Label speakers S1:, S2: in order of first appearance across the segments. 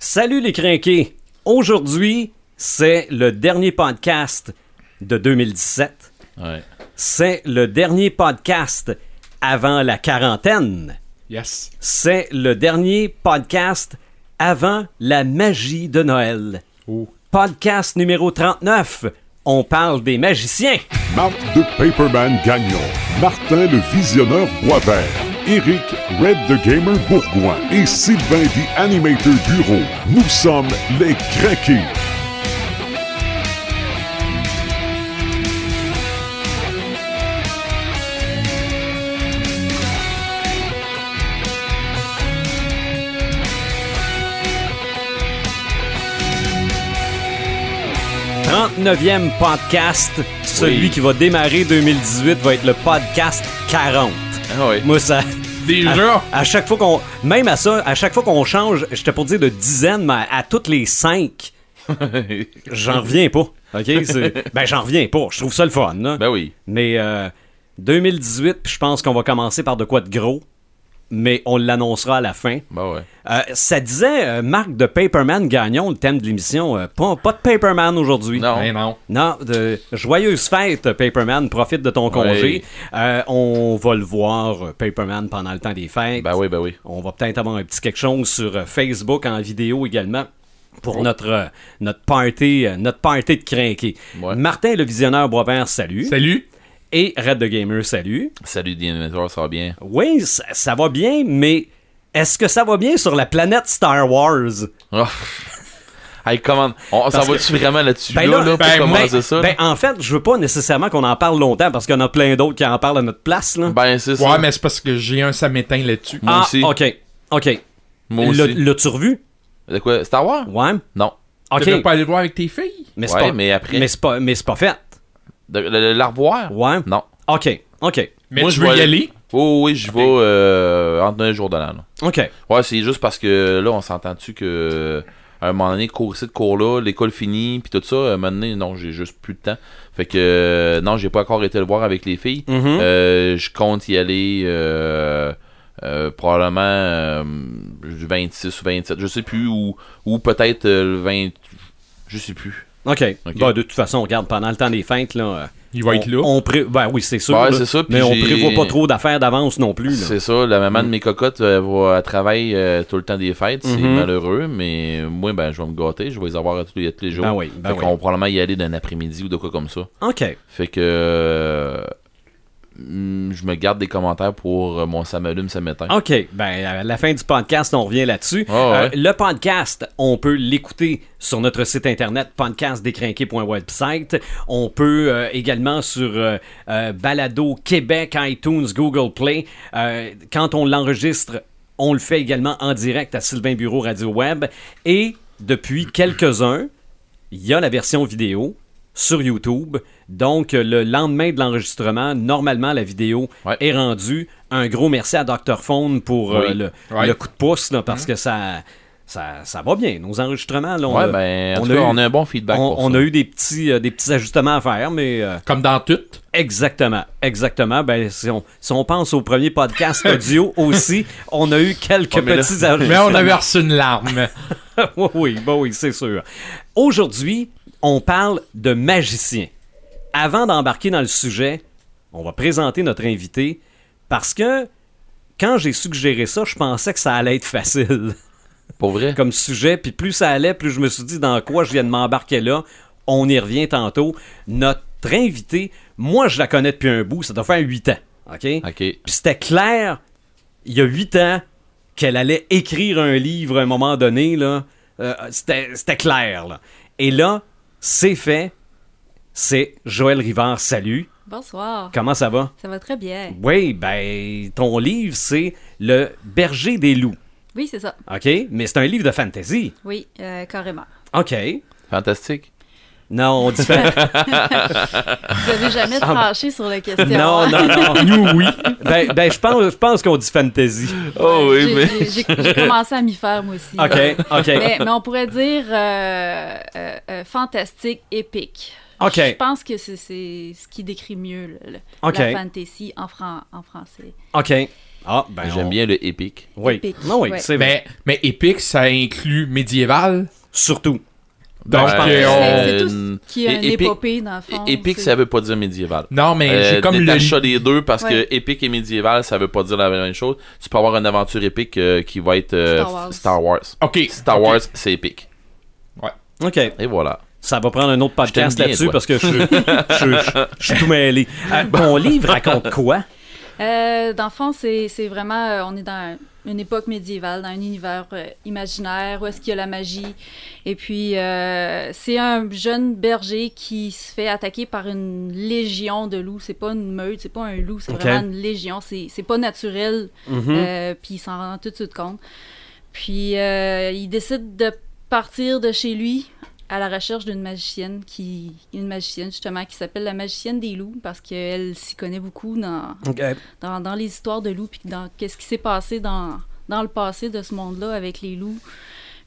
S1: Salut les crinqués! Aujourd'hui, c'est le dernier podcast de 2017.
S2: Ouais.
S1: C'est le dernier podcast avant la quarantaine.
S2: Yes.
S1: C'est le dernier podcast avant la magie de Noël.
S2: Oh.
S1: Podcast numéro 39. On parle des magiciens.
S3: Marc de Paperman Gagnon, Martin le Visionneur Boisvert, Eric Red the Gamer Bourgoin et Sylvain the Animator Bureau. Nous sommes les craqués.
S1: « 39e podcast. Celui qui va démarrer 2018 va être le podcast 40.
S2: Ah oui.
S1: Moi, ça.
S2: Déjà?
S1: À, à chaque fois qu'on. Même à ça, à chaque fois qu'on change, j'étais pour dire de dizaines, mais à toutes les cinq, j'en reviens pas. OK? C'est- ben, j'en reviens pas. Je trouve ça le fun. là.
S2: ben oui.
S1: Mais euh, 2018, puis je pense qu'on va commencer par de quoi de gros, mais on l'annoncera à la fin.
S2: Ben ouais.
S1: Euh, ça disait, euh, Marc de Paperman Gagnon, le thème de l'émission, euh, pas, pas de Paperman aujourd'hui. Ben,
S2: Non.
S4: Mais non.
S1: Non, de joyeuses fêtes, Paperman. Profite de ton congé. Euh, on va le voir, euh, Paperman, pendant le temps des fêtes.
S2: Ben oui, ben oui.
S1: On va peut-être avoir un petit quelque chose sur euh, Facebook en vidéo également
S2: Oh.
S1: pour notre, euh, notre, party, euh, notre party de crinqués.
S2: Ouais.
S1: Martin, le visionneur Boisvert, salut.
S4: Salut.
S1: Et Red the Gamer, salut.
S2: Salut, The Animator, ça va bien?
S1: Oui, ça, ça va bien, mais est-ce que ça va bien sur la planète Star Wars?
S2: Oh. Hey, comment? On, on s'en
S1: Parce
S2: va-tu vraiment là-dessus, là, là, pour
S1: ben,
S2: commencer
S1: ben,
S2: ça?
S1: ben,
S2: là?
S1: en fait, je veux pas nécessairement qu'on en parle longtemps parce qu'il y en a plein d'autres qui en parlent à notre place. Là.
S2: Ben, c'est ça. Mm.
S4: Ouais, mais c'est parce que j'ai un samétain là-dessus.
S2: moi
S1: ah,
S2: aussi.
S1: ok. Ok.
S2: Moi
S1: Le-
S2: aussi.
S1: L'as-tu revu?
S2: De quoi? Star Wars?
S1: Ouais.
S2: Non.
S1: Ok.
S4: Tu devrais pas aller le voir avec tes filles?
S1: Mais c'est
S2: Ouais,
S1: pas,
S2: mais après.
S1: mais c'est pas, mais c'est pas fait.
S2: De- le- le- L'arvoir?
S1: Ouais.
S2: Non.
S1: Ok. Ok.
S4: Mais
S2: Moi,
S4: tu
S2: je
S4: veux
S2: vais
S4: y aller?
S2: Oh oui, j'y vais euh, entre un jour de l'an. là.
S1: Ok.
S2: Ouais, c'est juste parce que là, on s'entend-tu que. À un moment donné, cours ici, cours là, l'école finie, puis tout ça. À un moment donné, non, j'ai juste plus de temps. Fait que, euh, non, j'ai pas encore été le voir avec les filles.
S1: Mhm.
S2: Euh, je compte y aller euh, euh, probablement euh, du 26 ou 27, je sais plus, ou, ou peut-être euh, le 20, je sais plus.
S1: Ok.
S2: Ok.
S1: Bah, de toute façon, on regarde pendant le temps des fêtes là. euh,
S4: Il va
S1: on-
S4: être là.
S1: On pré... Ben oui, c'est sûr.
S2: Ouais,
S1: là.
S2: c'est ça, puis
S1: Mais on
S2: j'ai-
S1: prévoit pas trop d'affaires d'avance non plus. là. Mm.
S2: C'est ça, la maman de mes cocottes euh, va à travail euh, tout le temps des fêtes, c'est
S1: Mhm.
S2: malheureux, mais moi, ben, je vais me gâter, je vais les avoir à tous les, tous les jours.
S1: Ben oui, ben
S2: fait
S1: oui.
S2: qu'on va probablement y aller d'un après-midi ou de quoi comme ça.
S1: Ok.
S2: Fait que... euh, mm, je me garde des commentaires pour euh, mon samalume ce matin.
S1: OK. Ben, à la fin du podcast, on revient là-dessus. Euh,
S2: Ah ouais.
S1: le podcast, on peut l'écouter sur notre site internet podcastdécrinqué.website. On peut euh, également sur euh, euh, Balado Québec, iTunes, Google Play. Euh, quand on l'enregistre, on le fait également en direct à Sylvain Bureau Radio Web. Et depuis quelques-uns, il y a la version vidéo sur YouTube. Donc, euh, le lendemain de l'enregistrement, normalement, la vidéo
S2: Ouais.
S1: est rendue. Un gros merci à Dr. Phone pour euh,
S2: Oui. Hum.
S1: le,
S4: Ouais.
S1: le coup de pouce, là, parce que ça, ça, ça va bien. Nos enregistrements, là, on,
S2: ouais,
S1: a-
S2: ben, en
S1: on
S2: tout
S1: a
S2: cas,
S1: eu-
S2: on a un bon feedback
S1: on-
S2: pour
S1: on
S2: ça.
S1: a eu des petits, euh, des petits ajustements à faire, mais euh,
S4: Comme dans tout.
S1: exactement, exactement. Ben, si, on, si on pense au premier podcast audio aussi, on a eu quelques
S2: Ouais, Oh, mais là-
S1: petits ajustements.
S4: Mais on avait reçu une larme.
S1: oui, oui, bah oui, c'est sûr. Aujourd'hui, on parle de magicien. Avant d'embarquer dans le sujet, on va présenter notre invité parce que quand j'ai suggéré ça, je pensais que ça allait être facile
S2: Pour vrai?
S1: comme sujet. Puis plus ça allait, plus je me suis dit dans quoi je viens de m'embarquer là. On y revient tantôt. Notre invité, moi je la connais depuis un bout, ça doit faire 8 ans. OK?
S2: Ok.
S1: Puis c'était clair, il y a huit ans, qu'elle allait écrire un livre à un moment donné, là. Euh, c'était c'était clair, là. Et là, c'est fait. C'est Joël Rivard, salut.
S5: Bonsoir.
S1: Comment ça va?
S5: Ça va très bien.
S1: Oui, ben, ton livre, c'est Le berger des loups.
S5: Oui, c'est ça.
S1: OK? Mais c'est un livre de fantasy.
S5: Oui, euh, carrément.
S1: OK.
S2: Fantastique.
S1: Non, on dit fan-
S5: Vous avez jamais tranché sur la question.
S1: Non,
S5: hein?
S1: non, non. Nous, oui. Ben, ben, je pense, je pense qu'on dit fantasy.
S2: Oh oui,
S5: J'ai-
S2: mais.
S5: j'ai- J'ai j'ai commencé à m'y faire, moi aussi.
S1: OK, OK.
S5: Mais, mais on pourrait dire euh, euh, euh, fantastique, épique.
S1: OK.
S5: Je pense que c'est c'est ce qui décrit mieux le- le-
S1: OK.
S5: la fantasy en, fran- en français.
S1: OK. Ah, ben.
S2: J'aime
S1: on-
S2: bien Ben, le épique.
S1: Oui.
S5: Épique,
S1: Non, oui,
S5: ouais.
S1: c'est vrai.
S4: Mais, mais épique, ça inclue médiéval.
S1: Surtout.
S2: Ben,
S4: Donc,
S1: je pense
S4: euh,
S5: C'est-
S4: on-
S5: C'est tout
S2: euh,
S5: ce qui est une
S2: épique-
S5: épopée, dans le
S1: Ah,
S5: fond.
S2: Épique,
S5: c'est-
S2: ça veut pas dire médiéval.
S4: Non, mais j'ai
S2: Euh,
S4: comme le.
S2: détache ça des deux parce
S5: Ouais.
S2: que épique et médiéval, ça veut pas dire la même chose. Tu peux avoir une aventure épique euh, qui va être euh,
S5: Star Wars.
S2: Star Wars.
S4: Ok.
S2: Star
S4: ok.
S2: Wars, c'est épique.
S1: OK.
S2: Et voilà.
S1: Ça va prendre un autre podcast
S2: Je t'aime bien,
S1: là-dessus
S2: toi. Ah,
S1: parce que je, je, je- je suis tout mêlé. Euh, ton livre raconte quoi?
S5: Euh, dans le fond, c'est c'est vraiment, euh, on est dans une époque médiévale, dans un univers euh, imaginaire où est-ce qu'il y a la magie. Et puis, euh, c'est un jeune berger qui se fait attaquer par une légion de loups. C'est pas une meute, c'est pas un loup, c'est
S1: Ok.
S5: vraiment une légion. C'est c'est pas naturel.
S1: Mhm.
S5: Euh, puis il s'en rend tout de suite compte. Puis euh, il décide de partir de chez lui à la recherche d'une magicienne qui une magicienne justement qui s'appelle la magicienne des loups parce qu'elle s'y connaît beaucoup dans,
S1: OK.
S5: dans, dans les histoires de loups puis dans qu'est-ce qui s'est passé dans, dans le passé de ce monde-là avec les loups.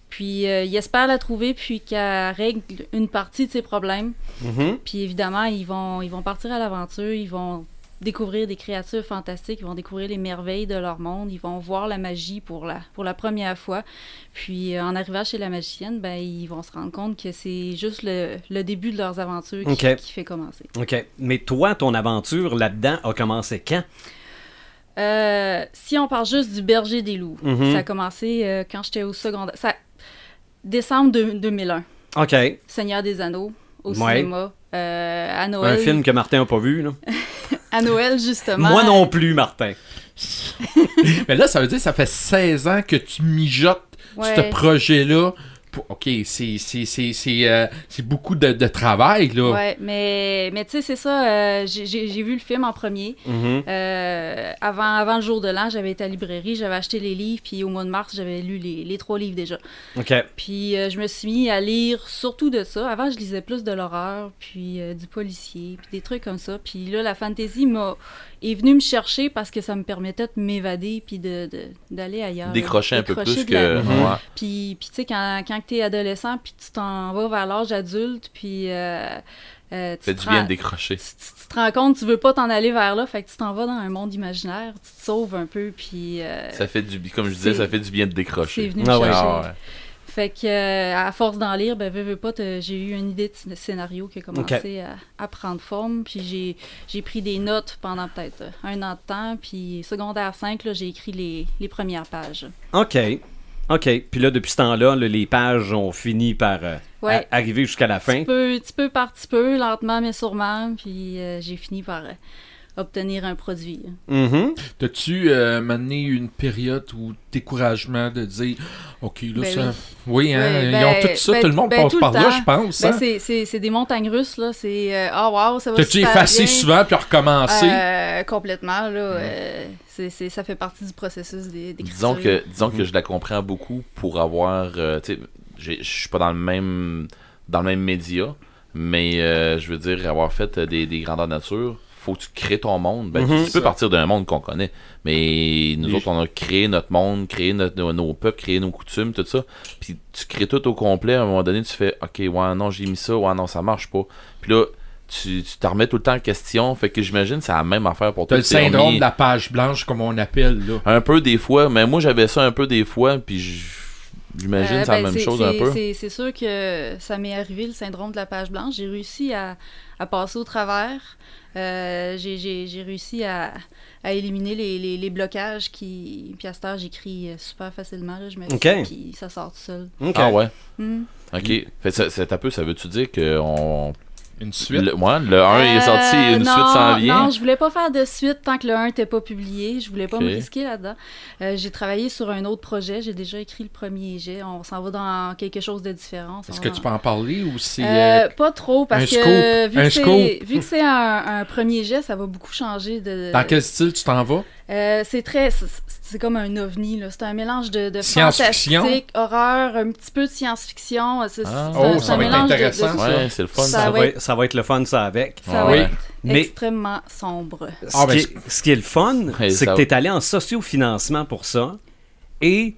S5: Puis euh, il espère la trouver puis qu'elle règle une partie de ses problèmes.
S1: Mhm.
S5: Puis évidemment, ils vont, ils vont partir à l'aventure, ils vont découvrir des créatures fantastiques, ils vont découvrir les merveilles de leur monde, ils vont voir la magie pour la, pour la première fois. Puis euh, en arrivant chez la magicienne, ben, ils vont se rendre compte que c'est juste le, le début de leurs aventures qui,
S1: Ok.
S5: qui fait commencer.
S1: OK. Mais toi, ton aventure là-dedans a commencé quand?
S5: Euh, si on parle juste du berger des loups,
S1: Mhm.
S5: ça a commencé euh, quand j'étais au secondaire. Ça... Décembre de- 2001,
S1: OK.
S5: Seigneur des Anneaux, au
S1: Ouais.
S5: cinéma. Euh, à
S1: Un
S5: Noël,
S1: film que Martin n'a pas vu. Là.
S5: à Noël justement.
S1: Moi non plus, Martin.
S4: Mais là, ça veut dire que ça fait 16 ans que tu mijotes
S5: Ouais.
S4: ce projet-là. Pour- Ok, c'est c'est- c'est- c'est, euh, c'est beaucoup de, de travail, là.
S5: Ouais, mais, mais tu sais, c'est ça. euh, j'ai- j'ai j'ai vu le film en premier.
S1: Mhm.
S5: Euh, avant, avant le jour de l'an, j'avais été à la librairie, j'avais acheté les livres, puis au mois de mars, j'avais lu les, les trois livres déjà.
S1: OK.
S5: Puis euh, je me suis mis à lire surtout de ça. Avant, je lisais plus de l'horreur, puis euh, du policier, puis des trucs comme ça. Puis là, la fantasy m'a est venue me chercher parce que ça me permettait de m'évader, puis de- de- d'aller ailleurs.
S2: Décrocher un peu
S5: Euh, Décrocher
S2: plus
S5: de la-
S2: que.
S5: Mm-hmm.
S1: Mhm.
S2: Ouais.
S5: puis, puis tu sais, quand, quand tu es adolescent, puis tu t'en vas vers l'âge adulte, puis euh, euh, tu
S2: Fait
S5: te
S2: du bien
S5: rends-
S2: de décrocher.
S5: tu, tu- tu te rends compte, tu veux pas t'en aller vers là, fait que tu t'en vas dans un monde imaginaire, tu te sauves un peu, puis euh,
S2: Ça fait du bi- comme je disais,
S5: c'est-
S2: ça fait du bien de
S5: c'est
S2: décrocher.
S5: venu me
S1: Ah ouais.
S5: chercher.
S2: Ah ouais.
S5: Fait que, euh, à force d'en lire, ben, veux, veux pas, te- j'ai eu une idée de sc- scénario qui a commencé à, à prendre forme, puis j'ai, j'ai pris des notes pendant peut-être euh, un an de temps, puis secondaire 5, là, j'ai écrit les, les premières pages.
S1: OK. OK. Puis là, depuis ce temps-là, là, les pages ont fini par euh,
S5: Ouais.
S1: à- arriver jusqu'à la fin.
S5: Petit peu, petit peu par petit peu, lentement mais sûrement, puis euh, j'ai fini par euh, obtenir un produit.
S1: Mhm.
S4: T'as-tu euh, mené une période où découragement de dire OK, là,
S5: Ben
S4: ça.
S5: oui.
S4: Oui, hein,
S5: Ouais,
S4: ils
S5: ben,
S4: ont tout ça,
S5: ben,
S4: tout le monde
S5: ben,
S4: passe
S5: tout le
S4: par là,
S5: temps.
S4: je pense.
S5: Ben,
S4: hein.
S5: c'est- c'est c'est des montagnes russes, là. C'est euh, Ah, wow, ça va
S4: T'as-tu
S5: super
S4: effacé
S5: bien.
S4: souvent puis recommencé
S5: Euh, complètement, là. euh, c'est- c'est- ça fait partie du processus des, des
S2: Disons que, disons
S4: Mhm.
S2: que je la comprends beaucoup pour avoir. euh, tu sais, j'ai- je suis pas dans le même, dans le même média, mais euh, je veux dire avoir fait euh, des, des grandeurs nature. Faut que tu crées ton monde. Ben, tu-
S1: Mhm.
S2: tu peux partir d'un monde qu'on connaît, mais nous
S4: Les-
S2: autres, on a créé notre monde, créé notre- nos, nos peuples, créé nos coutumes, tout ça. Puis tu crées tout au complet. À un moment donné, tu fais OK, ouais, non, j'ai mis ça, ouais, non, ça marche pas. Puis là, tu tu t'en remets tout le temps en question. Fait que j'imagine c'est la même affaire pour toi.
S4: T'as le
S2: Tu sais, on
S4: syndrome
S2: est-
S4: de la page blanche, comme on appelle, là.
S2: un peu des fois, mais moi j'avais ça un peu des fois, puis j- j'imagine
S5: Euh,
S2: c'est la
S5: ben,
S2: même
S5: c'est-
S2: chose un
S5: c'est-
S2: peu.
S5: c'est- C'est sûr que ça m'est arrivé, le syndrome de la page blanche. J'ai réussi à, à passer au travers. Euh, j'ai- J'ai j'ai réussi à, à éliminer les, les- les blocages qui... Puis à cette heure, j'écris euh, super facilement, là. Je me
S1: Ok.
S5: puis ça sort tout seul.
S1: OK.
S2: Ah ouais.
S5: Hmm.
S2: Ok. Fait ça, c'est un peu, ça veut-tu dire que on.
S4: Une suite.
S2: Le, ouais, le 1 est sorti
S5: Euh,
S2: et une
S5: non,
S2: suite s'en vient.
S5: Non, je voulais pas faire de suite tant que le 1 n'était pas publié. Je voulais pas
S2: Ok.
S5: me risquer là-dedans. Euh, j'ai travaillé sur un autre projet. J'ai déjà écrit le premier jet. On s'en va dans quelque chose de différent. On s'en
S4: Est-ce
S5: va
S4: que
S5: dans-
S4: tu peux en parler ou c'est.
S5: Euh,
S4: euh,
S5: pas trop, parce
S4: un
S5: que,
S4: scoop,
S5: euh, vu,
S4: un
S5: que c'est,
S4: scoop.
S5: vu que c'est un, un premier jet, ça va beaucoup changer de.
S4: Dans quel style tu t'en vas
S5: Euh, c'est très. C'est, c'est comme un ovni, là. C'est un mélange de, de
S4: Science-fiction?
S5: fantastique, horreur, un petit peu de science-fiction. Euh, C'est, c'est
S2: Ah.
S5: un-
S4: Oh,
S5: c'est
S4: ça
S5: un
S4: va être
S5: mélange de- de
S4: intéressant.
S5: tout ça.
S2: Ouais, c'est le fun.
S5: Ça
S1: Ça,
S5: va
S1: va
S5: être-
S1: être... ça va être le fun, ça, avec.
S5: Ça va
S2: Ouais.
S5: être
S1: Mais-
S5: extrêmement sombre.
S1: Ce,
S4: Ah, ben,
S1: qui est, ce qui est le fun,
S2: Ouais,
S1: c'est
S2: ça
S1: que
S2: va.
S1: tu es allé en sociofinancement pour ça et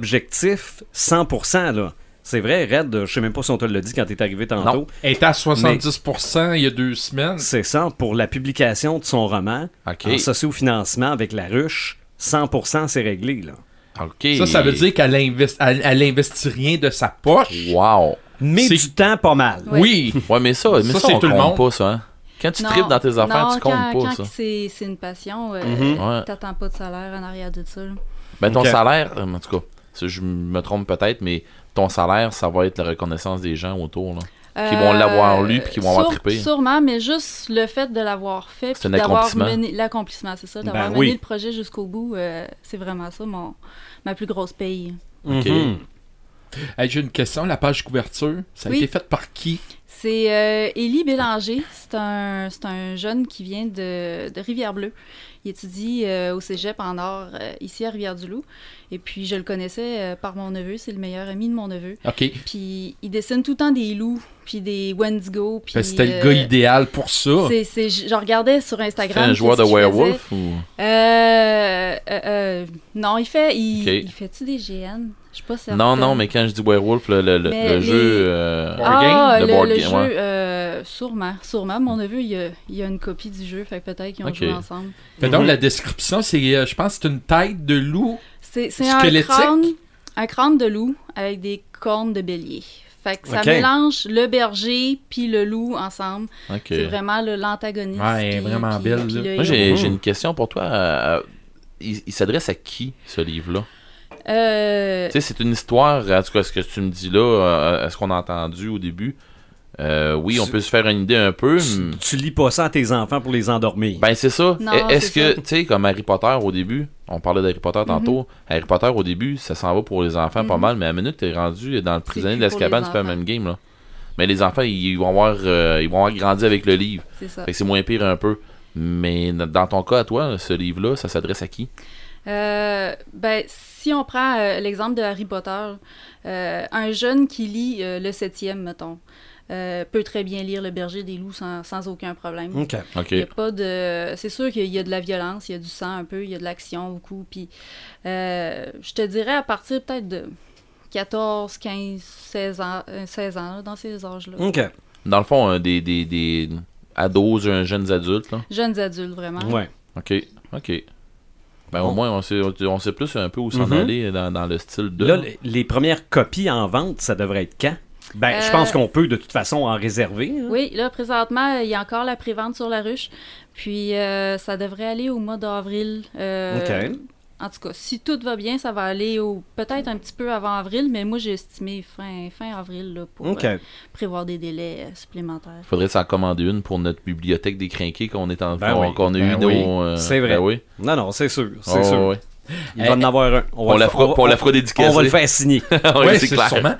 S1: l'objectif 100%, là. C'est vrai, Red, je sais même pas si on te l'a dit quand t'es arrivé tantôt.
S2: Non.
S4: Elle était à 70% il y a deux semaines.
S1: C'est ça, pour la publication de son roman
S2: Ok.
S1: en sociofinancement avec La Ruche, 100% c'est réglé. Là.
S2: OK.
S4: Ça, ça veut dire qu'elle investi, elle, elle investit rien de sa poche.
S2: Wow.
S1: Mais
S4: C'est-
S1: du temps, pas mal.
S5: Ouais.
S4: Oui.
S2: Ouais, mais ça, mais
S4: Ça,
S2: ça,
S4: c'est
S2: on
S4: tout le
S2: compte pas,
S4: monde.
S2: ça. Hein? Quand tu
S5: Non,
S2: tripes dans tes affaires,
S5: non,
S2: tu comptes
S5: quand-
S2: pas,
S5: quand
S2: ça.
S5: C'est c'est une passion, euh,
S1: Mm-hmm.
S2: Ouais.
S5: t'attends pas de salaire en arrière de ça. là.
S2: Ben, ton
S1: Ok.
S2: salaire, euh, en tout cas, ça, je me trompe peut-être, mais ton salaire, ça va être la reconnaissance des gens autour. Là. Qui vont l'avoir lu, puis qui vont avoir
S5: sûre-
S2: trippé.
S5: Euh, Sûrement, mais juste le fait de l'avoir fait,
S2: C'est un
S5: puis d'avoir
S2: accomplissement.
S5: mené l'accomplissement, c'est ça, d'avoir
S1: Ben
S5: mené
S1: oui.
S5: le projet jusqu'au bout, euh, c'est vraiment ça mon ma plus grosse paye.
S2: Ok.
S1: Mhm.
S4: Hey, J'ai une question. La page couverture, ça a
S5: Oui.
S4: été faite par qui
S5: C'est euh, Élie Bélanger, c'est un, c'est un jeune qui vient de, de Rivière-Bleue. Il étudie euh, au cégep en art euh, ici à Rivière-du-Loup. Et puis je le connaissais euh, par mon neveu, c'est le meilleur ami de mon neveu.
S4: Ok.
S5: Puis il dessine tout le temps des loups, puis des Wendigo. Puis
S4: Ben, C'était le
S5: euh,
S4: gars idéal pour ça.
S5: c'est- c'est- je je regardais sur
S2: Tu fais
S5: Instagram.
S2: un joueur de
S5: qu'est-ce qu'il faisait.
S2: werewolf ou.
S5: Euh, euh, euh, non, il fait. Il,
S2: Ok.
S5: il fait-tu des GN Je suis pas certaine.
S2: Non, non, mais quand je dis werewolf, le, le, le-
S5: Mais
S2: le
S5: les-
S2: jeu. euh,
S4: Board
S5: Ah,
S2: game?
S5: le,
S2: Le board
S5: le
S2: game,
S5: jeu,
S2: ouais.
S5: euh, sûrement, sûrement. Mon neveu, il y a, il y a une copie du jeu, fait que peut-être qu'ils ont
S2: Ok.
S5: joué ensemble.
S4: Fait donc,
S2: Mhm.
S4: la description, c'est, euh, je pense, que c'est une tête de loup.
S5: C'est c'est un
S4: Squelettique?
S5: crâne, un crâne de loup avec des cornes de bélier. Fait que ça
S1: Ok.
S5: mélange le berger puis le loup ensemble.
S2: Ok.
S5: C'est vraiment le- l'antagoniste.
S4: Ouais,
S5: puis-
S4: vraiment
S5: puis-
S4: belle,
S5: puis
S4: là.
S5: le
S2: Moi, j'ai
S5: héros.
S2: j'ai une question pour toi. euh, euh, il il s'adresse à qui, ce livre-là?
S5: Euh,
S2: Tu sais, c'est une histoire, en tout cas, ce que tu me dis là, euh, à ce qu'on a entendu au début. Euh, oui, on peut se faire une idée un peu. mais-
S1: Tu, tu lis pas ça à tes enfants pour les endormir.
S2: Ben, c'est ça.
S5: Non,
S2: E- Est-ce
S5: c'est
S2: que, tu sais, comme Harry Potter au début, on parlait d'Harry Potter tantôt, Harry Potter au début, ça s'en va pour les enfants pas
S5: Mhm.
S2: mal, mais à la minute, t'es rendu dans le prisonnier
S5: plus
S2: de l'Azkaban,
S5: pour les
S2: c'est pas le
S5: enfants.
S2: même game, là. Mais les enfants, ils vont avoir, euh, ils vont avoir grandi avec le livre.
S5: c'est ça.
S2: Fait que c'est moins pire un peu. Mais dans- dans ton cas, à toi, ce livre-là, ça s'adresse à qui
S5: Euh, ben, si on prend euh, l'exemple de Harry Potter, euh, un jeune qui lit euh, le septième, mettons, euh, peut très bien lire Le Berger des loups sans, sans aucun problème.
S1: OK.
S2: Ok.
S5: Il y a pas de... C'est sûr qu'il y a de la violence, il y a du sang un peu, il y a de l'action beaucoup. Puis, euh, je te dirais à partir peut-être de 14, 15, 16 ans, euh, 16 ans là, dans ces âges-là.
S1: OK.
S2: Dans le fond, euh, des, des, des ados, euh, jeunes adultes, là.
S5: Jeunes adultes, vraiment.
S1: Ouais.
S2: Ok. Ok. Ben, au moins, on sait, on sait plus un peu où s'en
S1: Mhm.
S2: aller dans, dans le style de.
S1: Là, les- les premières copies en vente, ça devrait être quand? Ben, je pense
S5: Euh,
S1: qu'on peut de toute façon en réserver. hein.
S5: Oui, là, présentement, il y a encore la prévente sur la ruche. Puis, euh, ça devrait aller au mois d'avril. euh,
S1: OK.
S5: En tout cas, si tout va bien, ça va aller au peut-être un petit peu avant avril, mais moi, j'ai estimé fin, fin avril là, pour
S1: OK.
S5: euh, prévoir des délais euh, supplémentaires.
S2: Faudrait s'en commander une pour notre bibliothèque des crinqués qu'on est en
S1: Ben
S2: qu'on,
S1: oui.
S2: qu'on a eu
S4: Ben oui.
S2: nos, euh,
S1: C'est vrai.
S2: ben oui.
S1: Non, non, c'est sûr. C'est
S2: Oh,
S1: sûr.
S2: oui.
S1: Il va en avoir un.
S2: On,
S1: le
S2: la
S1: fa-
S2: fera, on,
S1: on-
S2: la fera dédicacer.
S1: on va le faire signer.
S2: Oui,
S4: Ouais,
S2: c'est,
S4: c'est
S2: clair.
S4: sûrement.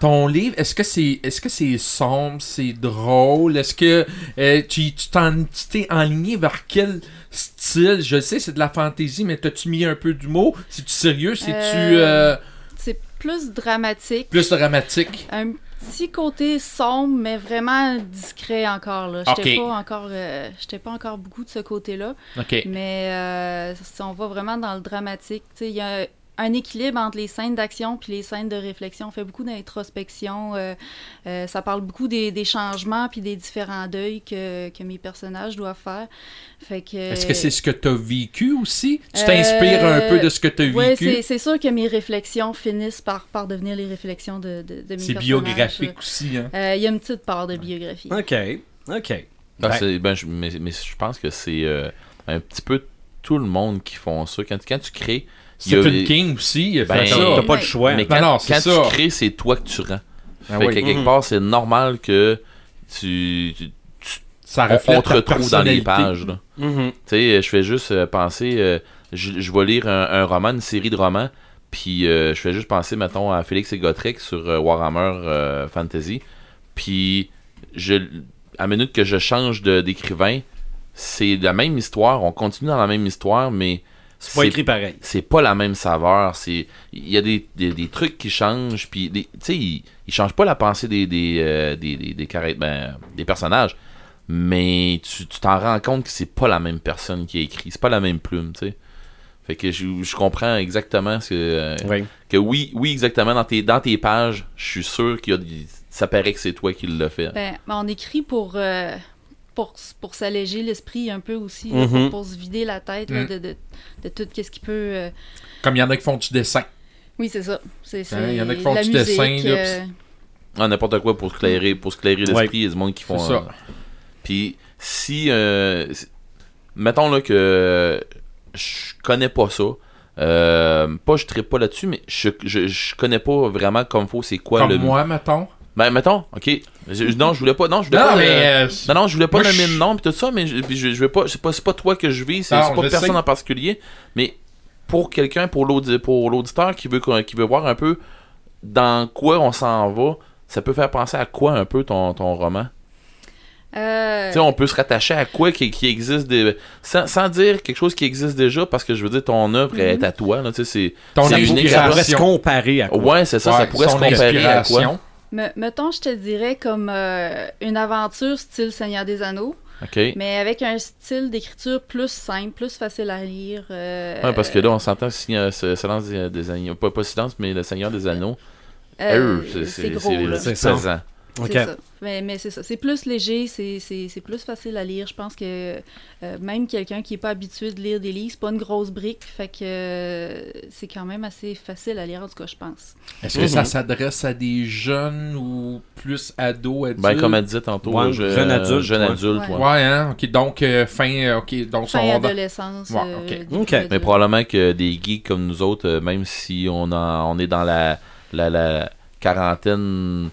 S4: Ton livre, est-ce que c'est est-ce que c'est sombre, c'est drôle, est-ce que euh, tu tu t'en- tu t'es enligné vers quel style Je sais, c'est de la fantaisie, mais t'as-tu mis un peu d'humour C'est tu sérieux C'est tu
S5: Euh, C'est plus dramatique.
S4: plus dramatique
S5: Un petit côté sombre, mais vraiment discret encore. là. J'étais
S4: Ok.
S5: pas encore, euh, j'étais pas encore beaucoup de ce côté-là.
S4: Ok.
S5: Mais euh, si on va vraiment dans le dramatique, tu sais, il y a un équilibre entre les scènes d'action puis les scènes de réflexion. On fait beaucoup d'introspection. euh, euh, ça parle beaucoup des, des changements puis des différents deuils que, que mes personnages doivent faire. Fait que,
S4: Est-ce que c'est ce que t'as vécu aussi Tu
S5: Euh,
S4: t'inspires un peu de ce que t'as
S5: Ouais, c'est
S4: vécu
S5: c'est sûr que mes réflexions finissent par, par devenir les réflexions de, de, de mes
S4: C'est
S5: personnages.
S4: biographique aussi. Hein?
S5: Euh, Il y a une petite part de biographie.
S1: OK. OK.
S2: Ah,
S1: Ben-
S2: c'est- ben, je- mais, mais je pense que c'est euh, un petit peu tout le monde qui font ça. Quand, quand tu crées. il y a-
S4: Stephen King aussi, il a
S2: Ben,
S4: fait
S2: t'as
S4: ça.
S1: T'as pas le choix.
S2: Mais
S4: Ben
S2: quand,
S4: non, c'est
S2: quand
S4: ça.
S2: tu crées, c'est toi que tu rends. fait
S4: Ah oui.
S2: que quelque
S1: Mhm.
S2: part, c'est normal que tu, tu-
S4: Ça
S2: on,
S4: reflète
S2: on te
S4: ta
S2: retrouve dans les
S4: personnalité.
S2: pages. là.
S1: Mhm.
S2: Tu sais, je fais juste euh, penser. euh, je, je vais lire un, un roman, une série de romans, puis euh, je fais juste penser, mettons, à Félix et Gotrek sur euh, Warhammer euh, Fantasy. Puis, je, à la minute que je change de- d'écrivain, c'est la même histoire. On continue dans la même histoire, mais
S1: C'est pas écrit pareil.
S2: c'est pas la même saveur. C'est il y a des, des- des trucs qui changent. Puis des- tu sais, ils, ils changent pas la pensée des des euh, des, des- des carré- ben, des personnages. Mais tu tu t'en rends compte que c'est pas la même personne qui a écrit. C'est pas la même plume, tu sais. Fait que je, je comprends exactement ce que euh,
S1: Oui.
S2: que oui oui exactement dans tes dans tes pages. Je suis sûr qu'il y a des- ça paraît que c'est toi qui l'as fait.
S5: Ben, ben, on écrit pour, euh, pour, s- pour s'alléger l'esprit un peu aussi, là,
S1: Mhm.
S5: pour, pour se vider la tête là,
S4: Mm.
S5: de, de, de tout ce qui peut. euh,
S4: Comme il y en a qui font du dessin.
S5: Oui, c'est ça. C'est,
S4: Hein,
S5: c'est
S4: il y en a qui font
S5: la
S4: du
S5: musique,
S4: dessin, là,
S5: euh,
S2: Ah, n'importe quoi pour éclairer, pour éclairer l'esprit,
S1: Ouais.
S2: il y a du monde qui font
S4: C'est ça.
S2: euh, Puis si euh, si- mettons là que je connais pas ça, euh, pas je traite pas là-dessus, mais je, je, je connais pas vraiment comme faut c'est quoi
S4: Comme
S2: le
S4: moi, mettons.
S2: Ben mettons, OK. Je- non, je voulais pas non, je voulais
S4: Non,
S2: pas euh,
S4: mais. euh,
S2: non, non, je voulais pas
S4: Moi,
S2: nommer
S4: je-
S2: de nom pis tout ça, mais je, puis je, je vais pas. C'est pas, c'est pas toi que je vis, c'est
S4: Non,
S2: c'est pas
S4: je
S2: personne
S4: sais.
S2: en particulier, mais pour quelqu'un, pour l'audi- pour l'auditeur qui veut qu'on- qui veut voir un peu dans quoi on s'en va, ça peut faire penser à quoi un peu ton, ton roman.
S5: euh,
S2: Tu sais, on peut se rattacher à quoi qui, qui existe des. Sans, sans dire quelque chose qui existe déjà, parce que je veux dire ton œuvre
S5: Mhm.
S2: est à toi. Là, tu sais, c'est.
S4: Ton
S2: c'est
S1: Ça
S2: unique,
S1: pourrait- ça pourrait se
S4: inspiration.
S1: comparer à quoi?
S2: Ouais, c'est ça, ça
S4: Ouais,
S2: pourrait se
S4: son
S2: comparer à quoi.
S4: inspiration.
S5: me- mettons, je te dirais comme euh, une aventure style Seigneur des Anneaux,
S2: OK. Ouais,
S5: mais avec un style d'écriture plus simple, plus facile à lire. euh,
S2: parce que là, on s'entend si, euh, ce- Silence des, des Agneaux. Pas, pas Silence, mais Le Seigneur des Anneaux.
S5: euh,
S2: Euh, c'est- c'est
S5: gros, là.
S2: c'est-
S1: C'est
S2: c'est
S1: ça.
S2: pesant.
S1: Ok.
S5: C'est ça. Mais, mais c'est ça. C'est plus léger, c'est- c'est c'est plus facile à lire. Je pense que euh, même quelqu'un qui n'est pas habitué de lire des livres, c'est pas une grosse brique. Fait que euh, c'est quand même assez facile à lire, en tout cas, je pense.
S4: Est-ce que
S2: Mm-hmm.
S4: ça s'adresse à des jeunes ou plus ados, adultes?
S2: Ben, comme elle disait tantôt,
S1: Ouais,
S2: je-
S1: jeune adulte,
S2: jeune
S1: ouais.
S2: adulte,
S5: Ouais.
S2: ouais.
S4: Ouais, hein? Ok, donc, euh, fin. euh, Ok, donc,
S5: Fin
S4: son.
S5: adolescence.
S4: Ouais,
S5: euh,
S4: ok.
S5: début
S1: Ok.
S5: adulte.
S2: Mais probablement que des geeks comme nous autres, euh, même si on, en- on est dans la, la, la quarantaine,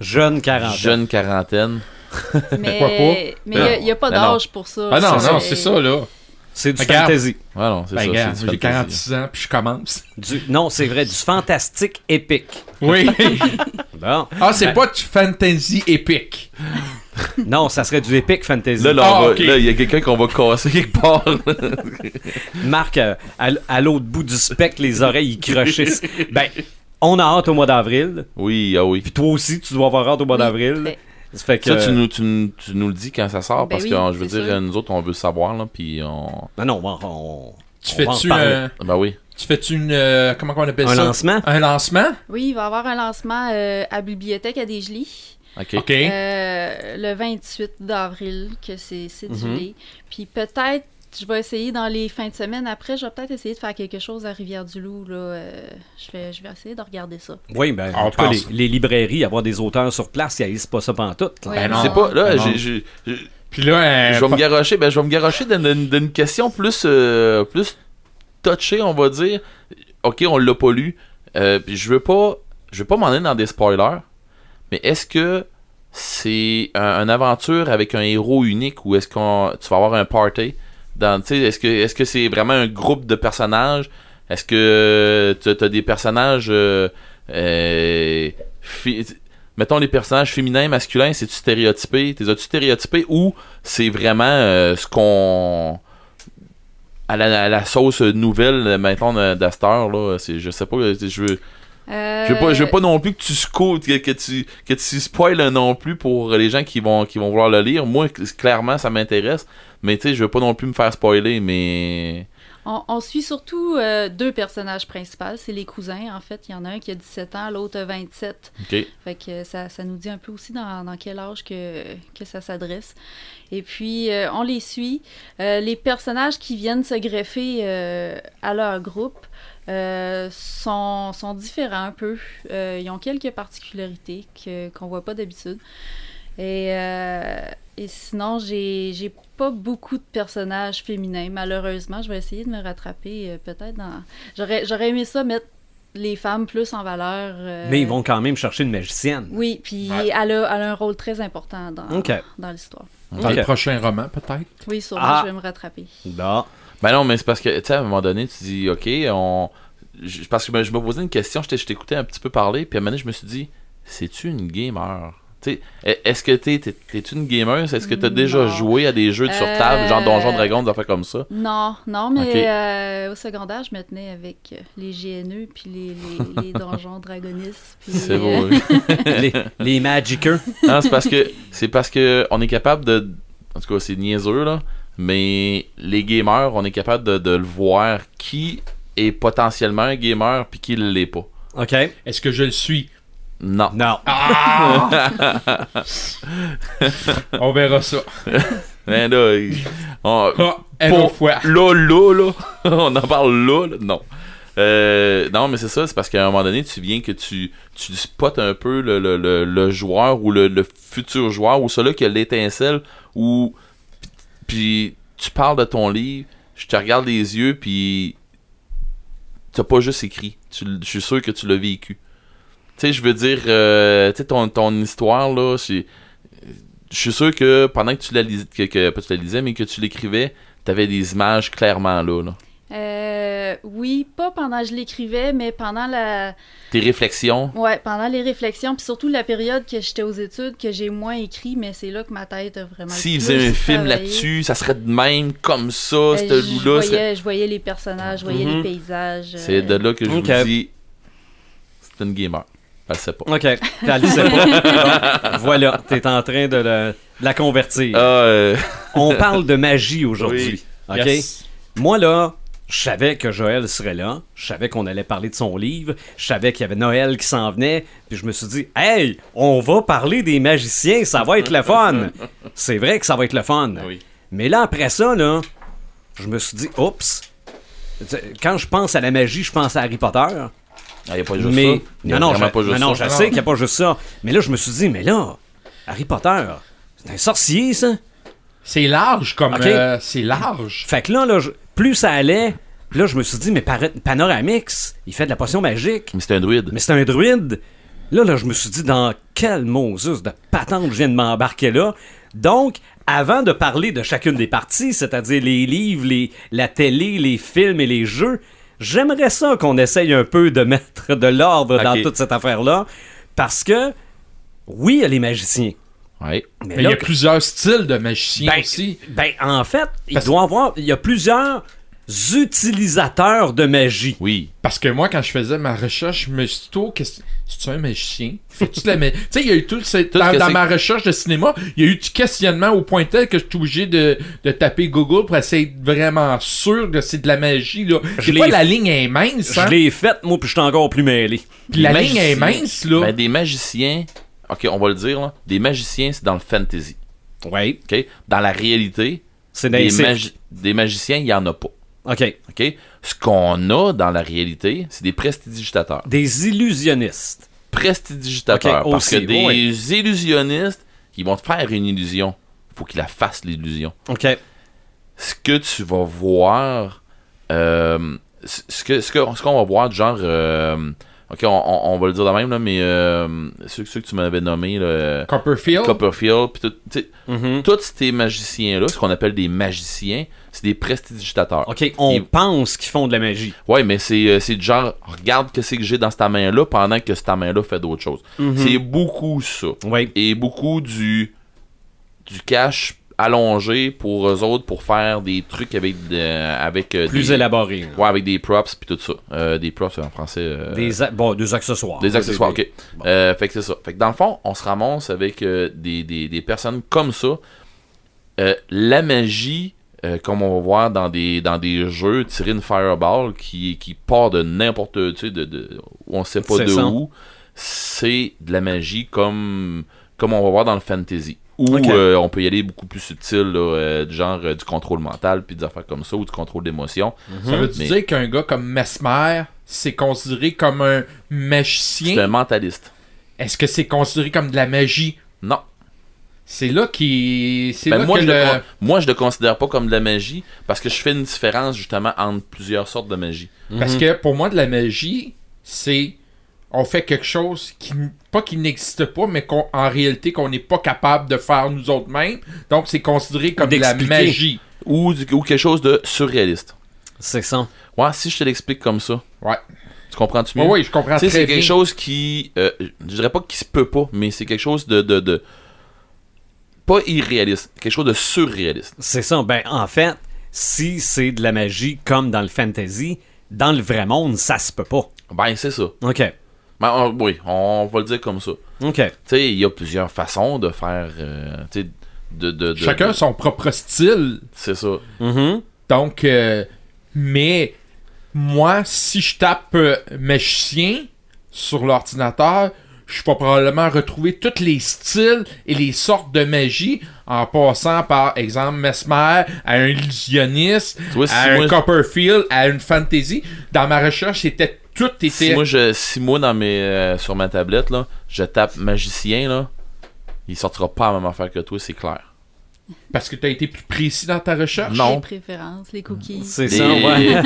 S1: Jeune 40
S2: jeune quarantaine,
S5: Mais
S4: Pourquoi
S5: mais il n'y a, pas
S2: Ben non.
S5: d'âge pour ça.
S4: Ah non,
S5: Ça,
S4: non, c'est ça, là.
S1: C'est du
S4: Regarde.
S1: fantasy.
S2: ouais, non, c'est
S4: Ben,
S2: ça.
S4: regarde,
S2: c'est du
S4: j'ai
S2: fantasy.
S4: 46 ans, puis je commence.
S1: Du- non, c'est vrai, du fantastique épique.
S4: Oui.
S1: Bon.
S4: ah,
S2: Ben,
S4: c'est pas du fantasy épique.
S1: Non, ça serait du épique fantasy.
S2: Là, là, on
S4: Ah,
S2: va-
S4: ok.
S2: là, il y a quelqu'un qu'on va casser quelque part.
S1: Marc, euh, à, l- à l'autre bout du spectre, les oreilles, ils crochissent. ben, on a hâte au mois d'avril.
S2: oui, ah oui.
S1: Puis toi aussi, tu dois avoir hâte au mois
S5: Oui,
S1: d'avril.
S5: fait.
S1: Ça fait que...
S2: Ça, tu nous, tu, nous- tu nous le dis quand ça sort,
S5: Ben
S2: parce
S5: oui,
S2: que euh, je veux
S5: c'est
S2: dire,
S5: sûr.
S2: nous autres, on veut savoir, là, puis on...
S1: Non, non, on... on-
S4: Tu
S1: on va en
S4: fais-tu
S1: reparler.
S4: un.
S2: Ben oui.
S4: Tu fais-tu une. euh, comment on appelle
S1: Un
S4: ça?
S1: lancement?
S4: Un lancement?
S5: Oui, il va y avoir un lancement euh, à Bibliothèque à Desgelis.
S2: OK.
S4: Ok.
S5: Euh, le 28 d'avril, que c'est c'est du
S1: Mhm.
S5: lait. Puis peut-être, je vais essayer dans les fins de semaine après, je vais peut-être essayer de faire quelque chose à Rivière-du-Loup. là. Euh, je, vais, je vais essayer de regarder ça.
S1: Oui, ben,
S4: On
S1: en tout cas, les,
S4: pense.
S1: les librairies, avoir des auteurs sur place, ils haïssent pas ça pantoute. là.
S5: Ouais,
S4: non.
S2: C'est pas... Là,
S4: Ben non.
S2: j'ai- j'ai- j'ai-
S4: Puis là, euh,
S2: je vais me
S4: pas-
S2: garocher, ben, je vais me garocher d'une- d'une d'une question plus, euh, plus touchée, on va dire. Ok, on l'a pas lu. Euh, puis je veux pas, je veux pas m'en aller dans des spoilers. Mais est-ce que c'est un- une aventure avec un héros unique ou est-ce qu'on, tu vas avoir un party dans, tu sais, est-ce que, est-ce que c'est vraiment un groupe de personnages Est-ce que tu as des personnages, euh, euh, fi- mettons les personnages féminins, masculins, c'est tu stéréotypé, t'es as-tu stéréotypé ou c'est vraiment euh, ce qu'on à la, à la sauce nouvelle euh, maintenant euh, d'Astor là, c'est je sais pas euh, je veux
S5: Euh,
S2: je veux pas je veux pas non plus que tu scoutes que, que tu que tu spoiles non plus pour les gens qui vont qui vont vouloir le lire. Moi c- clairement ça m'intéresse, mais tu sais je veux pas non plus me faire spoiler mais
S5: Euh, On, on suit surtout euh, deux personnages principaux. C'est les cousins, en fait. Il y en a un qui a 17 ans, l'autre a 27.
S2: OK.
S5: Fait que ça, ça nous dit un peu aussi dans, dans quel âge que, que ça s'adresse. Et puis, euh, on les suit. Euh, les personnages qui viennent se greffer euh, à leur groupe euh, sont, sont différents un peu. Euh, ils ont quelques particularités que, qu'on voit pas d'habitude. Et, euh, et sinon, j'ai, j'ai pas beaucoup de personnages féminins. Malheureusement, je vais essayer de me rattraper euh, peut-être dans... J'aurais, j'aurais aimé ça mettre les femmes plus en valeur. euh,
S1: Mais ils vont quand même chercher une magicienne.
S5: oui, puis
S4: Ouais.
S5: elle, a, elle a un rôle très important dans,
S1: OK.
S5: dans l'histoire.
S4: dans
S1: Ok.
S4: le prochain roman, peut-être.
S5: Oui, sûrement,
S1: Ah.
S5: je vais me rattraper.
S1: Bon.
S2: Ben non, mais c'est parce que, tu sais, à un moment donné, tu dis, OK, on. je- Parce que ben, je me posais une question, je t'ai- je t'écoutais un petit peu parler, puis à un moment donné, je me suis dit, c'est-tu une gamer? Tu sais, e- est-ce que t'es, t'es, t'es-tu une gamer? Est-ce que t'as déjà
S5: Non.
S2: joué à des jeux de sur
S5: Euh,
S2: table, genre Donjon Dragon, des affaires comme ça?
S5: Non, non, mais
S2: Ok.
S5: euh, au secondaire, je me tenais avec euh, les GNE, puis les, les, les donjons dragonistes. puis,
S2: C'est
S5: euh,
S2: beau. oui.
S1: les, les Magickers.
S2: non, c'est parce que c'est parce que on est capable de en tout cas c'est niaiseux là, mais les gamers, on est capable de, de le voir qui est potentiellement un gamer puis qui l'est pas.
S1: OK.
S4: Est-ce que je le suis?
S2: Non.
S1: Non.
S4: On verra ça.
S2: Mais là, il- on-
S4: Ah, elle
S2: Pour-
S4: au foie.
S2: là, là, là, on en parle là, là. non. Euh, non, mais c'est ça, c'est parce qu'à un moment donné, tu viens que tu, tu spots un peu le, le- le- le joueur ou le, le futur joueur ou celui qui a l'étincelle ou puis tu parles de ton livre, je te regarde les yeux puis t'as pas juste écrit, Tu l- je suis sûr que tu l'as vécu. Tu sais, je veux dire, euh, tu sais, ton, ton histoire là, c'est- je suis sûr que pendant que tu la lisais, que, que- pas tu la lisais, mais que tu l'écrivais, T'avais des images clairement là. là.
S5: Euh, oui, pas pendant que je l'écrivais, mais pendant la,
S2: Tes réflexions.
S5: ouais, pendant les réflexions, puis surtout la période que j'étais aux études, que j'ai moins écrit, mais c'est là que ma tête a vraiment.
S2: S'ils
S5: plus
S2: faisaient un film
S5: travaillé.
S2: là-dessus, ça serait de même, comme ça,
S5: Euh,
S2: ce
S5: je,
S2: loup-là. serait-
S5: voyais, je voyais les personnages, je voyais
S1: Mhm.
S5: les paysages. euh,
S2: C'est de là que je
S1: Ok.
S2: vous dis, c'est une gamer. Elle sait pas.
S1: OK. T'as le sais pas. Donc, voilà, t'es en train de, le- de la convertir.
S2: Ah, euh,
S1: On parle de magie aujourd'hui. OK?
S4: Yes.
S1: Moi, là, je savais que Joël serait là. Je savais qu'on allait parler de son livre. Je savais qu'il y avait Noël qui s'en venait. Puis je me suis dit, hey, on va parler des magiciens. Ça va être le fun. C'est vrai que ça va être le fun.
S2: Oui.
S1: Mais là, après ça, là, je me suis dit, oups. Quand je pense à la magie, je pense à Harry Potter.
S2: il n'y a pas juste
S1: mais
S2: ça. Il y a
S1: non, non,
S2: vraiment
S1: je,
S2: pas juste
S1: non, non,
S2: ça.
S1: je sais qu'il n'y a pas juste ça. Mais là, je me suis dit, mais là, Harry Potter, c'est un sorcier, ça.
S4: C'est large comme.
S1: Ok.
S4: euh, c'est large.
S1: Fait que là, là je- plus ça allait, puis là, je me suis dit, mais para- Panoramix, il fait de la potion magique,
S2: Mais c'est un druide.
S1: mais c'est un druide. Là, là, je me suis dit, dans quel Moses de patente je viens de m'embarquer là. Donc, avant de parler de chacune des parties, c'est-à-dire les livres, les, la télé, les films et les jeux, j'aimerais ça qu'on essaye un peu de mettre de l'ordre dans
S2: Ok.
S1: toute cette affaire-là, parce que, oui, il y a les magiciens.
S2: Ouais.
S1: Mais,
S4: Mais il
S1: là,
S4: y a plusieurs styles de magiciens
S1: ben,
S4: aussi.
S1: ben, en fait, il
S4: Parce-
S1: doit avoir. Il y a plusieurs utilisateurs de magie.
S2: Oui.
S4: Parce que moi, quand je faisais ma recherche, je me suis tôt question. C'est-tu un magicien? Fais-tu de la ma- Tu sais, il y a eu tout. ce-
S2: Tout ce
S4: dans
S2: que
S4: dans
S2: c'est-
S4: ma recherche de cinéma, il y a eu du questionnement au point tel que je suis obligé de, de taper Google pour essayer d'être vraiment sûr que c'est de la magie. Là.
S1: Je
S4: Des fois,
S1: l'ai-
S4: la ligne est mince.
S1: Je
S4: hein?
S1: l'ai faite, moi, puis je suis encore plus mêlé.
S4: Puis la
S2: Des
S4: ligne est
S2: magiciens-
S4: mince. là.
S2: Ben, des magiciens. Ok, on va le dire là. Des magiciens, c'est dans le fantasy.
S1: Oui.
S2: Ok. Dans la réalité,
S1: C'est
S2: des,
S1: des. Ben, c'est-
S2: magi- des magiciens, il n'y en a pas.
S1: OK.
S2: Ok. Ce qu'on a dans la réalité, c'est des prestidigitateurs.
S1: Des illusionnistes.
S2: prestidigitateur.
S1: Ok,
S2: parce
S1: aussi,
S2: que des
S1: oui.
S2: illusionnistes, ils vont te faire une illusion. faut qu'ils la fassent, l'illusion.
S1: OK.
S2: Ce que tu vas voir, euh, ce ce que ce que- ce qu'on va voir, genre, euh, ok, on, on- on va le dire de même, là, mais euh, ceux, ceux que tu m'avais nommé, là,
S4: Copperfield.
S2: Copperfield, pis tout, tu sais,
S1: Mhm.
S2: tous ces magiciens-là, ce qu'on appelle des magiciens, c'est des prestidigitateurs.
S1: OK, on
S2: Ils-
S1: pense qu'ils font de la magie.
S2: Ouais, mais c'est euh, c'est du genre, regarde que c'est que j'ai dans cette main-là pendant que cette main-là fait d'autres choses. C'est beaucoup ça.
S1: Oui.
S2: et beaucoup du du cash allongé pour eux autres pour faire des trucs avec de- avec euh,
S1: Plus
S2: des,
S1: élaboré. hein.
S2: ouais, avec des props puis tout ça Euh, des props en français euh,
S1: Des, a- bon, des accessoires.
S2: des accessoires
S1: Des-
S2: ok Euh, fait que c'est ça fait que dans le fond on se ramasse avec euh, des, des, des personnes comme ça Euh, la magie euh, comme on va voir dans des dans des jeux tirer une fireball qui qui part de n'importe tu sais de, de on sait pas
S1: C'est
S2: de
S1: ça.
S2: où c'est de la magie comme comme on va voir dans le fantasy ou
S1: Ok.
S2: euh, on peut y aller beaucoup plus subtil là, euh, du genre euh, du contrôle mental puis des affaires comme ça ou du contrôle d'émotion
S4: Ça veut
S2: Hum, Mais-
S4: dire qu'un gars comme Mesmer, c'est considéré comme un
S2: c'est un
S4: magicien.
S2: mentaliste
S4: Est-ce que c'est considéré comme de la magie?
S2: non
S4: C'est là qui. C'est
S2: Ben,
S4: là
S2: moi,
S4: que
S2: je
S4: le-
S2: le con- moi, je le considère pas comme de la magie parce que je fais une différence justement entre plusieurs sortes de magie.
S4: Parce que pour moi, de la magie, c'est. On fait quelque chose qui. n- Pas qui n'existe pas, mais qu'en réalité, qu'on n'est pas capable de faire nous autres-mêmes. Donc, c'est considéré comme de la
S1: D'expliquer.
S4: magie.
S2: Ou, du- ou quelque chose de surréaliste.
S1: C'est ça.
S2: Ouais, si je te l'explique comme ça,
S4: Ouais.
S2: tu comprends-tu
S4: Oui,
S2: mieux?
S4: oui, je comprends
S2: Tu sais,
S4: très
S2: c'est
S4: bien.
S2: quelque chose qui. euh, je dirais pas qu'il se peut pas, mais c'est quelque chose de. de, de- pas irréaliste, quelque chose de surréaliste.
S1: C'est ça. Ben, en fait, si c'est de la magie comme dans le fantasy, dans le vrai monde, ça se peut pas.
S2: Ben, c'est ça.
S1: OK.
S2: Ben, on- oui, on va le dire comme ça.
S1: OK.
S2: Tu sais, il y a plusieurs façons de faire. euh, tu sais, de, de, de-
S4: Chacun
S2: de-
S4: son propre style.
S2: C'est ça.
S1: Mhm.
S4: Donc, euh, mais moi, si je tape euh, magicien sur l'ordinateur, je vais probablement retrouver tous les styles et les sortes de magie en passant par exemple Mesmer à un illusionniste,
S2: Tu vois, si
S4: à un
S2: moi-
S4: Copperfield, à une fantasy. Dans ma recherche, c'était tout était
S2: Si moi, je, si moi dans mes, euh, sur ma tablette, là, je tape magicien, là, il sortira pas la même affaire que toi, c'est clair.
S4: parce que tu as été plus précis dans ta recherche.
S5: Les
S2: Non.
S5: préférences, les cookies.
S1: C'est
S2: Des-
S1: ça, ouais.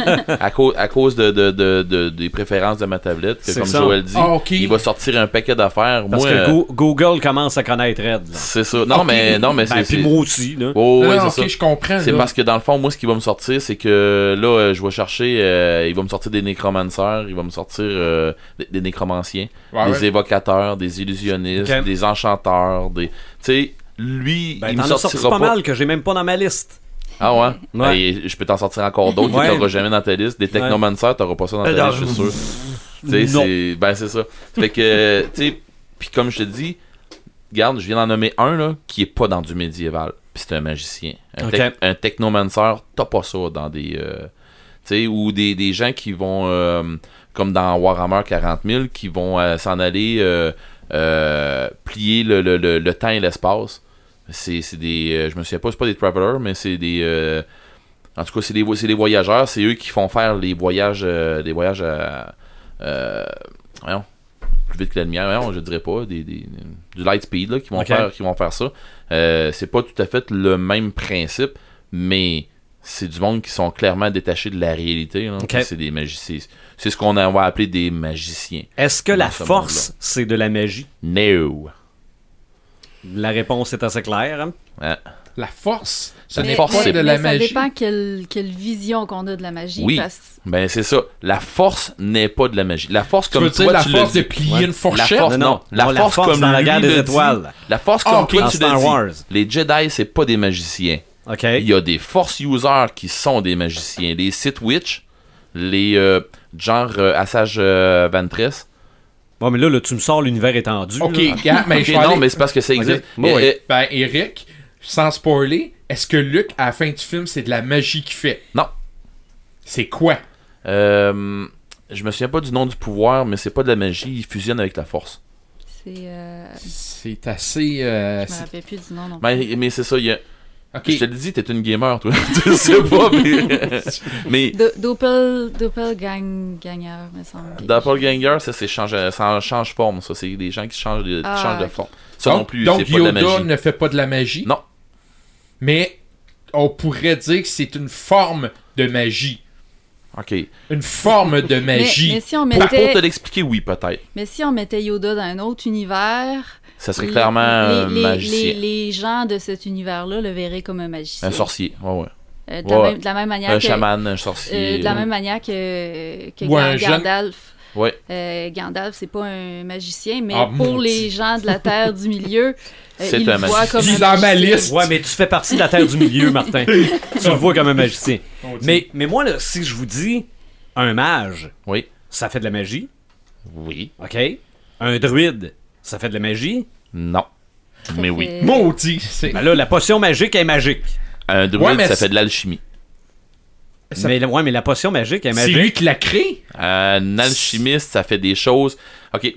S2: à, cause, à cause de, de- de- de- des préférences de ma tablette, que
S1: C'est
S2: comme
S1: ça.
S2: Joël dit,
S4: Ah, ok.
S2: il va sortir un paquet d'affaires.
S1: Parce
S2: Moi,
S1: que
S2: euh,
S1: Go- Google commence à connaître Red. là.
S2: c'est ça. Non,
S4: Ok.
S2: mais, non, mais c'est.
S1: Ben,
S2: c'est-
S1: puis moi aussi, là.
S2: Oh,
S4: Non,
S2: ouais,
S4: non,
S2: c'est
S4: ok,
S2: ça.
S4: je comprends.
S2: C'est
S4: là.
S2: parce que dans le fond, moi, ce qui va me sortir, c'est que là, euh, je vais chercher, euh, il va me sortir des nécromanciers, il va me sortir euh, des, des nécromanciens,
S4: Ouais,
S2: des
S4: ouais.
S2: évocateurs, des illusionnistes,
S1: Ok.
S2: des enchanteurs, des. Tu sais, lui,
S1: Ben,
S2: il me
S1: t'en as sorti
S2: sortira
S1: pas
S2: pas.
S1: mal que j'ai même pas dans ma liste.
S2: Ah ouais?
S1: Ouais.
S2: Et je peux t'en sortir encore d'autres
S1: Ouais.
S2: que t'auras jamais dans ta liste. Des technomanciers, t'auras pas ça dans ta
S1: Ben, non.
S2: liste, je suis sûr. Tu sais,
S1: Non.
S2: c'est- Ben, c'est ça. Fait que, euh, tu sais, puis comme je te dis, regarde, je viens d'en nommer un, là, qui est pas dans du médiéval. Puis c'est un magicien. Un,
S1: Ok.
S2: tec- un technomancer, t'as pas ça dans des. euh, tu sais, ou des, des gens qui vont, euh, comme dans Warhammer 40 000, qui vont euh, s'en aller euh, euh, plier le, le- le- le temps et l'espace. C'est c'est des. euh, je me souviens pas, c'est pas des travelers, mais c'est des. euh, en tout cas, c'est des, vo- c'est des voyageurs, c'est eux qui font faire les voyages. euh, des voyages à. euh, voyons, plus vite que la lumière, voyons, je dirais pas. Des, des- du light speed, là, qui vont,
S1: Ok.
S2: faire, qui vont faire ça. Euh, c'est pas tout à fait le même principe, mais c'est du monde qui sont clairement détachés de la réalité. là.
S1: Ok.
S2: Puis C'est des magiciens. C'est ce qu'on va appeler des magiciens.
S1: Est-ce que
S2: Dans
S1: la
S2: ce
S1: force, c'est de la magie?
S2: No.
S1: La réponse est assez claire. hein.
S2: Hein?
S4: La force, ce
S2: Mais-
S4: n'est pas
S2: forcé.
S4: de la
S5: mais
S4: magie.
S5: Ça dépend quelle, quelle vision qu'on a de la magie.
S2: Oui.
S5: parce-
S2: Ben c'est ça. La force n'est pas de la magie. La force
S4: Tu
S2: comme
S4: veux
S2: toi,
S4: dire la
S2: tu
S4: force
S2: le
S4: de
S2: dis.
S4: plier une
S2: La
S4: fourchette?
S2: force,
S1: Non,
S2: non.
S1: non. Non, la force dans la
S2: lui
S1: guerre des
S2: le dit.
S1: étoiles.
S2: La force
S4: Ah,
S2: comme
S4: ok.
S2: toi,
S1: Dans
S2: tu
S1: Star
S2: le dis.
S1: Wars.
S2: Les Jedi, c'est pas des magiciens.
S1: OK.
S2: Il y a des force users qui sont des magiciens. Les Sith Witch, les euh, genre euh, Assage euh, Ventress.
S1: Bon, mais là, là, tu me sors l'univers étendu.
S4: Ok,
S1: là.
S4: gars, mais
S2: Ok,
S4: je vais
S2: non,
S4: aller-
S2: mais c'est parce que ça existe.
S1: Bon,
S2: Eh,
S1: oui.
S2: eh,
S4: Ben, Eric, sans spoiler, est-ce que Luc, à la fin du film, c'est de la magie qu'il fait?
S2: Non.
S4: C'est quoi?
S2: euh, je me souviens pas du nom du pouvoir, mais c'est pas de la magie. Il fusionne avec la force.
S5: C'est. euh,
S4: C'est assez... euh,
S5: je me
S4: c'est-
S5: rappelle plus du nom non plus.
S2: Ah, Mais, mais c'est ça. il y a-
S4: Ok.
S2: Je te le dis, t'es une gamer, toi. tu sais pas, mais. mais
S5: Do- Doppel, doppelgang- ganger, me semble.
S2: Doppelganger, ça, c'est change, ça en change forme, ça. C'est des gens qui changent de, qui
S5: Ah,
S2: changent de
S5: ok.
S2: forme. Ça
S4: donc,
S2: non plus,
S4: donc
S2: c'est pas de
S4: Yoda
S2: la magie.
S4: ne fait pas de la magie.
S2: Non.
S4: Mais on pourrait dire que c'est une forme de magie.
S2: Ok.
S4: Une forme de
S5: Mais-
S4: magie.
S5: Mais, si on
S2: Pour, pour te
S5: mettait,
S2: l'expliquer, oui, peut-être.
S5: mais si on mettait Yoda dans un autre univers,
S2: Ça serait
S5: les-
S2: clairement un
S5: les- les-
S2: magicien.
S5: les- les gens de cet univers-là le verraient comme un magicien.
S2: Un sorcier, ouais, ouais.
S5: Euh, de, la
S2: Ouais.
S5: même, de la même manière
S2: Un
S5: que,
S2: chaman, un
S5: euh,
S2: sorcier.
S5: de la même manière que, que
S4: Ou un
S5: Ga-
S4: jeune-
S5: Gandalf.
S2: Ouais.
S5: Euh, Gandalf, c'est pas un magicien, mais
S4: Ah, mon
S5: pour les gens de la Terre du Milieu, euh,
S2: C'est
S5: ils
S2: un
S5: le voient
S2: magicien.
S5: comme
S4: Il est
S5: un
S4: dans ma
S5: magicien.
S4: liste.
S1: Ouais, mais tu fais partie de la terre du milieu, Martin. tu le vois comme un magicien.
S4: On dit-
S1: Mais, mais moi, là, si je vous dis un mage,
S2: Oui.
S1: ça fait de la magie.
S2: Oui.
S1: OK. Un druide, ça fait de la magie.
S2: Non. Mais oui.
S5: fait-
S4: Maudit! c'est-
S1: Ben là, la potion magique est magique.
S2: Un druide,
S4: Ouais, mais
S2: ça
S4: c'est-
S2: fait de l'alchimie.
S4: Ça-
S1: Mais, ouais, mais la potion magique est
S4: C'est
S1: magique.
S4: lui qui l'a créé?
S2: Un alchimiste, ça fait des choses. Ok.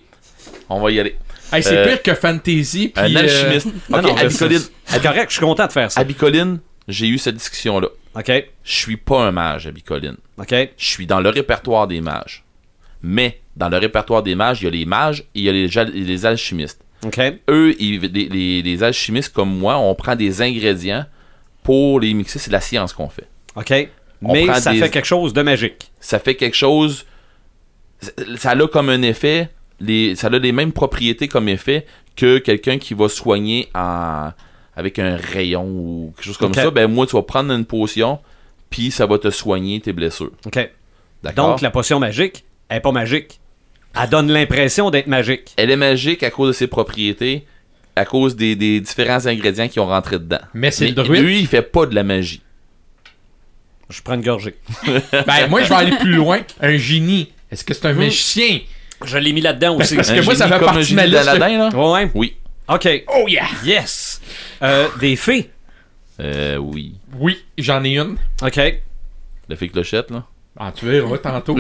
S2: On va y aller.
S4: Hey, c'est
S2: Euh,
S4: pire que Fantasy. puis,
S2: Un
S4: euh,
S2: alchimiste.
S1: Non,
S2: Ok,
S1: non, c'est-
S2: Abicoline.
S1: C'est correct, je suis content de faire ça.
S2: Abicoline, j'ai eu cette discussion-là.
S1: OK.
S2: Je suis pas un mage, Abicoline.
S1: OK.
S2: Je suis dans le répertoire des mages. Mais dans le répertoire des mages, il y a les mages et il y a les, jal- les alchimistes.
S1: OK.
S2: Eux, ils- les, les- les alchimistes comme moi, on prend des ingrédients pour les mixer. C'est de la science qu'on fait.
S1: OK.
S2: On
S1: Mais
S2: prend
S1: ça
S2: des-
S1: fait quelque chose de magique.
S2: Ça fait quelque chose. ça- Ça a comme un effet. Les, ça a les mêmes propriétés comme effet que quelqu'un qui va soigner en- avec un rayon ou quelque chose comme
S1: Ok.
S2: ça. Ben moi, tu vas prendre une potion, puis ça va te soigner tes blessures.
S1: OK.
S2: D'accord?
S1: Donc, la potion magique elle est pas magique. Elle donne l'impression d'être magique.
S2: Elle est magique à cause de ses propriétés, à cause des, des différents ingrédients qui ont rentré dedans.
S4: Mais c'est
S2: Mais
S4: le druide.
S2: Lui, il fait pas de la magie.
S1: Je prends une gorgée.
S4: Ben, moi, je vais aller plus loin. Un génie. Est-ce que c'est
S2: Hum.
S4: un magicien?
S1: Je l'ai mis là-dedans aussi.
S4: Parce que
S2: Un
S4: moi, ça
S2: génie
S4: fait
S2: comme
S4: partie
S2: un
S4: de
S2: génie
S4: ma liste.
S2: d'Aladin, là?
S1: Ouais.
S2: Oui.
S1: OK.
S4: Oh yeah!
S1: Yes. Euh, des fées.
S2: Euh, oui.
S4: Oui, j'en ai une.
S1: OK.
S2: Le fait clochette, là.
S4: Ah, tu verras tantôt.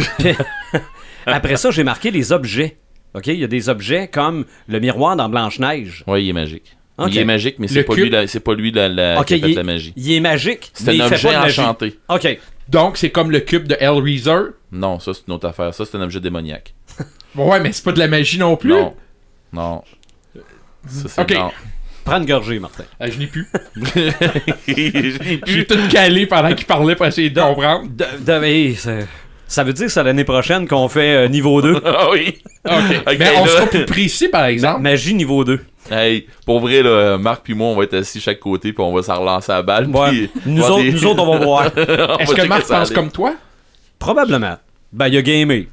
S1: Après ça, j'ai marqué les objets. OK? Il y a des objets comme le miroir dans Blanche-Neige.
S2: Oui, il est magique.
S1: Ok.
S2: Il est magique, mais
S4: Le
S2: c'est pas,
S4: cube.
S2: lui la- c'est pas lui la, la-
S1: OK,
S2: Ah, qui a fait
S1: il,
S2: la magie.
S1: il est magique,
S2: C'est
S1: mais il
S2: un
S1: fait
S2: objet
S1: pas de magie.
S2: enchanté.
S1: OK.
S4: Donc, c'est comme le cube de Hellraiser.
S2: Non, ça, c'est une autre affaire. Ça, c'est un objet démoniaque.
S4: Ouais, mais c'est pas de la magie non plus.
S2: Non. Non. Ça, c'est
S4: Ok.
S2: non.
S1: Prends une gorgée, Martin.
S4: Ah, je n'ai plus.
S2: J'ai
S4: J'ai
S2: plus-
S4: tout calé pendant qu'il parlait pour essayer de comprendre.
S1: De- de- hey, ça- ça veut dire que c'est l'année prochaine qu'on fait euh, niveau 2.
S2: Ah oui.
S4: Ok.
S2: Ok,
S4: mais on
S2: là.
S4: sera plus précis, par exemple.
S1: Magie niveau 2.
S2: Hey, pour vrai, là, Marc puis moi, on va être assis chaque côté puis on va s'en relancer à la balle.
S1: Ouais.
S2: puis-
S1: Nous,
S2: voir
S1: autres,
S2: des-
S1: nous autres, on va voir.
S2: on
S4: Est-ce
S2: va
S4: que
S2: checker
S4: Marc
S2: ça
S4: pense
S2: aller.
S4: comme toi?
S1: Probablement. Ben, il a gamé.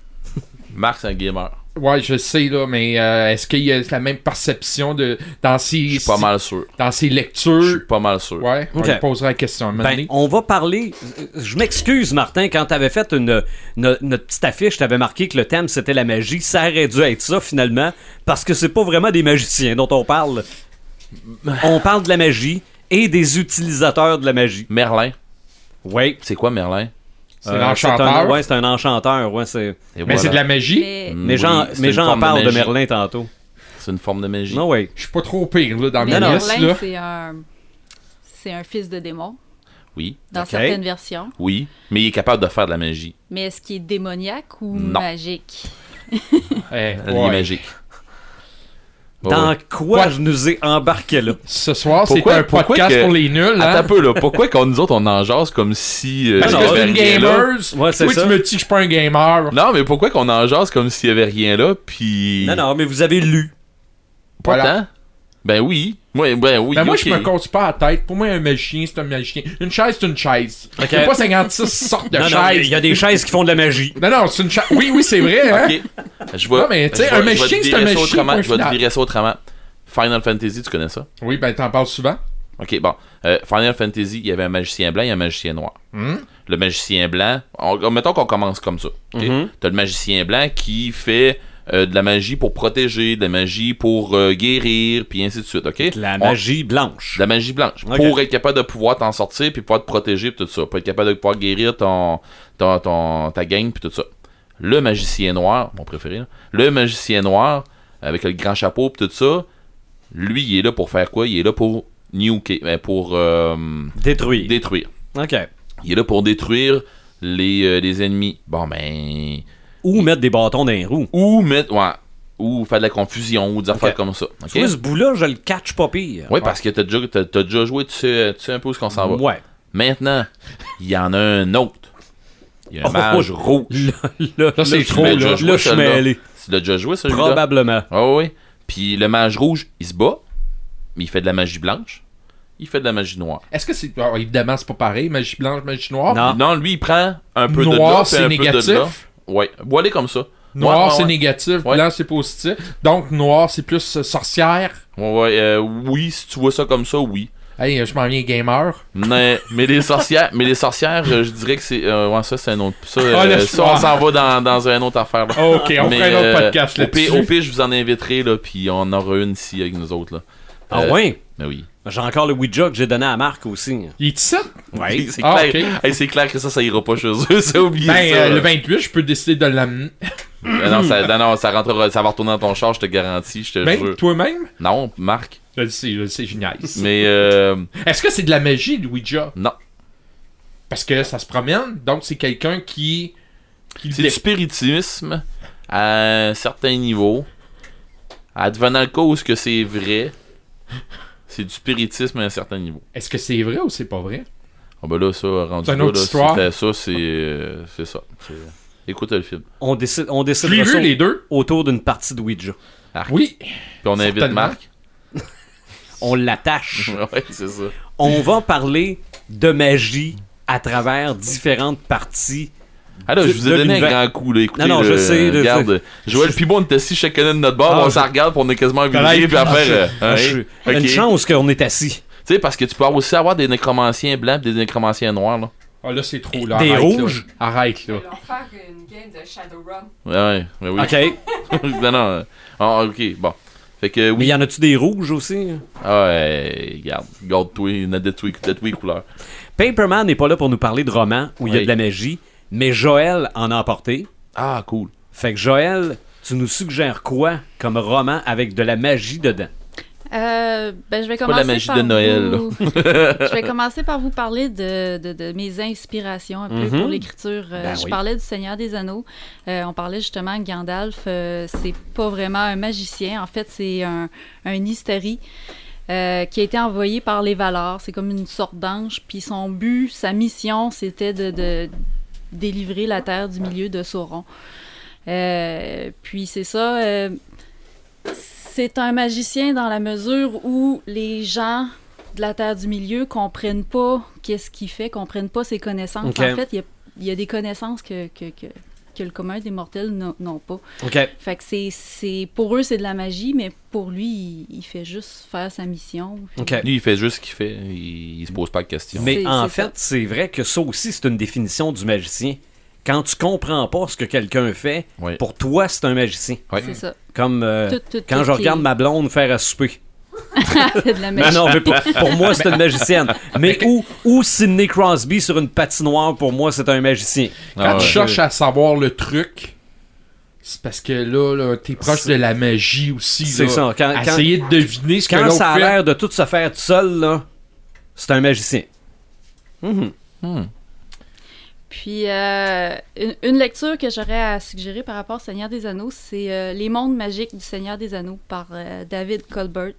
S2: Marc, c'est un gamer.
S4: Ouais, je sais, là, mais euh, est-ce qu'il y a la même perception de dans ses,
S2: Je suis pas mal sûr.
S4: dans ses
S2: Je
S4: lectures?
S2: suis pas mal sûr.
S4: Ouais,
S1: Ok.
S4: on lui posera la question à un moment
S1: Ben,
S4: donné.
S1: on va parler. Je m'excuse, Martin, quand t'avais fait une, une- notre petite affiche, t'avais marqué que le thème c'était la magie. Ça aurait dû être ça, finalement, parce que c'est pas vraiment des magiciens dont on parle. On parle de la magie et des utilisateurs de la magie.
S2: Merlin.
S1: Oui.
S2: C'est quoi Merlin?
S4: C'est
S1: Euh,
S4: l'enchanteur.
S1: un- Ouais, c'est un enchanteur. Ouais, c'est.
S2: Et
S4: mais
S2: voilà.
S4: c'est de la magie.
S5: Mais,
S2: Mm,
S1: Mais
S2: oui,
S1: j'en
S2: c'est
S1: mais
S2: une
S1: j'en
S2: forme
S1: parle de,
S2: magie.
S1: Merlin tantôt.
S2: C'est une forme de magie.
S1: Non, oui.
S4: Je suis pas trop pire, là, dans
S5: mais
S4: mes
S1: non.
S4: listes,
S5: Merlin,
S4: là.
S5: c'est un, c'est un fils de démon
S2: Oui.
S5: dans
S1: Ok.
S5: certaines versions.
S2: Oui. Mais il est capable de faire de la magie.
S5: Mais est-ce qu'il est démoniaque ou
S2: Non.
S5: magique?
S4: Eh,
S2: Il
S4: ouais.
S2: est magique. Ouais,
S1: Dans
S2: Oh, ouais.
S1: quoi
S4: Ouais.
S1: je nous ai embarqué là?
S4: Ce soir, c'est
S2: Pourquoi-
S4: un
S2: pourquoi
S4: podcast
S2: que-
S4: pour les nuls,
S2: Attends un
S4: hein?
S2: peu, là. Pourquoi quand nous autres, on en jase comme si. euh,
S4: Parce
S1: Ah,
S2: il y
S4: que
S2: avait
S4: c'est une
S2: rien là?
S4: gamer.
S1: Ouais, c'est
S4: Toi,
S1: ça.
S4: tu me dis que je suis pas un gamer.
S2: Non, mais pourquoi qu'on en jase comme s'il y avait rien là, puis.
S1: Non, non, mais vous avez lu.
S2: Pas
S4: Voilà.
S2: tant? Ben oui. Ouais, ben oui.
S4: Mais moi,
S2: ok.
S4: je me compte pas à la tête. Pour moi, un magicien, c'est un magicien. Une chaise, c'est une chaise. Il y a pas 56 sortes de
S1: non, non,
S4: chaises.
S1: il y a des chaises qui font de la magie.
S4: Non, non, c'est une chaise. Oui, oui, c'est vrai, hein?
S2: Ok. Je vois.
S4: Non, mais tu sais,
S2: je vais-
S4: un
S2: je vais te
S4: magicien, c'est
S2: virer
S4: un
S2: ça
S4: magicien,
S2: autrement,
S4: point
S2: Je vais te
S4: final.
S2: virer ça autrement. Final Fantasy, tu connais ça?
S4: Oui, ben, t'en parles souvent.
S2: Ok, bon. Euh, Final Fantasy, il y avait un magicien blanc et un magicien noir.
S1: Hmm?
S2: Le magicien blanc, on- mettons qu'on commence comme ça. ok? T'as le magicien blanc qui fait euh, de la magie pour protéger, de la magie pour euh, guérir, puis ainsi de suite. Ok?
S1: De la
S2: On-
S1: magie blanche.
S2: de la magie blanche
S1: Ok.
S2: pour être capable de pouvoir t'en sortir puis pouvoir te protéger puis tout ça pour être capable de pouvoir guérir ton, ton, ton- ta gang puis tout ça le magicien noir mon préféré là, le magicien noir avec le grand chapeau puis tout ça lui il est là pour faire quoi il est là pour nuker ben, pour euh,
S1: Détruire.
S2: détruire
S1: OK.
S2: il est là pour détruire les, euh, les ennemis bon ben
S1: Ou mettre des bâtons dans les roues.
S2: ou mettre ouais, ou faire de la confusion ou des affaires comme ça ok
S1: Tu vois, ce bout-là, je le catch pas pire.
S2: oui, parce que t'as déjà, t'as- t'as déjà joué, tu sais, tu sais un peu où ce qu'on s'en va.
S1: Ouais.
S2: Maintenant, il y en a un autre. Il y a un
S1: Oh,
S2: mage
S1: oh,
S2: rouge.
S1: Là, là,
S4: Là, c'est
S1: là, je-
S4: trop,
S1: là,
S4: là.
S1: je- là, je suis
S2: Celui-là.
S1: mêlé.
S2: Tu l'as déjà joué, celui-là?
S1: Probablement.
S2: Ah oui. Puis le mage rouge, il se bat, mais il fait de la magie blanche. Il fait de la magie noire.
S4: Est-ce que c'est. alors, évidemment, c'est pas pareil, magie blanche, magie noire.
S1: Non. Ah.
S2: Non, lui, il prend un peu de
S4: Noir,
S2: là, puis
S4: c'est
S2: un peu
S4: négatif?
S2: de là. Ouais, voilé comme ça.
S4: Noir,
S2: Ouais, ouais,
S4: c'est
S2: ouais.
S4: négatif.
S2: Ouais.
S4: Blanc, c'est positif. Donc, noir, c'est plus euh, sorcière.
S2: Ouais, ouais, euh, oui, si tu vois ça comme ça, oui.
S4: Hey, euh, je m'en viens gamer.
S2: Mais, mais les sorcières, mais les sorcières, euh, je dirais que c'est, euh, ouais, ça c'est un autre, ça, euh,
S4: Ah, le
S2: ça, on
S4: soir.
S2: s'en va dans, dans une autre affaire. là.
S4: Ok, on
S2: Mais,
S4: fera un autre
S2: euh,
S4: podcast
S2: au pire, au
S4: là-dessus.
S2: pire, je vous en inviterai là, puis on en aura une ici avec nous autres là.
S1: Ah
S2: Euh,
S1: ouais?
S2: Mais oui.
S1: J'ai encore le Ouija que j'ai donné à Marc aussi.
S4: Il est ici?
S1: Ouais.
S2: c'est
S4: Ah,
S2: clair. Hey, c'est clair que ça, ça ira pas chez eux. C'est oublié
S4: Ben,
S2: ça.
S4: euh, le 28, je peux décider de l'amener.
S2: Euh, non, ça, non, non, ça rentrera, ça va retourner dans ton char, je te garantis, je te
S4: Ben,
S2: jure.
S4: toi-même?
S2: Non, Marc.
S4: Je le sais, je le sais, je niaise.
S2: Mais euh,
S4: Est-ce que c'est de la magie, Luija?
S2: non,
S4: Parce que ça se promène, donc c'est quelqu'un qui. qui
S2: c'est du spiritisme à un certain niveau. Advenant le cas où ce que c'est vrai, c'est du spiritisme à un certain niveau.
S4: Est-ce que c'est vrai ou c'est pas vrai?
S2: Ah ben là, ça, rendu
S4: C'est une
S2: là,
S4: autre
S2: là,
S4: histoire.
S2: c'était- ça, c'est euh, c'est ça. C'est- Écoute le film.
S1: On décide, on
S4: Je
S1: décide
S4: l'ai vu,
S1: ça Ah,
S4: les deux.
S1: autour d'une partie de Ouija.
S4: Oui.
S2: Puis on invite
S4: Certainement.
S2: Marc.
S1: On l'attache.
S2: ouais, c'est ça.
S1: on va parler de magie à travers différentes parties.
S2: Ah là,
S1: Du-
S2: je vous
S1: de
S2: ai donné un
S1: l'univers.
S2: grand coup, là. Écoutez,
S1: Non, non, je
S2: là,
S1: sais, je
S2: Regarde, Joël Pibon, on était assis chacun de notre bord,
S1: Ah,
S2: on
S1: je-
S2: s'en regarde, puis on est quasiment
S4: T'as
S2: obligé,
S4: l'air
S2: puis à faire. euh, hein,
S1: Je-
S2: ok.
S1: Une chance qu'on est assis.
S2: Tu sais, parce que tu peux aussi avoir des nécromanciens blancs pis des nécromanciens noirs, là.
S4: Ah là, c'est trop, là.
S1: Des
S4: arrête,
S1: rouges? Ah,
S4: là. Arrête, là.
S6: leur faire une game de Shadowrun.
S2: Ouais, ouais, ouais, oui.
S1: OK.
S2: non, non. euh, ah, ok, bon. Fait que
S1: Mais
S2: oui.
S1: y en a-tu des rouges aussi?
S2: Ah, ouais, regarde. Garde-toi, il y en a de tous les- de tous les couleurs.
S1: Paperman n'est pas là pour nous parler de romans où il y a
S2: Oui.
S1: de la magie, mais Joël en a apporté.
S2: Ah, cool.
S1: Fait que Joël, tu nous suggères quoi comme roman avec de la magie dedans?
S5: Euh, ben, je vais
S2: de
S5: commencer
S2: la magie
S5: par
S2: de Noël, là.
S5: Vous... je vais commencer par vous parler de, de- de mes inspirations un peu
S1: Mhm.
S5: pour l'écriture. Euh,
S1: Ben
S5: je
S1: oui.
S5: parlais du Seigneur des Anneaux. Euh, on parlait justement de Gandalf. Euh, c'est pas vraiment un magicien. En fait, c'est un, un hystérie. euh, qui a été envoyé par les Valors. C'est comme une sorte d'ange. Puis son but, sa mission, c'était de, de délivrer la terre du milieu de Sauron. Euh, puis c'est ça. euh, c'est un magicien dans la mesure où les gens de la Terre du Milieu comprennent pas qu'est-ce qu'il fait, comprennent pas ses connaissances.
S1: Ok.
S5: En fait, il y a- il y, a des connaissances que, que, que, que le commun des mortels n'ont- n'ont pas.
S1: OK.
S5: Fait que c'est, c'est, pour eux, c'est de la magie, mais pour lui, il, il fait juste faire sa mission.
S1: OK.
S2: Lui, il fait juste ce qu'il fait. Il, il se pose pas de questions.
S1: Mais
S5: C'est-
S1: en
S5: c'est
S1: fait,
S5: ça.
S1: c'est vrai que ça aussi, c'est une définition du magicien. Quand tu comprends pas ce que quelqu'un fait,
S2: Ouais.
S1: pour toi, c'est un magicien.
S2: Ouais.
S5: C'est ça.
S1: Comme euh,
S5: Tout- tout-
S1: quand
S5: tout
S1: je
S5: est-
S1: regarde ma blonde faire à souper.
S5: C'est de la
S1: Mais
S5: magie.
S1: non, mais pour, pour moi, c'est une magicienne. Mais ou, ou Sidney Crosby sur une patinoire, pour moi, c'est un magicien.
S4: Quand
S2: Ah
S4: tu
S2: ouais.
S4: cherches à savoir le truc, c'est parce que là, là t'es proche de la magie aussi.
S1: Ah, C'est
S4: là.
S1: ça. Quand, quand-
S4: Essayer de deviner ce que
S1: quand
S4: l'autre
S1: ça a
S4: fait.
S1: l'air de tout se faire tout seul, là, c'est un magicien. Mhm.
S2: Hmm.
S5: Puis, euh, une, une lecture que j'aurais à suggérer par rapport au Seigneur des Anneaux, c'est euh, Les mondes magiques du Seigneur des Anneaux par euh, David Colbert,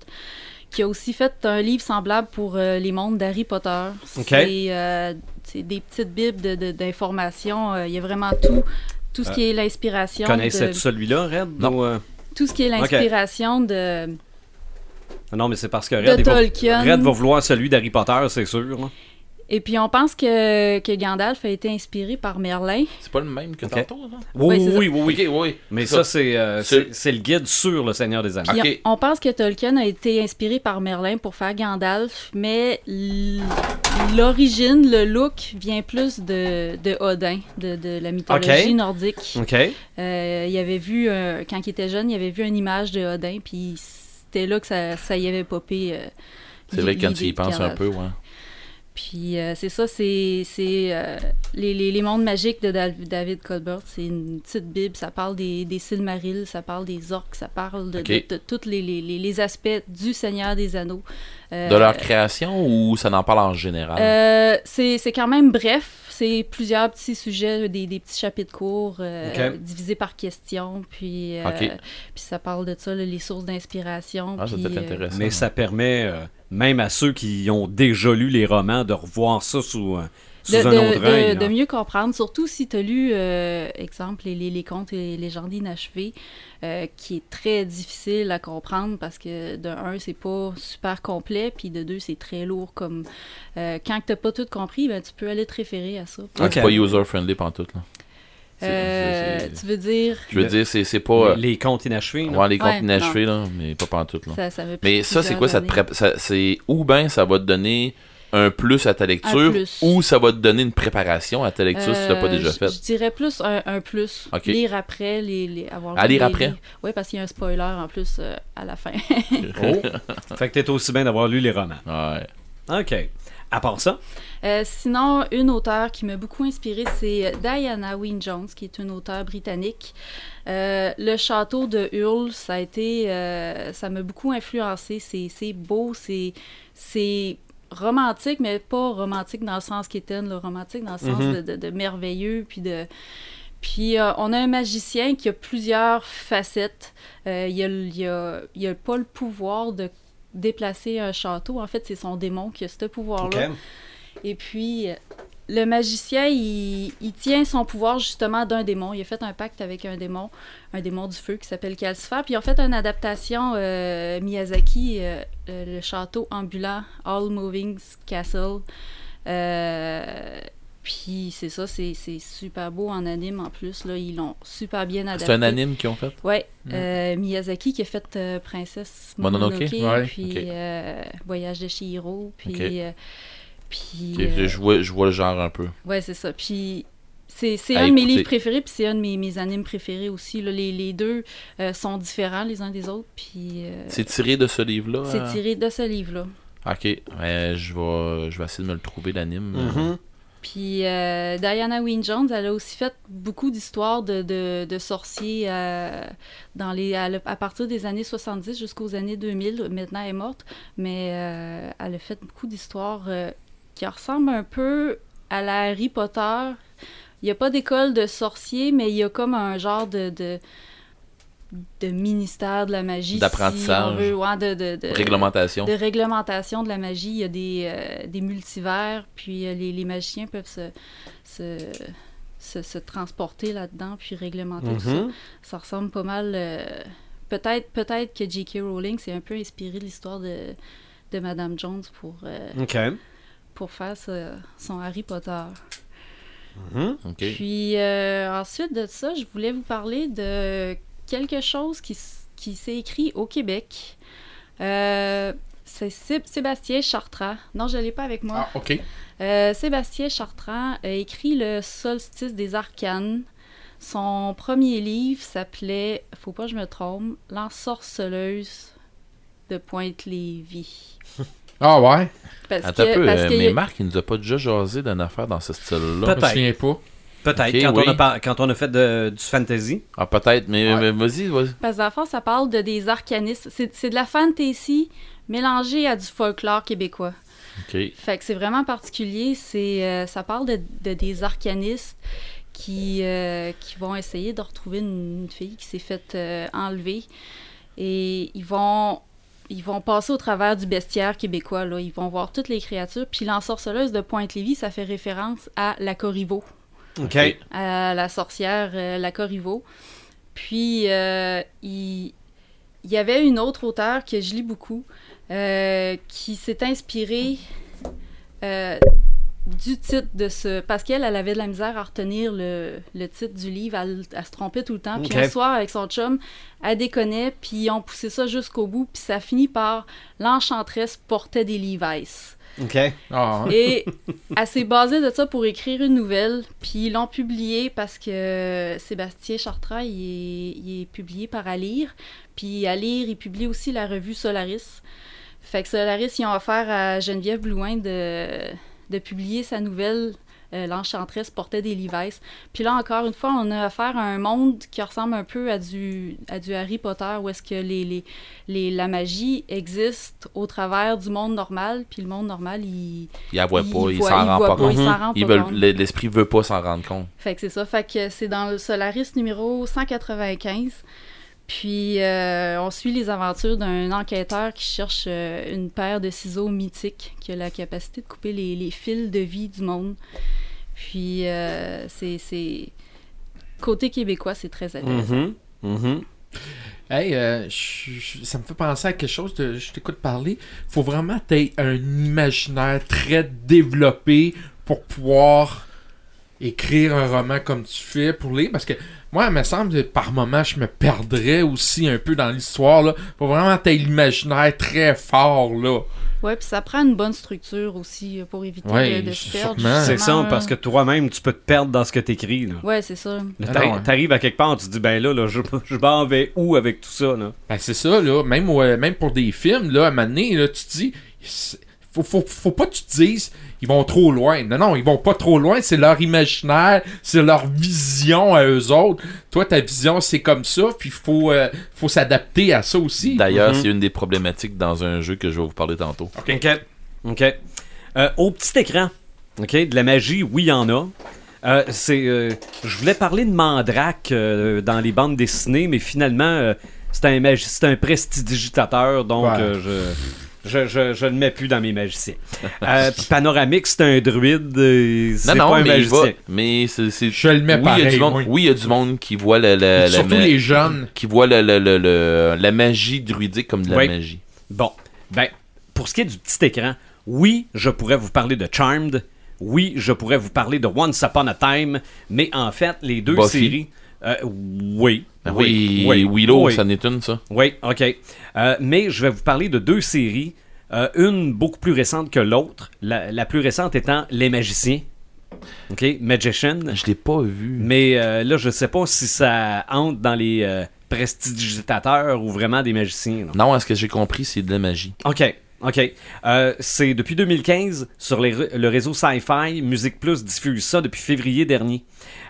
S5: qui a aussi fait un livre semblable pour euh, les mondes d'Harry Potter.
S1: Ok.
S5: C'est, euh, c'est des petites bibles de- de- d'informations. euh, Il y a vraiment tout. Tout ce qui est l'inspiration.
S1: Euh, Connaissais-tu
S5: de-
S1: celui-là, Red?
S2: Non.
S1: ou, euh,
S5: Tout ce qui est l'inspiration de.
S1: Non, mais c'est parce que
S5: De
S1: Red, il va-
S5: Tolkien.
S1: Red va vouloir celui d'Harry Potter, c'est sûr. là.
S5: Et puis, on pense que, que Gandalf a été inspiré par Merlin.
S2: C'est pas le même que
S1: Ok.
S2: tantôt, hein? là?
S1: Oui,
S5: Oui, c'est ça.
S1: oui, oui, oui.
S2: Ok, oui.
S1: Mais ça, c'est euh,
S2: C'est-
S1: c'est c'est le guide sur le Seigneur des Anneaux.
S5: Puis
S2: Ok.
S5: on, on pense que Tolkien a été inspiré par Merlin pour faire Gandalf, mais l- l'origine, le look vient plus de, de Odin, de, de la mythologie
S1: Ok.
S2: Mm.
S5: nordique.
S1: OK.
S5: Euh, il avait vu, euh, quand il était jeune, il avait vu une image de Odin, puis c'était là que ça, ça y avait popé. euh,
S2: C'est vrai,
S5: l'idée
S2: quand tu y
S5: de
S2: penses un
S5: Gandalf.
S2: peu, ouais.
S5: Puis euh, c'est ça, c'est c'est, euh, les, les, les mondes magiques de Dal- David Colbert. C'est une petite bible, ça parle des, des Silmarils, ça parle des orques, ça parle de,
S2: Ok.
S5: de- de tous les, les, les- les aspects du Seigneur des Anneaux. Euh,
S2: De leur création ou ça n'en parle en général?
S5: euh, c'est c'est quand même bref, c'est plusieurs petits sujets, des, des petits chapitres courts euh,
S1: Ok.
S5: divisés par question, puis, euh,
S2: Ok.
S5: puis ça parle de ça, là, les sources d'inspiration.
S2: ah, ça
S5: puis,
S2: peut être
S5: euh,
S2: intéressant.
S1: Mais ça permet, euh, même à ceux qui ont déjà lu les romans, de revoir ça sous, euh, sous
S5: de,
S1: un
S5: de-
S1: autre
S5: de-
S1: œil. là.
S5: de mieux comprendre, surtout si tu as lu, euh, exemple, les, les, les contes et les légendes inachevées, euh, qui est très difficile à comprendre parce que, de un, c'est pas super complet, puis de deux, c'est très lourd. Comme euh, Quand tu pas tout compris, ben, tu peux aller te référer à ça.
S2: Ah, C'est
S1: Ok.
S2: pas user-friendly pantoute, là. C'est-
S5: Euh,
S2: c'est- c'est-
S5: tu veux dire,
S2: Je veux dire, c'est c'est pas... euh,
S1: Les, les contes inachevés. là.
S2: ouais, les comptes
S5: Ouais,
S2: inachevés, là, mais pas pantoute, là.
S5: ça, ça m'a pris
S2: Mais ça, c'est
S5: plusieurs
S2: quoi? Ça te
S5: années.
S2: prép- ça- c'est ou bien ça va te donner un plus à ta lecture,
S5: plus.
S2: ou ça va te donner une préparation à ta lecture si tu l'as pas
S5: Euh,
S2: déjà
S5: je- Je
S2: faite.
S5: dirais plus un, un plus.
S2: Ok.
S5: Lire après, les, les- avoir
S2: À
S5: lu
S2: lire
S5: les-
S2: après?
S5: les- Oui, parce qu'il y a un spoiler en plus euh, à la fin.
S1: Oh. fait que t'es aussi bien d'avoir lu les romans.
S2: Ouais.
S1: OK. À part ça,
S5: Euh, sinon, une auteure qui m'a beaucoup inspirée, c'est Diana Wynne Jones, qui est une auteure britannique. Euh, le château de Hull, ça a été, euh, ça m'a beaucoup influencé. C'est c'est beau, c'est c'est romantique, mais pas romantique dans le sens qu'Étienne, le romantique dans le sens
S1: Mhm.
S5: de, de- de merveilleux, puis de puis euh, on a un magicien qui a plusieurs facettes. Euh, il, a, le- il a- il a pas le pouvoir de déplacer un château. En fait, c'est son démon qui a ce pouvoir-là.
S1: OK.
S5: Et puis, euh, le magicien, il, il tient son pouvoir justement d'un démon. Il a fait un pacte avec un démon, un démon du feu qui s'appelle Calcifer. Puis, ils ont fait une adaptation euh, Miyazaki, euh, euh, le château ambulant, All Moving Castle. Euh, puis, c'est ça, c'est c'est super beau en anime en plus. Là, ils l'ont super bien adapté.
S2: C'est un anime qu'ils ont fait?
S5: Ouais, euh, Miyazaki qui a fait euh, Princesse
S2: Mononoke,
S5: Mononoke,
S4: ouais,
S5: puis
S2: ok.
S5: euh, Voyage de Chihiro, puis
S2: Ok.
S5: euh, puis
S2: Ok,
S5: euh,
S2: je, vois, je vois le genre un peu.
S5: ouais c'est ça. Puis c'est c'est
S2: À
S5: un de mes
S2: écouter.
S5: livres préférés, puis c'est un de mes, mes animes préférés aussi. là. Les, les deux euh, sont différents les uns des autres, puis euh,
S2: C'est tiré de ce livre-là?
S5: c'est
S2: hein?
S5: tiré de ce livre là.
S2: Ok, ben, je, vais, je vais essayer de me le trouver, l'anime.
S1: Mhm.
S5: Puis euh, Diana Wynne Jones, elle a aussi fait beaucoup d'histoires de, de- de sorciers euh, dans les, à, le- à partir des années 70 jusqu'aux années 2000. Maintenant, elle est morte, mais euh, elle a fait beaucoup d'histoires euh, qui ressemblent un peu à la Harry Potter. Il n'y a pas d'école de sorciers, mais il y a comme un genre de, de, de ministère de la magie. si on
S2: D'apprentissage.
S5: veut. Ouais, de- de- de-
S2: Réglementation.
S5: de réglementation de la magie. Il y a des, euh, des multivers, puis euh, les, les magiciens peuvent se, se, se, se transporter là-dedans, puis réglementer tout ça.
S1: Mhm.
S5: Ça ressemble pas mal. euh, peut-être, peut-être que J.K. Rowling s'est un peu inspiré de l'histoire de, de Madame Jones pour, euh,
S1: OK.
S5: pour faire ce- son Harry Potter.
S2: Ok.
S5: Puis euh, ensuite de ça, je voulais vous parler de quelque chose qui, s- qui s'est écrit au Québec. Euh, c'est Sé- Sébastien Chartrand. Non, je l'ai pas avec moi.
S4: Ah, ok.
S5: Euh, Sébastien Chartrand a écrit Le Solstice des Arcanes. Son premier livre s'appelait, faut pas que je me trompe, L'ensorceleuse de Pointe-Lévis.
S4: Ah ouais.
S5: Parce
S2: Attends un peu,
S5: parce
S2: euh,
S5: qu'il y
S2: mais
S5: a-
S2: Marc, il nous a pas déjà jasé d'une affaire dans ce style-là.
S4: Je me souviens pas.
S1: Peut-être,
S2: Ok,
S1: quand,
S2: oui.
S1: on a par- quand on a fait de- du fantasy.
S2: Ah, peut-être, mais, mais
S4: Ouais.
S2: vas-y, vas-y.
S5: Parce que dans le fond, ça parle de des arcanistes. C'est c'est de la fantasy mélangée à du folklore québécois.
S2: Ok.
S5: Fait que c'est vraiment particulier. C'est, euh, ça parle de, de- des arcanistes qui, euh, qui vont essayer de retrouver une, une fille qui s'est faite euh, enlever. Et ils vont, ils vont passer au travers du bestiaire québécois. Là. Ils vont voir toutes les créatures. Puis l'ensorceleuse de Pointe-Lévis, ça fait référence à la Corriveau
S1: OK.
S2: Ok.
S5: à la sorcière, euh, la Corriveau. Puis, euh, il, il y avait une autre auteure que je lis beaucoup euh, qui s'est inspirée euh, du titre de ce. Parce qu'elle, elle avait de la misère à retenir le, le titre du livre, elle, elle se trompait tout le temps. Puis
S1: Ok.
S5: un soir, avec son chum, elle déconnait, puis ils ont poussé ça jusqu'au bout, puis ça finit par L'Enchantresse portait des Levi's.
S1: OK.
S4: Ah ouais.
S5: Et elle s'est basée de ça pour écrire une nouvelle, puis ils l'ont publiée parce que Sébastien Chartrand, il est, il est publié par Alire, puis Alire, il publie aussi la revue Solaris. Fait que Solaris, ils ont offert à Geneviève Blouin de, de publier sa nouvelle euh, L'Enchantresse portait des Levi's. Puis là, encore une fois, on a affaire à un monde qui ressemble un peu à du, à du Harry Potter, où est-ce que les, les, les- la magie existe au travers du monde normal, puis le monde normal, il...
S2: Il la voit
S5: Il
S2: pas, il
S5: voit-
S2: s'en
S5: il
S2: rend
S5: voit
S2: pas
S5: pas,
S2: compte.
S5: il s'en rend
S2: Ils
S5: pas
S2: veulent-
S5: compte.
S2: l- L'esprit veut pas s'en rendre compte.
S5: Fait que c'est ça, fait que c'est dans le Solaris numéro 195. Puis euh, on suit les aventures d'un enquêteur qui cherche euh, une paire de ciseaux mythiques qui a la capacité de couper les, les fils de vie du monde. Puis euh, c'est- c'est... Côté québécois, c'est très intéressant.
S1: Mhm. Mhm.
S4: Hey, euh, je- je- ça me fait penser à quelque chose. De, je t'écoute parler. Faut vraiment que t'aies un imaginaire très développé pour pouvoir écrire un roman comme tu fais pour lire. Parce que moi, il me semble que par moment, je me perdrais aussi un peu dans l'histoire. Là. Faut vraiment que t'aies l'imaginaire très fort. là.
S1: Hmm.
S5: Ouais, puis ça prend une bonne structure aussi euh, pour éviter
S4: Ouais,
S5: de, de se perdre.
S4: sûrement.
S1: C'est
S5: justement,
S1: ça,
S5: là.
S1: parce que toi-même, tu peux te perdre dans ce que t'écris. là.
S5: Ouais, c'est ça.
S1: Là,
S4: Ah
S1: t'arri-
S4: non, hein.
S1: T'arrives à quelque part, tu te dis, ben là, là je, je m'en vais où avec tout ça? Là?
S4: Ben, c'est ça, là. Même, euh, même pour des films, là, à un moment donné, là, tu te dis. c'est- Faut, faut, faut pas que tu te dises ils vont trop loin. Non, non, ils vont pas trop loin. C'est leur imaginaire, c'est leur vision à eux autres. Toi, ta vision, c'est comme ça, puis faut, euh, faut s'adapter à ça aussi.
S2: D'ailleurs,
S1: Mhm.
S2: c'est une des problématiques dans un jeu que je vais vous parler tantôt.
S1: OK. OK. Euh, au petit écran, OK, de la magie, oui, il y en a. Euh, c'est, euh, je voulais parler de Mandrake euh, dans les bandes dessinées, mais finalement, euh, c'est un, magi- c'est un prestidigitateur, donc
S4: Ouais.
S1: euh, je, je, je, je ne mets plus dans mes magiciens. Euh, puis Panoramique, c'est un druide, euh, c'est
S2: Non, non,
S1: pas un
S2: mais, il
S1: magicien.
S2: va- mais c'est, c'est-
S4: Je le mets
S2: oui, il y a
S4: pareil.
S2: du monde,
S4: moi.
S2: oui, il y a du monde qui voit la, la, la
S4: Surtout
S2: ma-
S4: les jeunes.
S2: qui voit la, la- la- la- la magie druidique comme de la
S1: Oui.
S2: magie.
S1: Bon, ben, pour ce qui est du petit écran, oui, je pourrais vous parler de Charmed, oui, je pourrais vous parler de Once Upon a Time, mais en fait, les deux
S2: Buffy.
S1: séries. euh, Ah oui,
S2: Ben oui, Willow, ça n'est une, ça.
S1: Oui, ok. Euh, mais je vais vous parler de deux séries, euh, une beaucoup plus récente que l'autre, la, la plus récente étant Les Magiciens. Ok, Magician.
S2: Je l'ai pas vu.
S1: Mais euh, là, je sais pas si ça entre dans les euh, prestidigitateurs ou vraiment des magiciens. là.
S2: Non, à ce que j'ai compris, c'est de la magie.
S1: OK. OK. Euh, c'est depuis 2015 sur les r- le réseau Sci-Fi. Musique Plus diffuse ça depuis février dernier.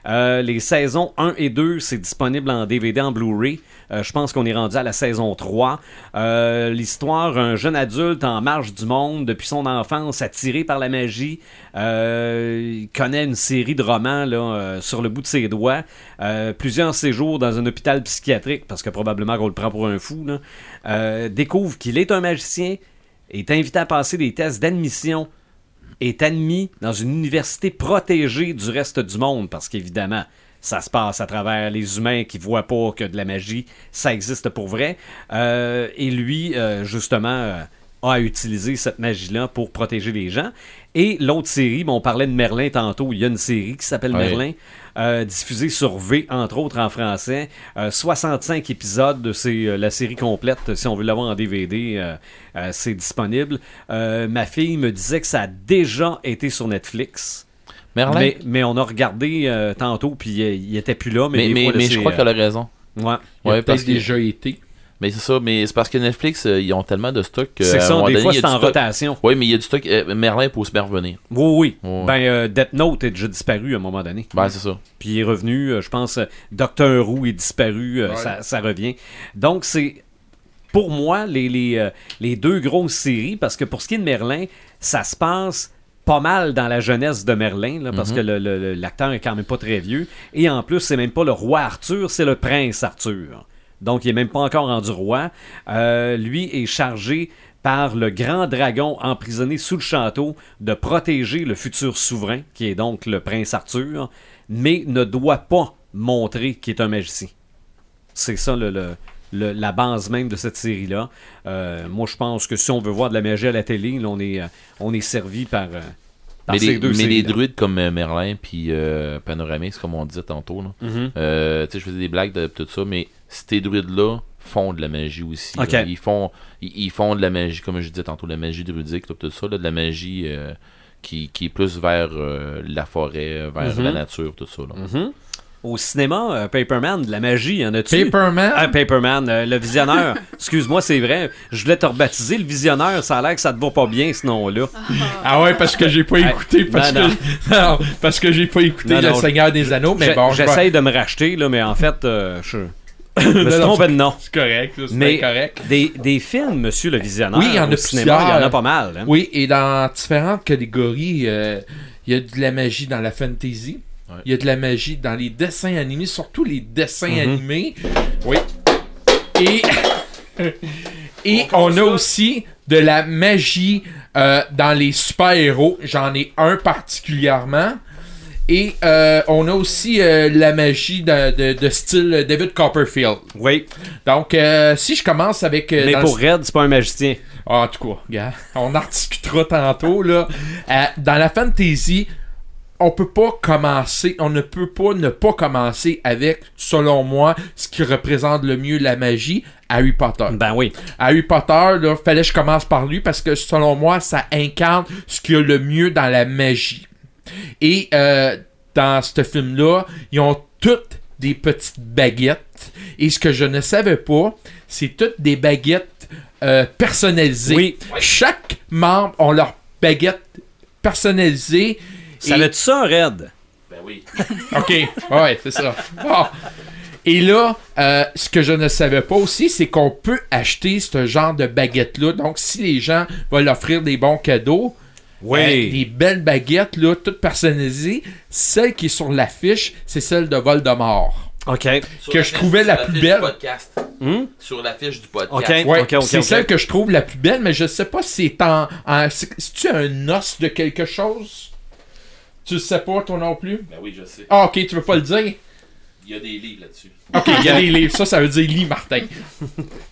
S1: Euh, les saisons 1 et 2, c'est disponible en DVD, en Blu-ray. Euh, je pense qu'on est rendu à la saison 3. Euh, L'histoire, un jeune adulte en marge du monde, depuis son enfance, attiré par la magie, euh, il connaît une série de romans là, euh, sur le bout de ses doigts. Euh, plusieurs séjours dans un hôpital psychiatrique, parce que probablement qu'on le prend pour un fou, là. Euh, découvre qu'il est un magicien est invité à passer des tests d'admission, est admis dans une université protégée du reste du monde, parce qu'évidemment, ça se passe à travers les humains qui voient pas que de la magie, ça existe pour vrai. Euh, et lui, euh, justement, euh, a utilisé cette magie-là pour protéger les gens. Et l'autre série, bon, on parlait de Merlin tantôt, il y a une série qui s'appelle
S2: Ouais.
S1: Merlin, euh, diffusée sur V, entre autres en français. Euh, 65 épisodes, c'est euh, la série complète. Si on veut l'avoir en DVD, euh, euh, c'est disponible. Euh, ma fille me disait que ça a déjà été sur Netflix.
S2: Merlin.
S1: Mais,
S2: Mais,
S1: mais on a regardé euh, tantôt, puis euh, il était plus là. Mais,
S2: mais,
S1: des
S2: mais,
S1: fois, là, c'est,
S2: je crois
S1: euh,
S2: qu'elle a raison.
S1: ouais.
S4: Il a
S2: Ouais, parce
S4: peut-être
S2: que-
S4: déjà été.
S2: Mais c'est ça, mais c'est parce que Netflix, euh, ils ont tellement de stock que.
S1: C'est
S2: à un
S1: ça,
S2: moment
S1: des
S2: donné,
S1: fois,
S2: il y a
S1: c'est
S2: du
S1: en
S2: stock.
S1: rotation.
S2: Oui, mais il y a du stock. euh, Merlin pour se bien revenir.
S1: Oui, oui.
S2: Ouais.
S1: Ben, euh, Death Note est déjà disparu à un moment donné.
S2: Ben, c'est ça.
S1: Puis il est revenu, euh, je pense, euh, Docteur Who est disparu, euh,
S4: Ouais.
S1: ça, ça revient. Donc, c'est pour moi les, les, euh, les deux grosses séries, parce que pour ce qui est de Merlin, ça se passe pas mal dans la jeunesse de Merlin, là, parce que le- le- le- l'acteur est quand même pas très vieux. Et en plus, c'est même pas le roi Arthur, c'est le prince Arthur. Donc, il est même pas encore rendu roi. Euh, lui est chargé par le grand dragon emprisonné sous le château de protéger le futur souverain, qui est donc le prince Arthur, mais ne doit pas montrer qu'il est un magicien. C'est ça le, le- le- la base même de cette série-là. Euh, moi, je pense que si on veut voir de la magie à la télé, là, on, est, euh, on est servi par, euh, par
S2: mais
S1: ces
S2: les,
S1: deux
S2: mais les
S1: séries.
S2: druides comme euh, Merlin puis euh, Panoramix, comme on disait tantôt, là,
S1: Mhm.
S2: euh, tu sais, je faisais des blagues de tout ça, mais ces druides-là font de la magie aussi. là.
S1: Ok.
S2: Ils, font, ils, ils font de la magie, comme je disais tantôt, de la magie druidique, là, tout ça, là, de la magie euh, qui, qui est plus vers euh, la forêt, vers
S1: Mhm.
S2: la nature, tout ça. là.
S1: Au cinéma, euh, Paperman, de la magie, y en a-tu?
S4: Paperman.
S1: Ah, Paperman, euh, le visionneur. Excuse-moi, c'est vrai. Je voulais te rebaptiser le visionneur. Ça a l'air que ça te va pas bien, ce nom-là.
S4: Ah ouais, parce que j'ai pas écouté. Parce,
S1: non,
S4: que... non, parce que j'ai pas écouté
S1: Non,
S4: Le
S1: non,
S4: Seigneur des Anneaux, Oh, mais
S1: J'ai-
S4: bon, je vais-
S1: J'essaye de me racheter, là, mais en fait, euh, je je me suis
S4: Non, non,
S1: trompé de nom.
S4: C'est correct, là, c'est
S1: Mais
S4: correct.
S1: des, des films, monsieur le visionneur,
S4: Oui, il y en
S1: au
S4: a
S1: cinéma, il
S4: plusieurs.
S1: y en a pas mal. hein.
S4: Oui, et dans différentes catégories, euh, il y a de la magie dans la fantasy. Il
S2: Ouais.
S4: y a de la magie dans les dessins animés, surtout les dessins
S1: Mm-hmm.
S4: animés. Oui. Et, et on a aussi de la magie euh, dans les super-héros. J'en ai un particulièrement. Et euh, on a aussi euh, la magie de, de- de style David Copperfield.
S1: Oui,
S4: Donc, euh, si je commence avec... euh,
S1: mais
S4: dans le
S1: pour Red, c'est pas un magicien.
S4: ah, en tout cas, gars, on en discutera tantôt. Là. Euh, dans la fantasy, on peut pas commencer, on ne peut pas ne pas commencer avec, selon moi, ce qui représente le mieux la magie, Harry Potter.
S1: Ben oui.
S4: Harry Potter, là, fallait que je commence par lui parce que selon moi, ça incarne ce qu'il y a le mieux dans la magie. Et euh, dans ce film-là, ils ont toutes des petites baguettes. Et ce que je ne savais pas, c'est toutes des baguettes euh, personnalisées.
S1: Oui.
S4: Chaque membre a leur baguette personnalisée.
S1: Ça
S4: Et-
S1: veut ça, Red?
S4: OK. Ouais, c'est ça. Bon. Et là, euh, ce que je ne savais pas aussi, c'est qu'on peut acheter ce genre de baguette-là. Donc, si les gens veulent offrir des bons cadeaux, euh, des belles baguettes, là, toutes personnalisées, celle qui est sur l'affiche, c'est celle de Voldemort.
S1: OK.
S4: Que je trouvais la plus belle.
S1: Hum?
S2: Sur l'affiche du podcast.
S1: OK.
S4: Ouais,
S1: OK, OK,
S4: c'est
S1: OK.
S4: celle que je trouve la plus belle, mais je sais pas si c'est en. en- c'est- C'est-tu un os de quelque chose Tu le sais pas, toi non plus
S2: Ben oui, je sais.
S4: Ah, ok, tu veux pas le dire
S2: Il y a des livres là-dessus.
S4: Ok, il y a des livres. Ça, ça veut dire lit, Martin.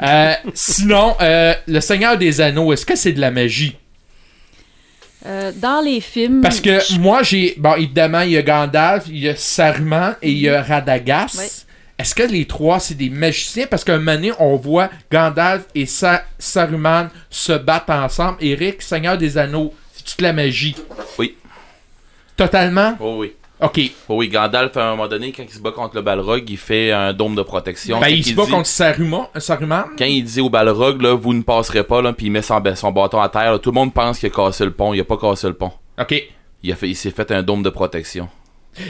S4: Euh, sinon, euh, Le Seigneur des Anneaux, est-ce que c'est de la magie?
S5: Euh, dans les films.
S4: Parce que
S5: je-
S4: moi, j'ai. Bon, évidemment, il y a Gandalf, il y a Saruman et il y a Radagast.
S5: Oui.
S4: Est-ce que les trois, c'est des magiciens? Parce qu'à un moment donné, on voit Gandalf et Sa- Saruman se battre ensemble. Eric, Seigneur des Anneaux, c'est toute la magie.
S2: Oui.
S4: Totalement?
S2: Oh oui.
S4: Ok.
S2: Oh oui, Gandalf, à un moment donné, quand il se bat contre le Balrog, il fait un dôme de protection.
S4: ben,
S2: Quand
S4: il se bat
S2: dit-
S4: contre Saruman. Saruman.
S2: Quand il dit au Balrog, là, vous ne passerez pas, là, puis il met son, son bâton à terre, là, tout le monde pense qu'il a cassé le pont. Il a pas cassé le pont.
S4: Ok.
S2: Il, a fait- il s'est fait un dôme de protection.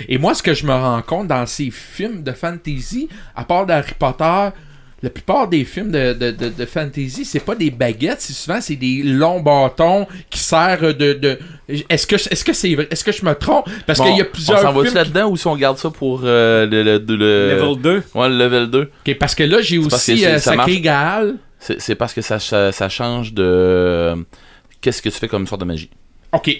S4: Et moi, ce que je me rends compte dans ces films de fantasy, à part d'Harry Potter, la plupart des films de, de, de, de fantasy, c'est pas des baguettes, c'est souvent c'est des longs bâtons qui servent de. de... Est-ce que est-ce que c'est vrai? Est-ce que je me trompe? Parce
S2: Bon,
S4: qu'il y a
S2: On
S4: plusieurs
S2: s'en va-tu
S4: films.
S2: là-dedans ou si on garde ça pour euh, le, le, le-
S1: Level 2.
S2: Ouais, le level 2.
S4: Ok, parce que là, j'ai
S2: parce que
S4: aussi
S2: c'est-
S4: euh,
S2: ça
S4: Sacré
S2: marche.
S4: Gaal.
S2: C'est c'est parce que ça, ça, ça change de. euh, Qu'est-ce que tu fais comme sorte de magie
S4: Ok.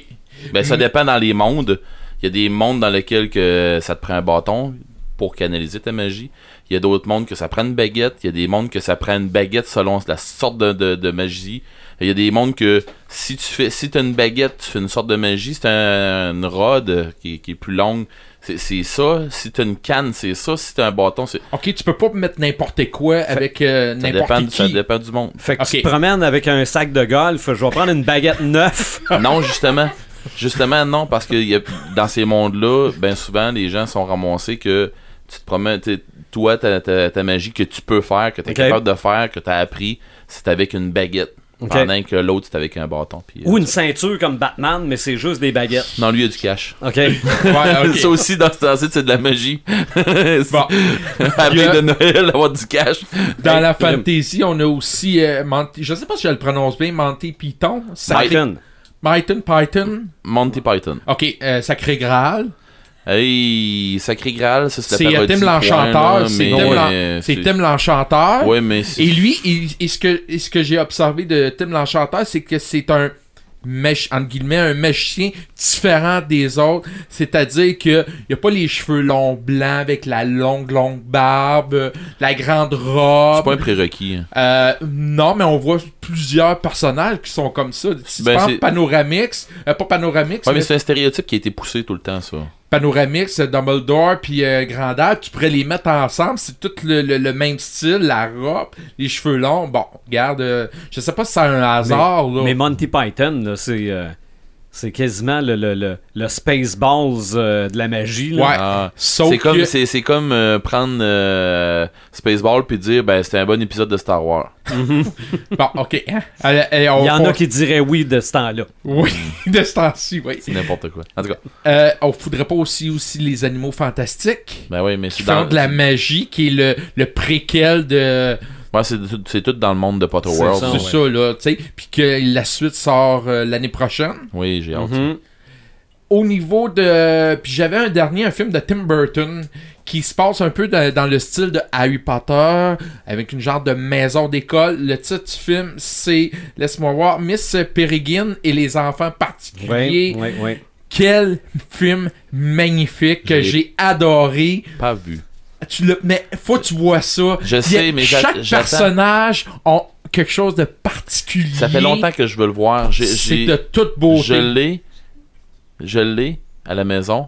S2: Ben,
S4: Hmm.
S2: ça dépend dans les mondes. Il y a des mondes dans lesquels que ça te prend un bâton pour canaliser ta magie. Il y a d'autres mondes que ça prend une baguette. Il y a des mondes que ça prend une baguette selon la sorte de, de- de magie. Il y a des mondes que si tu fais si as une baguette, tu fais une sorte de magie. C'est un- une rod qui, qui est plus longue. C'est- C'est ça. Si t'as une canne, c'est ça. Si t'as un bâton, c'est.
S4: Ok, tu peux pas mettre n'importe quoi avec euh,
S2: Ça dépend,
S4: n'importe qui.
S2: ça dépend du monde.
S1: Fait que tu
S4: Ok.
S1: te promènes avec un sac de golf, je vais prendre une baguette neuve.
S2: non, justement. Justement, non, parce que y a- dans ces mondes-là, ben souvent, les gens sont ramassés que tu te promets, t'sais, toi, ta, ta- ta magie que tu peux faire, que tu es
S1: Ok.
S2: capable de faire, que tu as appris, c'est avec une baguette.
S1: Ok.
S2: Pendant que l'autre, c'est avec un bâton. puis, euh,
S1: Ou une ceinture comme Batman, mais c'est juste des baguettes.
S2: Non, lui, il y a du cash.
S1: OK.
S4: Ouais, Ah, ok.
S2: Ça aussi, dans ce temps-ci, c'est de la magie.
S4: Bon.
S2: Après de Noël, avoir du cash.
S4: Dans la
S1: Hey, Grim.
S4: fantasy, on a aussi euh, Monty- je sais pas si je le prononce bien, Monty Python, Sacré-
S1: Python.
S4: Python, Python.
S2: Monty Python.
S4: Ok, euh, Sacré Graal.
S2: Hey, Sacré Graal, ça, c'est
S4: C'est
S2: la
S4: euh,
S2: parodie.
S4: Tim
S2: point, là,
S4: l'Enchanteur. C'est
S2: mais,
S4: Tim
S2: euh,
S4: l'en- c'est Tim l'Enchanteur.
S2: Ouais, mais c'est-
S4: Et lui, il- et ce que, et ce que j'ai observé de Tim l'Enchanteur, c'est que c'est un mèche, entre guillemets, un magicien différent des autres. C'est-à-dire que il a pas les cheveux longs blancs avec la longue, longue barbe, euh, la grande
S2: c'est pas un
S4: robe.
S2: prérequis. hein.
S4: Euh, non, mais on voit plusieurs personnages qui sont comme ça. Si
S2: Ben,
S4: tu
S2: c'est-
S4: prends Panoramix, euh, pas Panoramix,
S2: Ouais, mais
S4: mais
S2: c'est un stéréotype qui a été poussé tout le temps, ça.
S4: Panoramix, euh, Dumbledore, puis euh, Grandeur, tu pourrais les mettre ensemble, c'est tout le, le- le même style, la robe, les cheveux longs. Bon, regarde, euh, je sais pas si c'est un hasard, là.
S1: Mais Monty Python, là, c'est. euh, c'est quasiment le, le, le, le Spaceballs euh, de la magie. Là.
S4: Ouais.
S2: Ah.
S4: Sauf
S2: c'est comme,
S4: que-
S2: c'est, c'est comme euh, prendre euh, Spaceball puis dire ben c'était un bon épisode de Star Wars.
S4: Bon, ok. hein. Allez, allez, on
S1: Il y en
S4: va-
S1: a qui diraient oui de ce temps-là.
S4: Oui, de ce temps-ci, oui.
S2: C'est n'importe quoi. En tout cas,
S4: Euh, on foudrait pas aussi, aussi les animaux fantastiques
S2: ben oui, mais
S4: qui
S2: c'est
S4: font
S2: dans,
S4: de la magie, qui est le, le préquel de...
S2: Ouais, c'est, tout, c'est tout dans le monde de Potter
S1: C'est
S2: World.
S1: ça.
S4: C'est
S1: Ah ouais.
S4: ça, là, tu sais. Puis que la suite sort euh, l'année prochaine.
S2: Oui, j'ai hâte.
S1: Mhm.
S4: Au niveau de. Puis j'avais un dernier, un film de Tim Burton, qui se passe un peu dans, dans le style de Harry Potter, avec une genre de maison d'école. Le titre du film, c'est, laisse-moi voir, Miss Peregrine et les enfants particuliers.
S1: Ouais, ouais, ouais.
S4: Quel film magnifique que
S2: J'ai-
S4: j'ai adoré.
S2: Pas vu.
S4: Tu le, mais faut que tu vois ça.
S2: Je
S4: Il y a-
S2: sais, mais j'a-
S4: chaque
S2: j'attends.
S4: personnage a quelque chose de particulier.
S2: Ça fait longtemps que je veux le voir. J'ai,
S4: C'est
S2: j'ai-
S4: de toute beauté.
S2: je l'ai, je l'ai à la maison,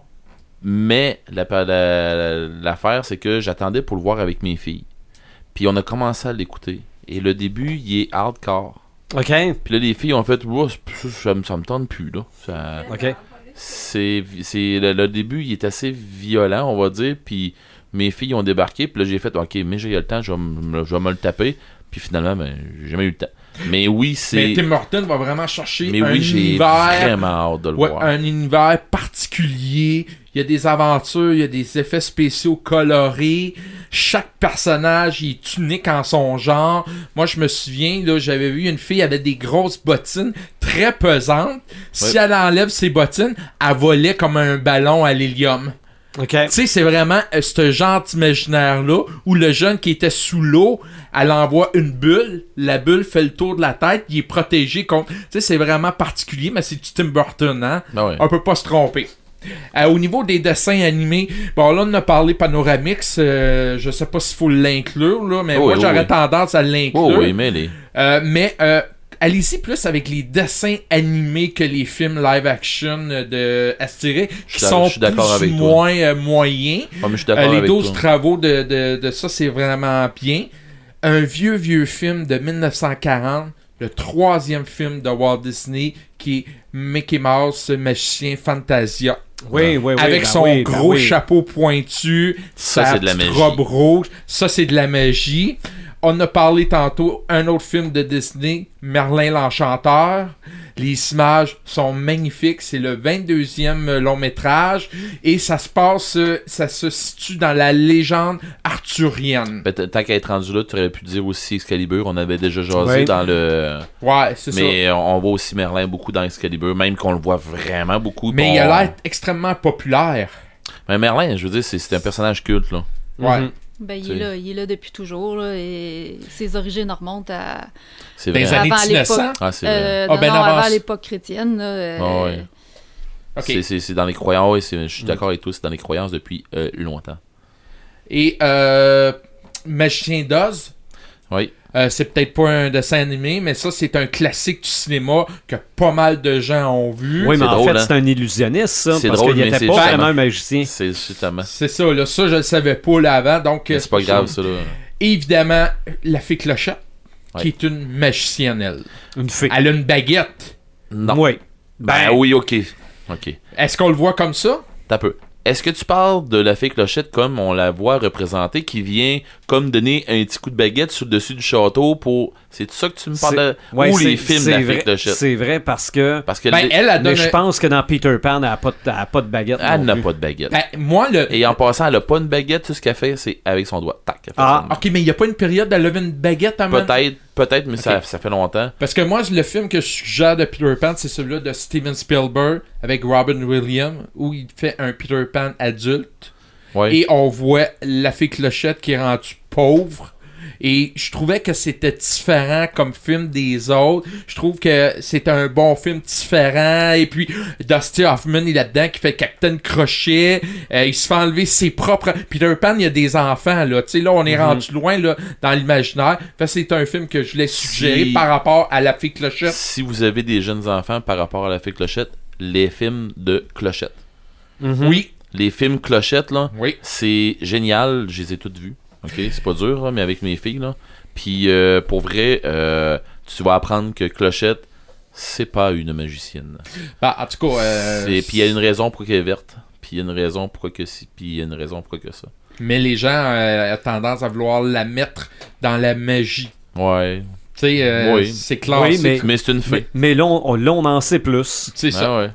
S2: mais la, pa- la- l'affaire c'est que j'attendais pour le voir avec mes filles. Puis on a commencé à l'écouter. Et le début, il est hardcore.
S1: OK.
S2: Puis là, les filles ont fait, Ouah, ça, ça me- ça me tente plus, là. Ça-
S1: OK.
S2: c'est c'est- le, le début il est assez violent on va dire puis mes filles ont débarqué puis là j'ai fait ok mais j'ai eu le temps je vais me je vais me le taper puis finalement ben, j'ai jamais eu le temps mais oui
S4: Mais
S2: c'est
S4: Tim Burton va vraiment chercher
S2: mais
S4: un
S2: oui j'ai
S4: univers.
S2: vraiment hâte de le
S4: ouais,
S2: voir
S4: un univers particulier. Il y a des aventures, il y a des effets spéciaux colorés. Chaque personnage il est unique en son genre. Moi, je me souviens, là, j'avais vu une fille avec des grosses bottines très pesantes. Si
S2: Ouais.
S4: elle enlève ses bottines, elle volait comme un ballon à l'hélium.
S1: OK.
S4: Tu sais, c'est vraiment euh, ce genre d'imaginaire-là où le jeune qui était sous l'eau, elle envoie une bulle, la bulle fait le tour de la tête, il est protégé contre. Tu sais, c'est vraiment particulier, mais c'est du Tim Burton, hein?
S2: Ah ouais.
S4: On peut pas se tromper. Euh, au niveau des dessins animés, bon là on a parlé Panoramix, euh, je sais pas s'il faut l'inclure là, mais
S2: Oui,
S4: moi
S2: oui,
S4: j'aurais
S2: oui.
S4: tendance à
S2: oh,
S4: l'inclure.
S2: oui mais les
S4: Euh, mais euh, allez-y plus avec les dessins animés que les films live action euh, de Astérix qui
S2: suis d'ac-
S4: sont
S2: je suis d'accord
S4: plus
S2: avec toi.
S4: moins euh, moyens.
S2: Ah, mais je suis
S4: Euh,
S2: d'accord
S4: les
S2: avec
S4: 12
S2: toi.
S4: travaux de, de- de ça, c'est vraiment bien. Un vieux, vieux film de 1940, le troisième film de Walt Disney, qui est Mickey Mouse, Magicien Fantasia.
S1: Oui, oui, oui.
S4: avec
S1: ben
S4: son
S1: oui, ben
S4: gros
S1: oui.
S4: chapeau pointu,
S2: Ça,
S4: sa
S2: c'est de la
S4: petite
S2: magie.
S4: robe rouge. Ça, c'est de la magie. On a parlé tantôt un autre film de Disney, Merlin l'Enchanteur. Les images sont magnifiques. C'est le 22e long métrage et ça se passe, euh, ça se situe dans la légende arthurienne.
S2: Ben, t- tant qu'à être rendu là, tu aurais pu dire aussi Excalibur. On avait déjà jasé
S1: Ouais.
S2: dans le.
S4: Ouais, c'est ça.
S2: Mais on voit aussi Merlin beaucoup dans Excalibur, même qu'on le voit vraiment beaucoup.
S4: Mais
S2: Bon,
S4: il a l'air extrêmement populaire.
S2: Mais Merlin, je veux dire, c'est c'est un personnage culte, là.
S4: Ouais.
S1: Mhm.
S5: Ben, il,
S2: C'est-
S5: est là, il est là depuis toujours. là, et ses origines remontent à.
S2: C'est
S1: Ben,
S4: Dans les
S2: vrai.
S5: années-
S4: années
S5: Avant
S4: 1900.
S2: Ah, c'est vrai.
S5: Euh,
S4: Ah,
S5: non,
S4: ben,
S5: non,
S4: avant-
S5: avant l'époque chrétienne. là, euh,
S2: Ah ouais.
S4: Ok.
S2: C'est- C'est c'est dans les croyances. ouais, c'est- je
S1: Mm.
S2: suis d'accord avec toi, c'est dans les croyances depuis euh, longtemps.
S4: Et euh, Magicien d'Oz,
S2: Oui.
S4: Euh, c'est peut-être pas un dessin animé, mais ça, c'est un classique du cinéma que pas mal de gens ont vu.
S1: Oui, mais
S2: C'est
S1: en
S2: drôle,
S1: fait,
S2: hein.
S1: c'est un illustationniste, ça,
S2: C'est
S1: parce
S2: drôle,
S1: qu'il
S2: mais
S1: n'était
S2: c'est
S1: pas
S2: justement-
S1: vraiment un magicien.
S2: C'est justement.
S4: C'est ça, là. Ça, je le savais pas là avant. Donc,
S2: Mais
S4: euh,
S2: C'est pas grave, ça, là.
S4: Évidemment, la fée Clochette,
S2: Ouais.
S4: qui est une magicienne, elle.
S1: Une fée.
S4: Elle a une baguette.
S2: Ah, Non.
S1: Oui.
S2: Ben oui, ok. Ok.
S4: Est-ce qu'on le voit comme ça?
S2: T'as peu. Est-ce que tu parles de la fée Clochette comme on la voit représentée, qui vient comme donner un petit coup de baguette sur le dessus du château pour. C'est ça que tu me parles de.
S1: ouais,
S2: Ou
S1: c'est-
S2: les films de
S1: c'est
S2: la fée
S1: vrai-
S2: Clochette
S1: C'est vrai parce que.
S2: Parce que
S4: Ben,
S2: les-
S4: elle, elle
S1: Mais
S4: donne...
S1: je
S4: un-
S1: pense que dans Peter Pan, elle n'a pas, de- elle a pas de baguette.
S2: elle
S1: non
S2: n'a
S1: plus.
S2: pas de baguette.
S4: Ben, moi, le...
S2: Et en passant, elle a pas une baguette, tout ce qu'elle fait, c'est avec son doigt. Tac. elle fait
S1: Ah.
S2: ça.
S4: OK, mais il n'y a pas une période elle avait une baguette à main?
S2: Peut-être, peut-être, mais ça,
S4: Ok.
S2: ça fait longtemps.
S4: Parce que moi, le film que je suggère de Peter Pan, c'est celui-là de Steven Spielberg avec Robin Williams, où il fait un Peter Pan adulte.
S2: Ouais.
S4: Et on voit la fée Clochette qui est rendue pauvre. Et je trouvais que c'était différent comme film des autres. Je trouve que c'est un bon film différent. Et puis, Dusty Hoffman est là-dedans qui fait Captain Crochet. Euh, il se fait enlever ses propres... Peter Pan, il y a des enfants, là. Tu sais, là, on
S2: Mhm.
S4: est rendu loin, là, dans l'imaginaire. Fait que c'est un film que je voulais suggérer
S2: Si-
S4: par rapport à la fée Clochette.
S2: Si vous avez des jeunes enfants par rapport à la fée Clochette, les films de Clochette. Mhm.
S4: Oui.
S2: Les films Clochette, là,
S4: Oui.
S2: c'est génial. Je les ai toutes vues. OK? C'est pas dur, là, mais avec mes filles, là. Puis, euh, pour vrai, euh, tu vas apprendre que Clochette, c'est pas une magicienne.
S4: Bah, en tout cas... euh,
S2: C'est- Puis, il y a une raison pour qu'elle est verte. Puis, il y a une raison pourquoi que si. Puis, il y a une raison pourquoi que ça.
S4: Mais les gens euh, ont tendance à vouloir la mettre dans la magie.
S2: Ouais.
S4: Tu sais, euh,
S2: Oui.
S4: c'est clair.
S1: Oui, mais-
S2: Mais c'est une fée.
S1: Mais, mais là, on, là, on en sait plus.
S4: C'est
S2: Ah
S4: ça.
S2: ouais.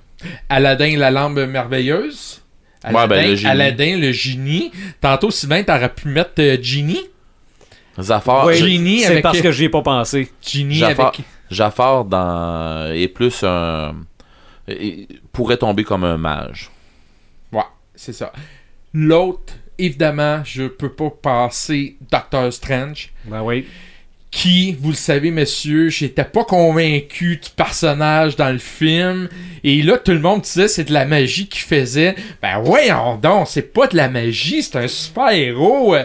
S4: Aladdin et la lampe merveilleuse.
S2: Ouais,
S4: Aladdin,
S2: ben, le génie.
S4: Aladdin, le génie. Tantôt, Sylvain, t'aurais pu mettre euh, Genie.
S2: Zafar,
S4: Oui.
S2: je-
S4: Genie
S1: c'est
S4: avec-
S1: parce que j'y ai pas pensé.
S4: Genie
S2: Jafar,
S4: avec...
S2: Jafar dans... est plus un. et- pourrait tomber comme un mage.
S4: Ouais, c'est ça. L'autre, évidemment, je peux pas passer Doctor Strange.
S1: Ben oui.
S4: qui, vous le savez, messieurs, j'étais pas convaincu du personnage dans le film. Et là, tout le monde disait c'est de la magie qu'il faisait. Ben voyons donc, c'est pas de la magie, c'est un super-héros.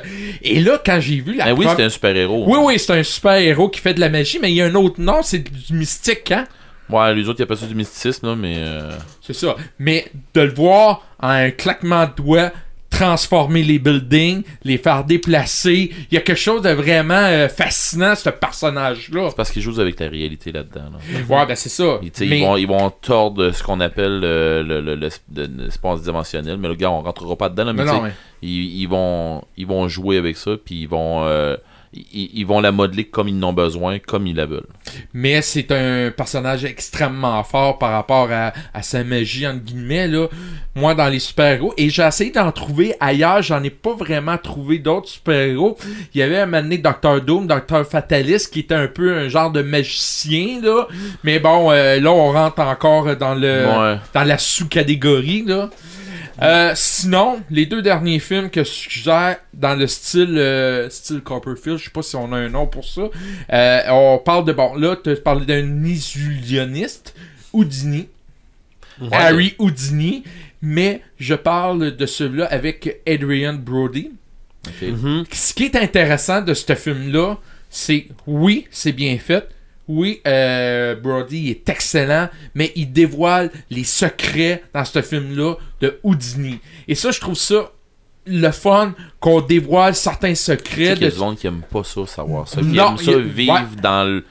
S4: Et là, quand j'ai vu la
S2: Ben oui,
S4: pre-
S2: c'était un super-héros.
S4: Ah, Oui, oui, c'est un super-héros qui fait de la magie, mais il y a un autre nom, c'est du mystique, hein?
S2: Ouais, les autres, il n'y a pas ça du mysticisme, là, mais. euh,
S4: C'est ça. Mais de le voir en un claquement de doigts transformer les buildings, les faire déplacer, il y a quelque chose de vraiment euh, fascinant, ce personnage-là.
S2: C'est parce qu'ils jouent avec la réalité là-dedans. là.
S4: Ouais, ben c'est ça.
S2: Ils, tu sais,
S4: Mais-
S2: ils, vont, ils vont tordre ce qu'on appelle euh, le, le, le, le- le espace dimensionnel, mais le gars, on rentrera pas dedans. là, mais
S4: Non,
S2: tu sais,
S4: non, mais-
S2: ils, ils vont, ils vont jouer avec ça, puis ils vont. euh, ils, ils vont la modeler comme ils en ont besoin, comme ils la veulent.
S4: Mais c'est un personnage extrêmement fort par rapport à, à sa magie, entre guillemets, là. Moi, dans les super-héros. Et j'ai essayé d'en trouver ailleurs. J'en ai pas vraiment trouvé d'autres super-héros. Il y avait un moment donné Docteur Doom, Docteur Fatalis, qui était un peu un genre de magicien, là. Mais bon, euh, là, on rentre encore dans le
S2: Ouais.
S4: dans la sous-catégorie, là. Euh, sinon, les deux derniers films que je suggère dans le style euh, style Copperfield, je sais pas si on a un nom pour ça. Euh, on parle de bon là, tu parles d'un illusionniste, Houdini, Harry Houdini, mais je parle de celui-là avec Adrian Brody.
S2: Ok.
S4: Mhm. Ce qui est intéressant de ce film-là, c'est oui, c'est bien fait. Oui, euh, Brody est excellent, mais il dévoile les secrets dans ce film-là de Houdini. Et ça, je trouve ça le fun qu'on dévoile certains
S2: Tu sais
S4: secrets.
S2: qu'il y a
S4: De...
S2: du monde qui aime pas ça, savoir ça. Qui
S4: Non,
S2: aime ça
S4: il y a-
S2: vivre
S4: ouais.
S2: dans le.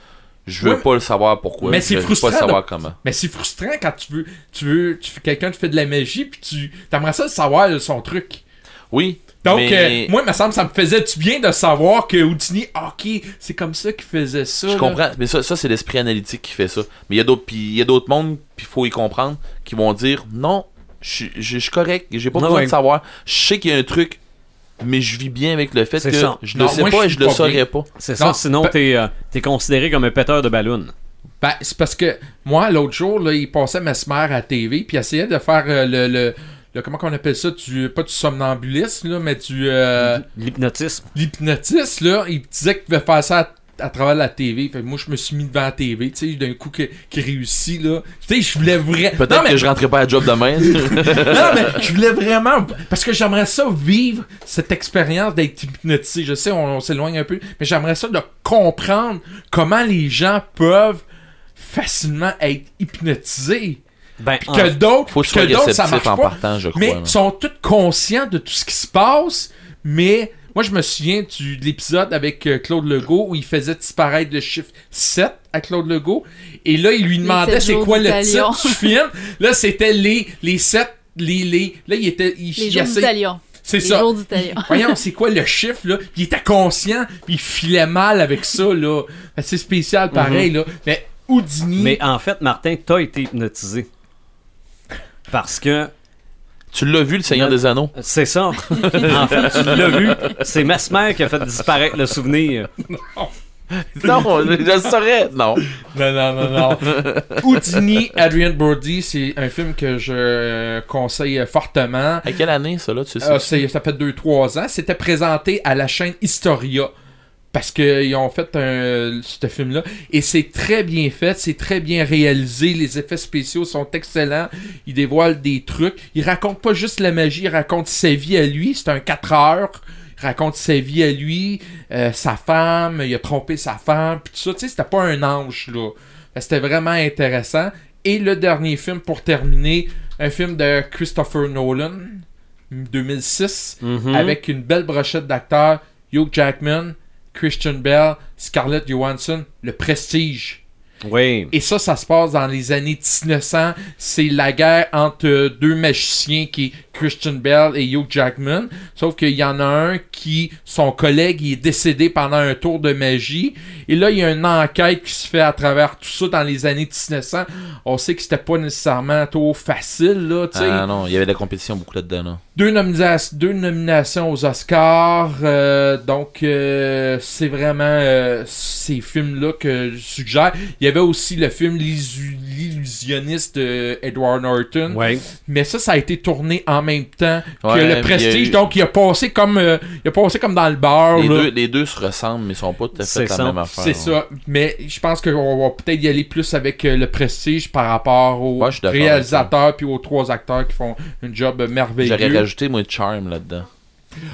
S2: Je veux
S4: Ouais,
S2: pas le savoir pourquoi.
S4: mais c'est
S2: je veux pas
S4: frustrant
S2: le savoir
S4: de-
S2: comment.
S4: Mais c'est frustrant quand tu veux, tu veux, tu fais quelqu'un te fait de la magie puis tu, t'aimerais ça savoir euh, son truc.
S2: Oui.
S4: Donc,
S2: mais
S4: euh, moi, il me semble, ça me faisait du bien de savoir que Houdini, ah, ok, c'est comme ça qu'il faisait ça.
S2: je
S4: là.
S2: comprends. Mais ça, ça c'est l'esprit analytique qui fait ça. Mais il y a d'autres, puis il y a d'autres mondes, puis faut y comprendre, qui vont dire non, je suis- je je suis correct, j'ai pas
S1: Ah
S2: besoin
S1: ouais.
S2: de savoir. Je sais qu'il y a un truc, mais je vis bien avec le fait
S1: C'est
S2: que
S1: ça.
S2: je ne
S4: Non,
S2: sais
S4: moi,
S2: pas
S4: je
S2: et
S4: suis
S2: je le
S4: pas
S2: saurais pas.
S1: C'est ça,
S4: Non,
S1: sinon
S4: pa-
S1: t'es euh, t'es considéré comme un péteur de ballon.
S4: Ben, c'est parce que moi, l'autre jour, là, il passait Mesmer à la TV, puis il essayait de faire euh, le, le, le- Comment qu'on appelle ça du, Pas du somnambulisme, là, mais du. euh,
S1: L'hypnotisme.
S4: L'hypnotiste, là, il disait qu'il pouvait faire ça à, à travers la TV. Fait que moi, je me suis mis devant la TV, tu sais, d'un coup que- qui réussit, là. Tu sais, je voulais vraiment.
S2: Peut-être que je rentrais pas à la job demain.
S4: Non, mais je voulais vraiment. Parce que j'aimerais ça vivre cette expérience d'être hypnotisé. Je sais, on, on s'éloigne un peu, mais j'aimerais ça de comprendre comment les gens peuvent facilement être hypnotisés.
S1: Ben,
S4: Puis
S1: en-
S4: que d'autres,
S2: Ah, faut que
S4: puis
S2: tu
S4: que
S2: sois
S4: d'autres, ça
S2: réceptif
S4: marche
S2: en
S4: pas.
S2: partant, je crois.
S4: mais
S2: là.
S4: ils sont tous conscients de tout ce qui se passe, mais. Moi, je me souviens du, de l'épisode avec euh, Claude Legault où il faisait disparaître le chiffre 7 à Claude Legault. Et là, il lui demandait
S5: sept
S4: c'est
S5: jours
S4: quoi le
S5: d'Italion.
S4: titre du film. Là, c'était les, les 7, les, les. Là, il était. Il,
S5: Les
S4: il
S5: jours
S4: essaie-
S5: d'Italion.
S4: C'est
S5: Les
S4: ça.
S5: jours d'Italion.
S4: Voyons, c'est quoi le chiffre, là? Puis il était conscient, puis il filait mal avec ça, là. Fait que C'est
S2: Mhm.
S4: spécial, pareil, là. Mais Houdini.
S1: Mais en fait, Martin, t'as été hypnotisé. Parce que
S2: Tu l'as vu, le Seigneur
S1: Non.
S2: des Anneaux.
S1: c'est ça. en fait, tu l'as vu. C'est Mesmer qui a fait disparaître le souvenir.
S2: Non, je, je le saurais. Non.
S4: Non, non, non, non. Houdini, Adrian Brody, c'est un film que je euh, conseille fortement.
S2: À quelle année, ça, là, tu sais?
S4: Euh, c'est- ça fait 2-3 ans. C'était présenté à la chaîne Historia. Parce qu'ils ont fait un, ce film-là. Et c'est très bien fait, c'est très bien réalisé. Les effets spéciaux sont excellents. Il dévoile des trucs. Il raconte pas juste la magie, il raconte sa vie à lui. C'est un 4 heures. Il raconte sa vie à lui, euh, sa femme, il a trompé sa femme, puis tout ça. Tu sais, c'était pas un ange, là. Fait que C'était vraiment intéressant. Et le dernier film, pour terminer, un film de Christopher Nolan, 2006
S1: Mhm.
S4: avec une belle brochette d'acteurs Hugh Jackman, Christian Bell, Scarlett Johansson, Le Prestige.
S1: Oui.
S4: Et ça, ça se passe dans les années 1900. C'est la guerre entre euh, deux magiciens qui est Christian Bell et Hugh Jackman. Sauf qu'il y en a un qui, son collègue, il est décédé pendant un tour de magie. Et là, il y a une enquête qui se fait à travers tout ça dans les années 1900. On sait que c'était pas nécessairement trop facile, là, tu sais.
S2: Ah non, il y avait de la compétition beaucoup là-dedans. là.
S4: Deux, nomina- deux nominations aux Oscars. euh, donc, euh, c'est vraiment euh, ces films-là que je suggère. Il y avait aussi le film L'Illu- L'illusionniste de Edward Norton.
S1: Oui.
S4: Mais ça, ça a été tourné en même temps que
S2: Ouais,
S4: Le
S2: puis il y a
S4: Prestige.
S2: eu-
S4: Donc, il a passé comme euh, il a passé comme dans le bar.
S2: Les
S4: là.
S2: deux, les deux se ressemblent, mais ils sont pas tout à
S1: C'est
S2: fait la
S1: ça.
S2: même affaire.
S4: C'est
S2: ouais.
S4: ça. Mais je pense qu'on va peut-être y aller plus avec euh, Le Prestige par rapport aux
S2: Ouais, je suis d'accord avec
S4: réalisateurs puis aux trois acteurs qui font un job merveilleux.
S2: J'aurais rajouté, moi, Charm là-dedans.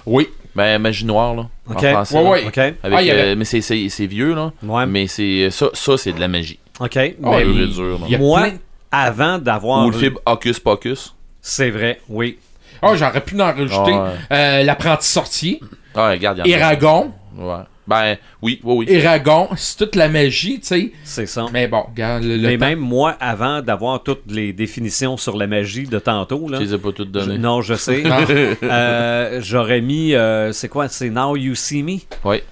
S4: Oui.
S2: Ben, Magie Noire, là.
S1: Ok.
S2: En français.
S4: Ouais,
S2: là.
S4: ouais.
S1: OK.
S2: Avec,
S4: Ah, il y avait-
S2: euh, mais c'est- c'est c'est vieux, là.
S1: Ouais.
S2: Mais c'est ça, ça c'est de la magie.
S1: OK.
S4: Ah,
S1: Mais
S4: il-
S2: Pur et dur, là.
S4: il y a
S1: moi,
S4: plein-
S1: avant d'avoir.
S2: Ou le film Hocus Pocus.
S1: C'est vrai, oui.
S4: Ah, j'aurais pu en rajouter.
S2: Ouais.
S4: Euh, L'apprenti sorcier,
S2: Ah, regarde, il y en a.
S4: Eragon,
S2: Ouais. Ben, oui, oui, oui.
S4: Eragon, c'est toute la magie, tu sais.
S1: C'est ça.
S4: Mais bon, regarde, le, le
S1: Mais
S4: temps-
S1: même moi, avant d'avoir toutes les définitions sur la magie de tantôt, là,
S2: Je les ai pas toutes
S1: je-
S2: données.
S1: non, je
S2: ben,
S1: sais, Euh, j'aurais mis, euh, c'est quoi, c'est Now You See Me?
S2: Ouais.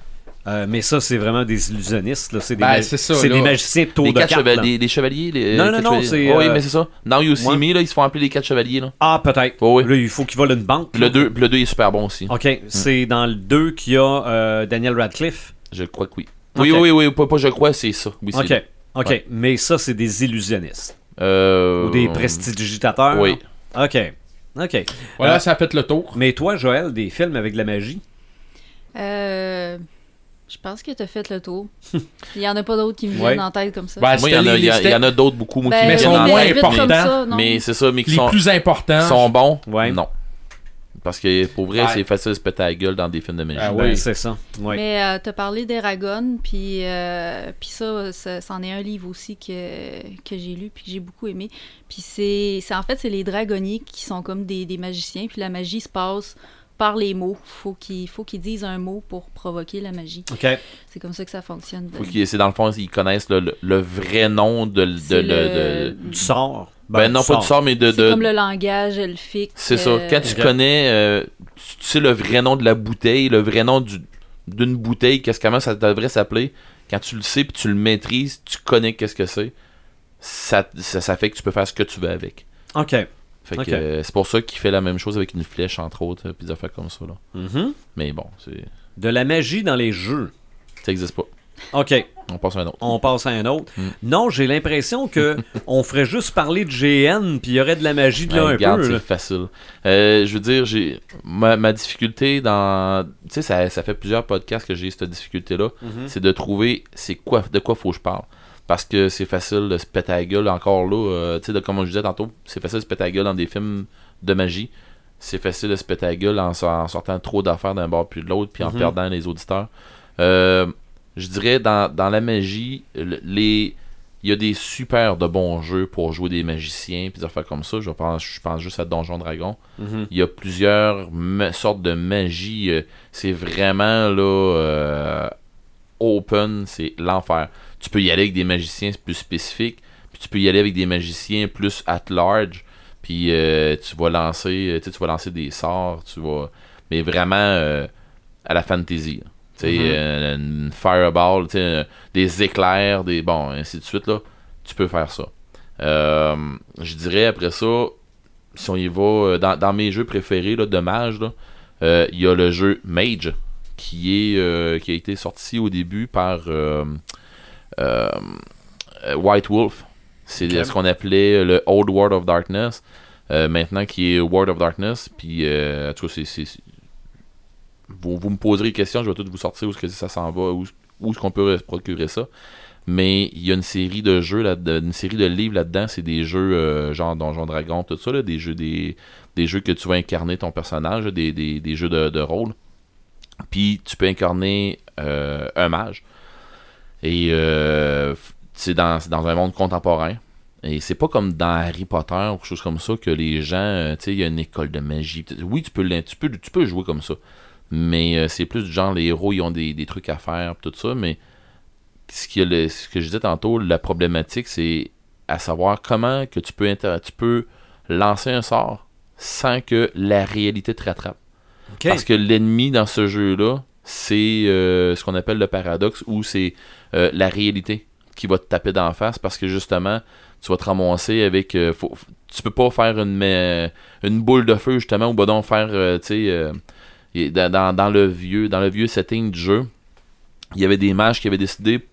S1: Euh, mais ça, c'est vraiment des illusionnistes, là. c'est des,
S4: Ben,
S1: magi-
S4: c'est ça,
S1: c'est
S4: là.
S1: des magiciens de tour
S2: Les
S1: de
S2: quatre
S1: cartes. là.
S2: chevaliers, les chevaliers, les.
S1: Non, non,
S2: les quatre
S1: non,
S2: chevaliers.
S1: c'est,
S2: Oui,
S1: euh,
S2: mais c'est ça. Now You See
S1: Ouais.
S2: Me, là, ils se font appeler les quatre chevaliers, là.
S1: Ah, peut-être.
S2: Ouais, ouais.
S1: Là, il faut qu'il vole une banque.
S2: Le 2, le deux est super bon aussi.
S1: OK, c'est dans le 2 qu'il y a euh, Daniel Radcliffe.
S2: Je crois que oui.
S1: Ok.
S2: Oui, oui, oui, oui, pas, pas je crois, c'est ça. Oui, c'est
S1: OK,
S2: lui.
S1: OK,
S2: Ouais.
S1: mais ça, c'est des illusionnistes.
S2: Euh,
S1: Ou des prestidigitateurs.
S2: Oui.
S1: OK, OK.
S4: Voilà,
S1: Euh,
S4: ça a fait le tour.
S1: mais toi, Joël, des films avec de la magie?
S5: Euh, je pense que t'as fait le tour. Il y en a pas d'autres qui me
S1: Ouais.
S5: viennent en tête comme ça.
S4: Ben,
S2: Moi, il
S4: c'était
S2: y en a,
S4: les-
S2: il y a- il y en
S4: c'était
S2: a d'autres beaucoup, moi, qui
S5: Ben,
S2: me
S4: mais
S5: je
S2: viennent
S4: sont
S2: en
S5: vais
S4: moins
S5: vite comme
S4: importants,
S5: ça, non.
S2: Mais c'est ça, mais qui
S4: les
S2: sont,
S4: plus importants.
S2: sont bons.
S1: Ouais.
S2: Non. Parce que pour vrai,
S4: Ouais.
S2: c'est facile de se péter la gueule dans des films de magie.
S4: Ah
S1: Ben,
S4: oui.
S1: c'est ça. Oui.
S5: Mais euh, t'as parlé d'Eragon, puis euh, puis ça, ça- c'en est un livre aussi que, que j'ai lu, puis que j'ai beaucoup aimé. Puis c'est, c'est- en fait, c'est les dragonniers qui sont comme des, des magiciens, puis la magie se passe par les mots. Faut qu'il faut qu'ils disent un mot pour provoquer la magie.
S1: OK.
S5: C'est comme ça que ça fonctionne. Ben,
S2: Faut qu'ils- c'est dans le fond, ils connaissent le, le- le vrai nom de, de-
S5: C'est
S2: de-
S5: le-
S2: de-
S1: Du Bah, sort.
S2: Ben, non, pas du sort, mais de.
S5: C'est
S2: de-
S5: comme le langage elfique.
S2: C'est ça.
S5: euh,
S2: Quand tu
S1: Ok.
S2: connais, euh, tu tu sais le vrai nom de la bouteille, le vrai nom du- d'une bouteille, qu'est-ce comment ça devrait s'appeler. Quand tu le sais puis tu le maîtrises, tu connais qu'est-ce que c'est. Ça, ça, ça fait que tu peux faire ce que tu veux avec.
S1: OK.
S2: Fait
S1: Ok.
S2: que euh, c'est pour ça qu'il fait la même chose avec une flèche entre autres, euh, puis des affaires comme ça là.
S1: Mhm.
S2: Mais bon, c'est
S1: De la magie dans les jeux.
S2: ça existe pas.
S1: OK.
S2: On passe à un autre.
S1: on passe à un autre.
S2: Hmm.
S1: Non, j'ai l'impression que on ferait juste parler de GN, puis il y aurait de la magie de là
S2: Ouais,
S1: un
S2: Ben, regarde,
S1: peu.
S2: c'est
S1: là.
S2: facile. Euh, je veux dire, j'ai ma, ma difficulté dans. Tu sais, ça, ça fait plusieurs podcasts que j'ai cette difficulté-là.
S1: Mm-hmm.
S2: C'est de trouver c'est quoi, de quoi faut que je parle. Parce que c'est facile de se péter la gueule encore là. euh, tu sais, de- comme je disais tantôt, c'est facile de se péter la gueule dans des films de magie. C'est facile de se péter la gueule en, sor- en sortant trop d'affaires d'un bord puis de l'autre, puis en
S1: Mhm.
S2: perdant les auditeurs. Euh, je dirais, dans, dans la magie, le- les. Il y a des super de bons jeux pour jouer des magiciens puis des affaires comme ça. Je pense, je pense juste à Donjon Dragon.
S1: Mhm.
S2: Il y a plusieurs ma- sortes de magie. euh, C'est vraiment là euh, open, c'est l'enfer. Tu peux y aller avec des magiciens plus spécifiques, puis tu peux y aller avec des magiciens plus at large. Puis euh, tu vas lancer, euh, tu sais, tu vas lancer des sorts, tu vas, mais vraiment euh, à la fantasy. là. Tu sais,
S1: Mhm.
S2: euh, une fireball, tu sais, euh, des éclairs, des bon, ainsi de suite là. Tu peux faire ça. Euh, je dirais après ça, si on y va euh, dans, dans mes jeux préférés là, de mage, là, euh, il y a le jeu Mage qui est euh, qui a été sorti au début par euh, euh, euh, White Wolf. C'est
S1: Ok.
S2: ce qu'on appelait le Old World of Darkness. euh, maintenant qui est World of Darkness. Puis euh, en tout cas, c'est- c'est- c'est- Vous, vous me poserez des questions, je vais tout vous sortir où est-ce que ça s'en va, où, où est-ce qu'on peut se procurer ça. Mais il y a une série de jeux là une série de livres là-dedans, c'est des jeux euh, genre Donjon Dragon, tout ça, là, des jeux des, des jeux que tu vas incarner ton personnage, là, des, des- des jeux de, de rôle. Puis tu peux incarner euh, un mage. Et euh, f- c'est dans, c'est dans un monde contemporain. Et c'est pas comme dans Harry Potter ou quelque chose comme ça que les gens, euh, tu sais, il y a une école de magie. Oui, tu peux, l'in- tu peux, tu peux jouer comme ça. Mais euh, c'est plus du genre les héros, ils ont des, des trucs à faire, pis tout ça. Mais ce que, le- ce que je disais tantôt, la problématique, c'est à savoir comment que tu peux, inter- tu peux lancer un sort sans que la réalité te rattrape.
S1: OK.
S2: Parce que l'ennemi dans ce jeu-là, c'est euh, ce qu'on appelle le paradoxe ou c'est euh, la réalité qui va te taper d'en face parce que justement, tu vas te ramasser avec. euh, faut- f- tu peux pas faire une, mais- une boule de feu justement ou bah donc faire. euh, tu sais, euh, et dans, dans- dans le vieux, dans le vieux setting du jeu, il y avait des mages qui avaient décidé,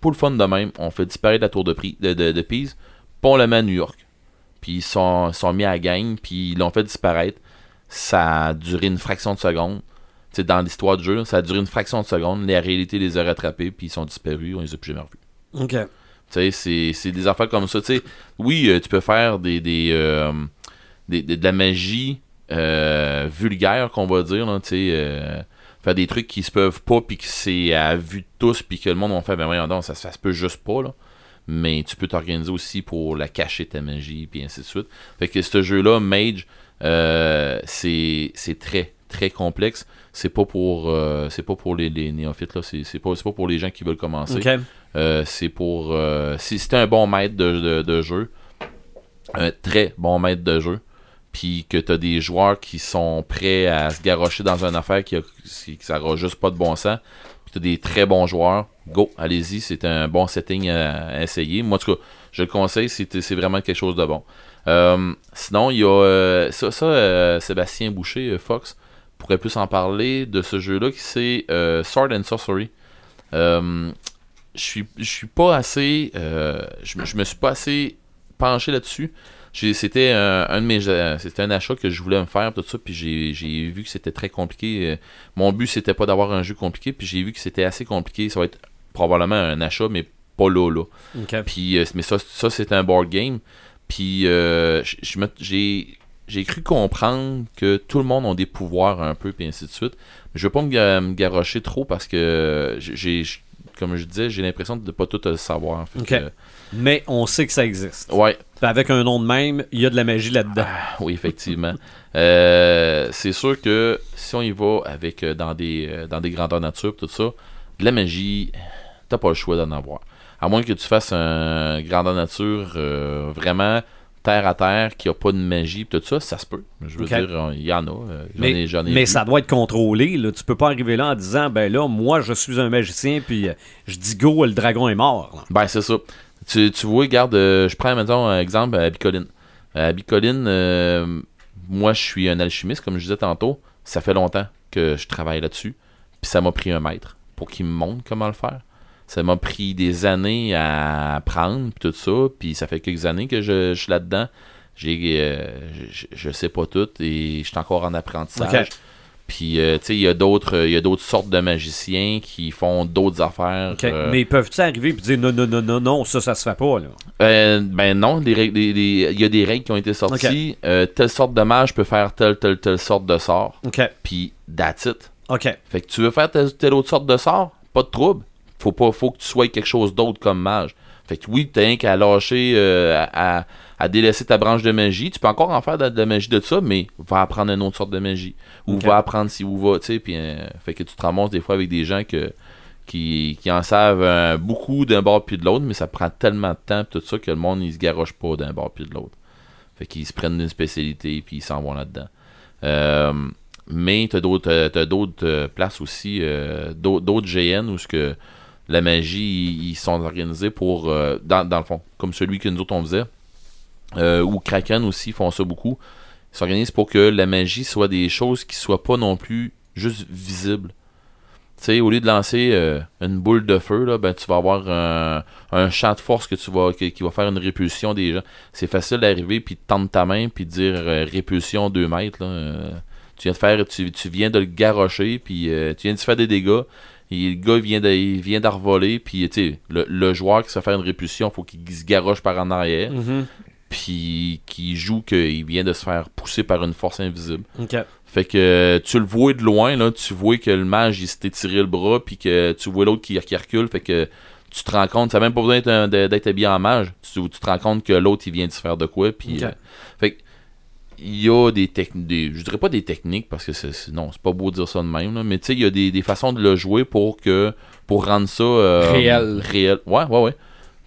S2: pour le fun de même, on fait disparaître la tour de, Pri- de, de- de Pise, puis on la met à New York. Puis ils sont, ils sont mis à la gang, puis ils l'ont fait disparaître ça a duré une fraction de seconde. Tu sais, dans l'histoire du jeu, ça a duré une fraction de seconde. La réalité les a rattrapés, puis ils sont disparus, on les a plus jamais revus.
S1: OK.
S2: Tu sais, c'est- c'est des affaires comme ça. Tu sais, oui, euh, tu peux faire des, des, euh, des- des- de la magie euh, vulgaire, qu'on va dire. là, tu sais, euh, faire des trucs qui se peuvent pas, puis que c'est à vue de tous, puis que le monde va faire, ben voyons donc, ça, ça se peut juste pas. Là. Mais tu peux t'organiser aussi pour la cacher, ta magie, puis ainsi de suite. Fait que ce jeu-là, Mage, euh, c'est c'est très, très complexe. C'est pas pour euh, c'est pas pour les, les néophytes, là. C'est c'est pas, c'est pas pour les gens qui veulent commencer.
S1: OK.
S2: Euh, c'est pour. euh, si c'était un bon maître de, de- de jeu, un très bon maître de jeu, puis que t'as des joueurs qui sont prêts à se garrocher dans une affaire qui, a, qui- ça aura juste pas de bon sens, puis t'as des très bons joueurs, go, allez-y, c'est un bon setting à, à essayer. Moi, en tout cas, je le conseille, c'est c'est vraiment quelque chose de bon. Euh, sinon, il y a euh, ça, ça, euh, Sébastien Boucher, euh, Fox, pourrait plus en parler de ce jeu-là qui c'est euh, Sword and Sorcery. Euh, je suis je suis pas assez euh, je, me- je me suis pas assez penché là-dessus J'ai- c'était un, un de mes euh, c'était un achat que je voulais me faire tout ça puis j'ai j'ai vu que c'était très compliqué Euh, mon but c'était pas d'avoir un jeu compliqué puis j'ai vu que c'était assez compliqué ça va être probablement un achat mais pas là là
S1: OK.
S2: puis, euh, mais ça, ça c'est un board game. Puis, euh, j- je me- j'ai j'ai cru comprendre que tout le monde a des pouvoirs un peu, puis ainsi de suite. Mais je veux pas me, ga- me garrocher trop parce que euh, j'ai- j'ai- comme je disais, j'ai l'impression de pas tout le savoir. Fait
S1: Ok.
S2: que- euh,
S1: Mais on sait que ça existe.
S2: ouais, Ah,
S1: Puis avec un nom de même, il y a de la magie là-dedans.
S2: oui, effectivement. Euh, c'est sûr que si on y va avec euh, dans des euh, dans des grandeurs nature tout ça, de la magie, t'as pas le choix d'en avoir. À moins que tu fasses un grandeur nature euh, vraiment terre à terre qui a pas de magie pis tout ça, ça se peut. Je veux
S1: Ok.
S2: dire, on- il y en a. euh, J'en
S1: Mais,
S2: ai, j'en ai
S1: mais
S2: vu.
S1: ça doit être contrôlé. Là. Tu peux pas arriver là en disant ben là, moi je suis un magicien puis euh, je dis go, le dragon est mort. là.
S2: Ben, c'est ça. Tu, tu vois, regarde, euh, je prends, mettons, un exemple euh, à Bicoline. À Bicoline, euh, moi, je suis un alchimiste, comme je disais tantôt. Ça fait longtemps que je travaille là-dessus. Puis ça m'a pris un maître pour qu'il me montre comment le faire. Ça m'a pris des années à apprendre, puis tout ça. Puis ça fait quelques années que je, je suis là-dedans. J'ai, euh, je, je- je sais pas tout et je suis encore en apprentissage.
S1: Ok.
S2: Puis, euh, tu sais, il y a d'autres euh, il y a d'autres sortes de magiciens qui font d'autres affaires.
S1: Ok.
S2: euh,
S1: Mais peuvent-ils arriver et dire non, non, non, non, non, ça, ça se fait pas. Là.
S2: euh, ben non, les règles- les- les- il y a des règles qui ont été sorties. Euh, telle sorte de mage peut faire telle, telle, telle sorte de sort.
S1: OK.
S2: Puis, that's it.
S1: OK.
S2: Fait que tu veux faire telle, telle autre sorte de sort, pas de trouble. Faut, pas, faut que tu sois quelque chose d'autre comme mage. Fait que oui, t'as rien qu'à lâcher, euh, à, à- à délaisser ta branche de magie. Tu peux encore en faire de, de la magie de ça, mais va apprendre une autre sorte de magie. Ou
S1: Ok.
S2: va apprendre si ou va, tu sais. Puis, euh, fait que tu te ramasses des fois avec des gens que, qui, qui en savent euh, beaucoup d'un bord puis de l'autre, mais ça prend tellement de temps pis tout ça que le monde il se garoche pas d'un bord puis de l'autre. Fait qu'ils se prennent une spécialité puis ils s'en vont là-dedans. Euh, mais t'as d'autres euh, t'as d'autres euh, places aussi, euh, d'au- d'autres GN où ce que la magie ils ils sont organisés pour euh, dans, dans le fond, comme celui que nous autres on faisait. Euh, ou Kraken aussi font ça beaucoup. Ils s'organisent pour que la magie soit des choses qui soient pas non plus juste visibles tu sais, au lieu de lancer euh, une boule de feu, là, ben, tu vas avoir un, un champ de force que tu vas, qui, qui va faire une répulsion des gens. C'est facile d'arriver, puis de tendre ta main, puis de dire euh, répulsion 2 mètres. là, euh, tu, viens de faire, tu, tu viens de le garrocher, puis euh, tu viens de se faire des dégâts. Et le gars il vient de- il vient d'arvoler, puis tu sais, le, le joueur qui se fait faire une répulsion, faut qu'il se garoche par en arrière,
S1: Mhm.
S2: puis qui joue qu'il vient de se faire pousser par une force invisible.
S1: OK.
S2: Fait que euh, tu le vois de loin, là, tu vois que le mage il s'était tiré le bras, puis que tu vois l'autre qui, qui recule, fait que tu te rends compte, ça a même pas besoin d'être un- de- d'être habillé en mage, tu, tu te rends compte que l'autre il vient de se faire de quoi, puis.
S1: Ok.
S2: euh, fait que, il y a des techniques, je dirais pas des techniques, parce que c'est, c'est- non, c'est pas beau de dire ça de même, là, mais tu sais, il y a des, des façons de le jouer pour que. pour rendre ça. euh,
S4: Réel.
S2: Réel. Ouais, ouais, ouais.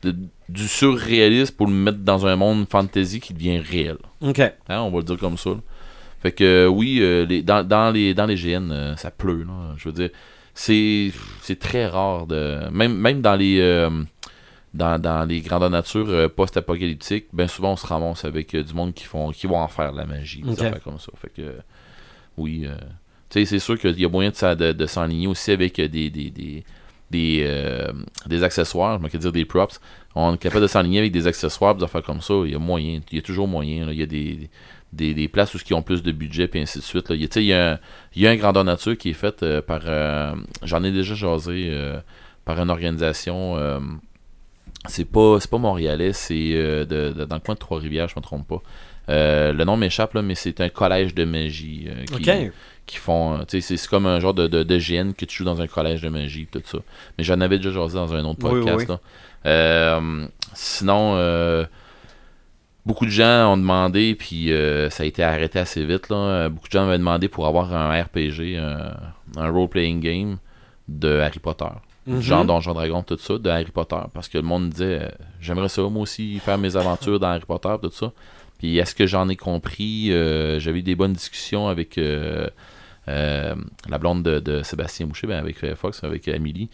S2: De- du surréalisme pour le mettre dans un monde fantasy qui devient réel.
S1: OK.
S2: Hein, on va le dire comme ça. là. Fait que euh, oui, euh, les, dans, dans les, dans les GN, euh, ça pleut. là. je veux dire, c'est c'est très rare. de Même, même dans les euh, dans, dans les grandeurs nature euh, post-apocalyptiques, ben souvent on se ramasse avec euh, du monde qui font qui vont en faire de la magie, des
S1: Ok.
S2: affaires comme ça. Fait que euh, oui, euh, tu sais, c'est sûr qu'il y a moyen de, s'a- de, de s'enligner aussi avec euh, des des, des, des, euh, des accessoires, je m'en vais dire des props. On est capable de s'enligner avec des accessoires, des affaires comme ça. Il y a moyen, il y a toujours moyen. là. Il y a des, des, des places où ils ont plus de budget, puis ainsi de suite. là. Il y a- tu sais, il y a un- il y a un grandeur nature qui est fait euh, par. euh, J'en ai déjà jasé euh, par une organisation. euh, c'est pas, c'est pas montréalais, c'est euh, de- de- dans le coin de Trois-Rivières, je me trompe pas. Euh, le nom m'échappe, là, mais c'est un collège de magie euh, qui,
S1: OK.
S2: qui font. euh, tu sais, c'est c'est comme un genre de, de, de GN que tu joues dans un collège de magie, tout ça. Mais j'en avais déjà jasé dans un autre
S1: Oui, oui, oui.
S2: podcast. là. Euh, sinon, euh, beaucoup de gens ont demandé, puis euh, ça a été arrêté assez vite. Là. Euh, Beaucoup de gens m'avaient demandé pour avoir un RPG, un, un role-playing game de Harry Potter.
S1: Mhm.
S2: Genre Donjon Dragon, tout ça, de Harry Potter. Parce que le monde disait, euh, j'aimerais ça, moi aussi, faire mes aventures dans Harry Potter, tout ça. Puis est-ce que j'en ai compris euh, J'avais eu des bonnes discussions avec euh, euh, la blonde de, de Sébastien Boucher, ben, avec euh, Fox, avec Amélie.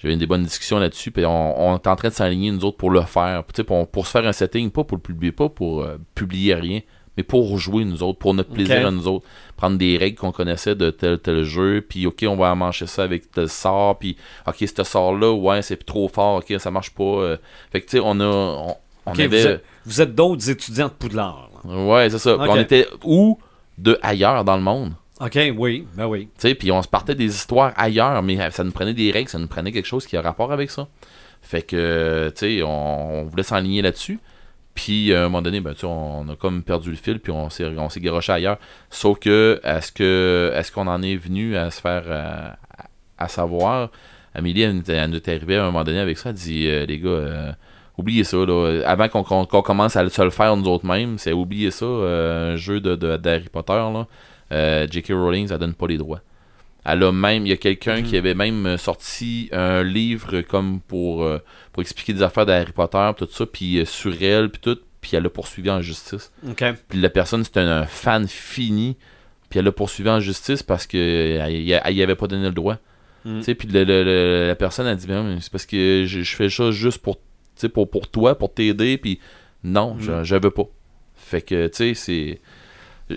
S2: J'avais eu des bonnes discussions là-dessus, puis on, on est en train de s'aligner, nous autres, pour le faire. Tu sais, pour, pour se faire un setting, pas pour le publier, pas pour euh, publier rien, mais pour jouer, nous autres, pour notre plaisir
S1: Ok.
S2: à nous autres. Prendre des règles qu'on connaissait de tel tel jeu, puis OK, on va mancher ça avec tel sort, puis OK, ce sort-là, ouais, c'est trop fort, OK, ça marche pas. euh. Fait que, tu sais, on a... On, on
S1: OK,
S2: avait...
S1: vous êtes, vous êtes d'autres étudiants de Poudlard. là.
S2: Ouais, c'est ça.
S1: Ok.
S2: On était où de ailleurs dans le monde.
S1: OK, oui. Ben oui.
S2: Tu sais, puis on se partait des histoires ailleurs, mais ça nous prenait des règles, ça nous prenait quelque chose qui a rapport avec ça. Fait que, tu sais, on, on voulait s'enligner là-dessus. Puis, à un moment donné, ben, tu sais, on a comme perdu le fil, puis on s'est, on s'est garoché ailleurs. Sauf que, est-ce, que, est-ce qu'on en est venu à se faire, euh, à, à savoir Amélie, elle, nous- elle nous est arrivée à un moment donné avec ça. Elle dit euh, Les gars, euh, oubliez ça. Là. Avant qu'on qu'on- qu'on commence à se le faire nous autres mêmes, c'est oubliez ça. euh, un jeu de, de- d'Harry Potter, là. Euh, J.K. Rowling, ça donne pas les droits. Elle a même, il y a quelqu'un qui avait même euh, sorti un livre comme pour, euh, pour expliquer des affaires d'Harry Potter, pis tout ça, puis euh, sur elle, puis tout, puis elle l'a poursuivi en justice.
S1: OK.
S2: Puis la personne, c'était un, un fan fini, puis elle l'a poursuivi en justice parce que euh, elle, elle- elle y avait pas donné le droit.
S1: Mm.
S2: Tu sais, puis le- le- le- la personne a dit, Ben, mais c'est parce que je, je fais ça juste pour, tu sais, pour, pour toi, pour t'aider, puis non,
S1: Mm.
S2: je, je veux pas. Fait que, tu sais, c'est...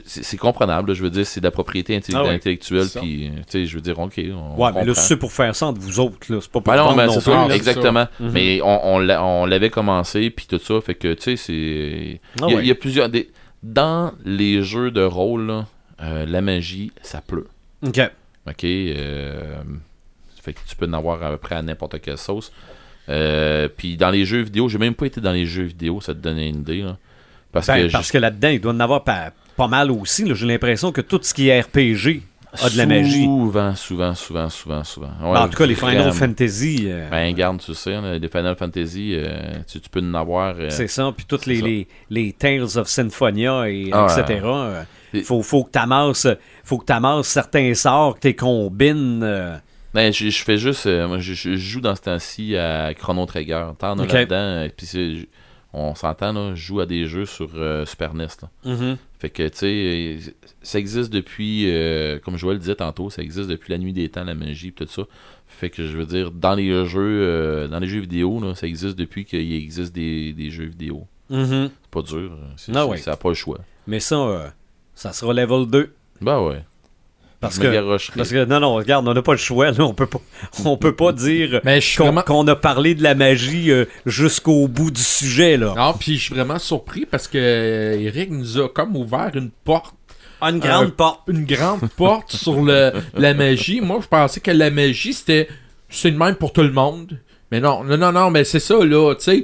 S2: C'est c'est comprenable, là, je veux dire, c'est de la propriété intelli-
S1: Ah ouais.
S2: intellectuelle,
S4: Ça.
S2: puis, euh, tu sais, je veux dire, ok, on
S1: Ouais, mais là,
S2: comprend.
S1: c'est pour faire ça entre vous autres, là. C'est pas pour
S2: Ben non,
S1: vendre
S2: mais
S1: non
S2: c'est
S1: plus,
S2: ça,
S1: là.
S2: exactement.
S1: Mhm.
S2: Mais on, on l'a- on l'avait commencé, puis tout ça, fait que, tu sais, c'est...
S1: Ah
S2: il, y a-
S1: ouais.
S2: il y a plusieurs... Des... Dans les jeux de rôle, là, euh, la magie, ça pleut,
S1: OK.
S2: ok? Euh, Fait que tu peux en avoir à peu près à n'importe quelle sauce. Euh, puis dans les jeux vidéo, j'ai même pas été dans les jeux vidéo, ça te donnait une idée, là. Parce
S1: Ben,
S2: que
S1: parce que là-dedans, il doit en avoir pas, pas mal aussi. là. J'ai l'impression que tout ce qui est RPG a de la magie.
S2: Souvent, souvent, souvent, souvent, souvent. Ouais,
S1: Ben, en tout cas, les Final
S2: vraiment.
S1: Fantasy, euh,
S2: Ben, garde, tu sais, là, les Final Fantasy, euh, tu, tu peux en avoir. euh,
S1: c'est ça. Puis toutes
S2: c'est
S1: les,
S2: ça.
S1: les, les Tales of Symphonia, et,
S2: Ah,
S1: etc. euh,
S2: Et-
S1: faut, faut que t'amasses faut que t'amasses certains sorts, que t'es combines. euh,
S2: Ben, je, je fais juste. euh, moi, je, je joue dans ce temps-ci à Chrono Trigger. T'en as
S1: Ok.
S2: là-dedans. euh, Puis c'est- je- on s'entend, là. Je joue à des jeux sur euh, Super NES. là. Fait que, tu sais, euh, ça existe depuis. euh, comme Joël disait tantôt, ça existe depuis la nuit des temps, la magie, pis tout ça. Fait que je veux dire, dans les jeux, euh, dans les jeux vidéo, là, ça existe depuis qu'il existe des, des jeux vidéo.
S1: Mhm.
S2: C'est pas dur. hein. C'est-
S1: Ah
S2: c'est-
S1: ouais.
S2: Ça n'a pas le choix.
S1: Mais ça, euh, ça sera level 2.
S2: Ben ouais.
S1: Parce
S2: Je me
S1: que,
S2: garocherais.
S1: parce que, non, non, regarde, on n'a pas le choix. Là, on peut pas, on peut pas dire
S4: Mais je suis
S1: qu'on
S4: vraiment.
S1: qu'on a parlé de la magie euh, jusqu'au bout du sujet. Là.
S4: Non, puis je suis vraiment surpris parce que euh, Eric nous a comme ouvert une porte,
S2: Ah,
S1: Une grande
S4: Euh,
S1: porte.
S4: une grande porte sur le, la magie. Moi, je pensais que la magie, c'était c'est le même pour tout le monde. Mais non, non, non, non, mais c'est ça, là, tu sais.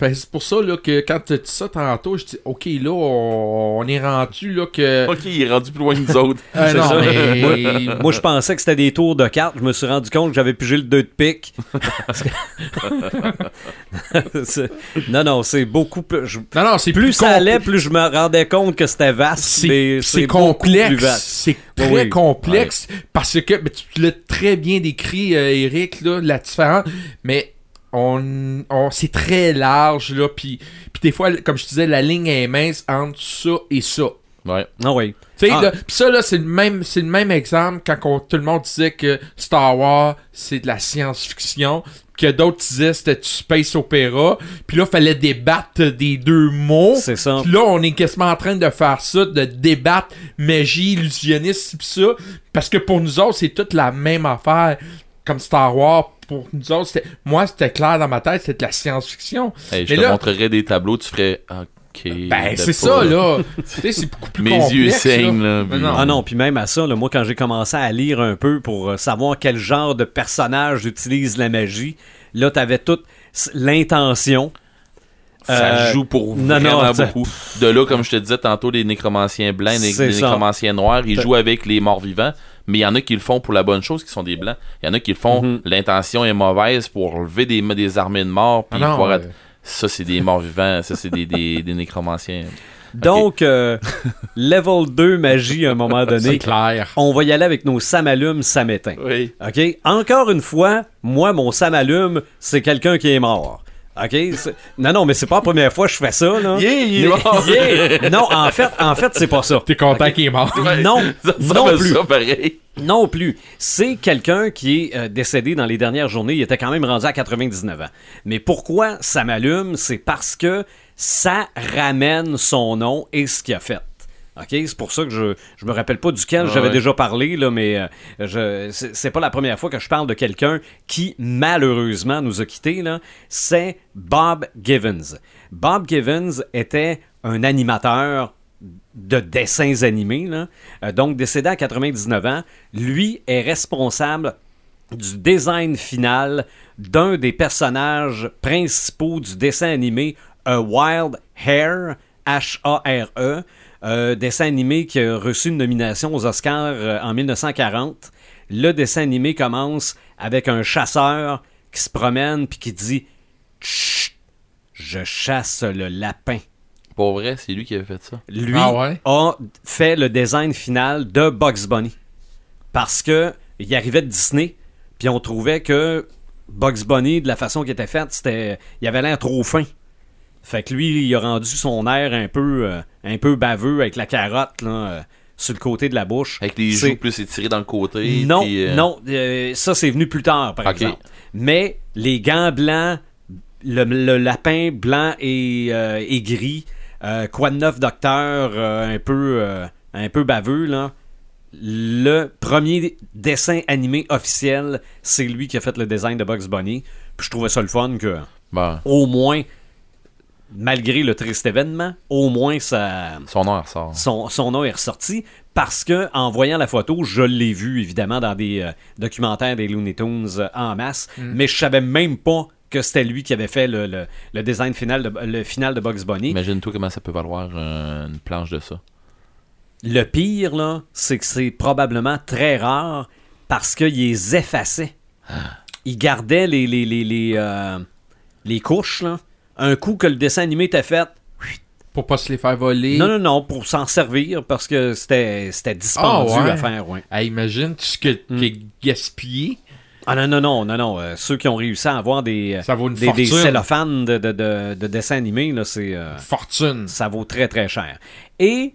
S4: Fait, C'est pour ça là, que quand tu dis ça tantôt, je dis OK, là, on, on est rendu là que.
S2: Ok, il est rendu plus loin que nous autres.
S4: Euh, non,
S1: ça.
S4: mais-
S1: Moi, je pensais que c'était des tours de cartes. Je me suis rendu compte que j'avais pigé le 2 de pique. Parce que- C'est- non, non, c'est beaucoup plus. je-
S4: non, non, c'est
S1: Plus
S4: plus
S1: ça
S4: compl-
S1: allait, plus je me rendais compte que c'était vaste. mais
S4: C'est c'est
S1: beaucoup plus
S4: complexe.
S1: vaste.
S4: C'est
S1: Oui,
S4: très
S1: oui.
S4: complexe parce que ben, tu l'as très bien décrit, euh, Eric, là, la différence. Mais on, on c'est très large là, puis puis des fois, comme je disais, la ligne est mince entre ça et ça.
S2: Ouais.
S1: Non, oui.
S4: Tu sais,
S1: Ah.
S4: là, pis ça, là, c'est le même, c'est le même exemple quand on- tout le monde disait que Star Wars, c'est de la science-fiction, que d'autres disaient c'était du space opéra, puis là, fallait débattre des deux mots.
S1: C'est ça.
S4: Puis là, on est quasiment en train de faire ça, de débattre magie, illusionniste, pis ça, parce que pour nous autres, c'est toute la même affaire, comme Star Wars. Pour nous autres, c'était- moi, c'était clair dans ma tête, c'était de la science-fiction.
S2: Hey, je
S4: Mais
S2: te
S4: là-
S2: montrerais des tableaux, tu ferais OK.
S4: Ben,
S2: t'as
S4: c'est ça,
S2: pas-
S4: là. tu sais, c'est beaucoup plus
S2: Mes
S4: complexe.
S2: yeux
S4: là.
S2: saignent, là.
S4: Mais
S2: puis-
S4: non.
S1: Ah non, puis même à ça, là, moi, quand j'ai commencé à lire un peu pour euh, savoir quel genre de personnage utilise la magie, là, t'avais toute s- l'intention.
S2: Ça
S1: Euh,
S2: joue pour
S1: non, non,
S2: vraiment
S1: ça-
S2: beaucoup. De là, comme je te disais tantôt, les nécromanciens blancs, les,
S1: C'est
S2: les
S1: ça.
S2: nécromanciens noirs, ils
S1: T'as-
S2: jouent avec les morts vivants. Mais il y en a qui le font pour la bonne chose, qui sont des blancs. Il y en a qui le font,
S1: Mhm.
S2: l'intention est mauvaise pour lever des, des armées de morts.
S4: Ah
S2: Puis
S4: non,
S2: pouvoir
S4: euh,
S2: être- Ça, c'est des morts vivants. Ça, c'est des, des, des nécromanciens.
S1: Donc, euh, level 2 magie à un moment
S4: c'est
S1: donné.
S4: clair.
S1: On va y aller avec nos samalumes samétins.
S2: Oui.
S1: OK? Encore une fois, moi, mon samalume, c'est quelqu'un qui est mort. OK? C'est- Non, non, mais c'est pas la première fois que je fais ça, là.
S2: il est
S1: Mais-
S2: mort.
S1: Yeah! Non, en fait, en fait, c'est pas ça.
S4: T'es content qu'il est mort.
S1: Non,
S2: Ça
S1: non
S2: ressemble à
S1: plus.
S2: ça, pareil.
S1: Non plus. C'est quelqu'un qui est euh, décédé dans les dernières journées. Il était quand même rendu à 99 ans. Mais pourquoi ça m'allume? C'est parce que ça ramène son nom et ce qu'il a fait. OK? C'est pour ça que je, je me rappelle pas duquel.
S2: Ah
S1: J'avais
S2: ouais.
S1: déjà parlé, là, mais euh, je, c'est, c'est pas la première fois que je parle de quelqu'un qui, malheureusement, nous a quittés. Là. C'est Bob Givens. Bob Givens était un animateur de dessins animés, là. Euh, donc décédé à 99 ans, lui est responsable du design final d'un des personnages principaux du dessin animé A Wild Hair, H-A-R-E, euh, dessin animé qui a reçu une nomination aux Oscars euh, en 1940. Le dessin animé commence avec un chasseur qui se promène puis qui dit Chut, je chasse le lapin.
S2: Pour vrai, c'est lui qui avait fait ça.
S1: Lui
S4: Ah ouais?
S1: a fait le design final de Bugs Bunny parce que il arrivait de Disney puis on trouvait que Bugs Bunny de la façon qu'il était faite, c'était il avait l'air trop fin. Fait que lui, il a rendu son air un peu euh, un peu baveux avec la carotte là, euh, sur le côté de la bouche.
S2: Avec les
S1: C'est-
S2: joues plus étirées dans le côté.
S1: non,
S2: puis, euh,
S1: non, euh, ça c'est venu plus tard, par
S2: Ok.
S1: exemple. Mais les gants blancs, le, le lapin blanc et, euh, et gris, euh, quoi de neuf docteur, euh, un peu euh, un peu baveux là. Le premier dessin animé officiel, c'est lui qui a fait le design de Bugs Bunny. Puis je trouvais ça le fun que
S2: Ben,
S1: au moins, malgré le triste événement, au moins ça
S2: son nom, elle ressort.
S1: son, son nom est ressorti parce que en voyant la photo, je l'ai vu évidemment dans des euh, documentaires des Looney Tunes euh, en masse, mais je savais même pas que c'était lui qui avait fait le, le- le design final de le final de Bugs Bunny.
S2: Imagine-toi comment ça peut valoir euh, une planche de ça.
S1: Le pire là, c'est que c'est probablement très rare parce qu'il les effaçait.
S4: Ah.
S1: Il gardait les les, les, les, euh, les couches là. Un coup que le dessin animé était fait,
S4: Pour pas se les faire voler.
S1: non non non, pour s'en servir parce que c'était c'était dispendieux
S4: Ah ouais.
S1: à faire, ouais.
S4: Hey, imagine tout ce que
S2: Hmm.
S4: qui est gaspillé.
S1: Ah non, non, non, non, non. euh, ceux qui ont réussi à avoir des, euh,
S4: Ça vaut une
S1: des, des
S4: fortune.
S1: cellophanes de, de, de- de dessins animés, là, c'est, euh,
S4: Fortune.
S1: ça vaut très, très cher. Et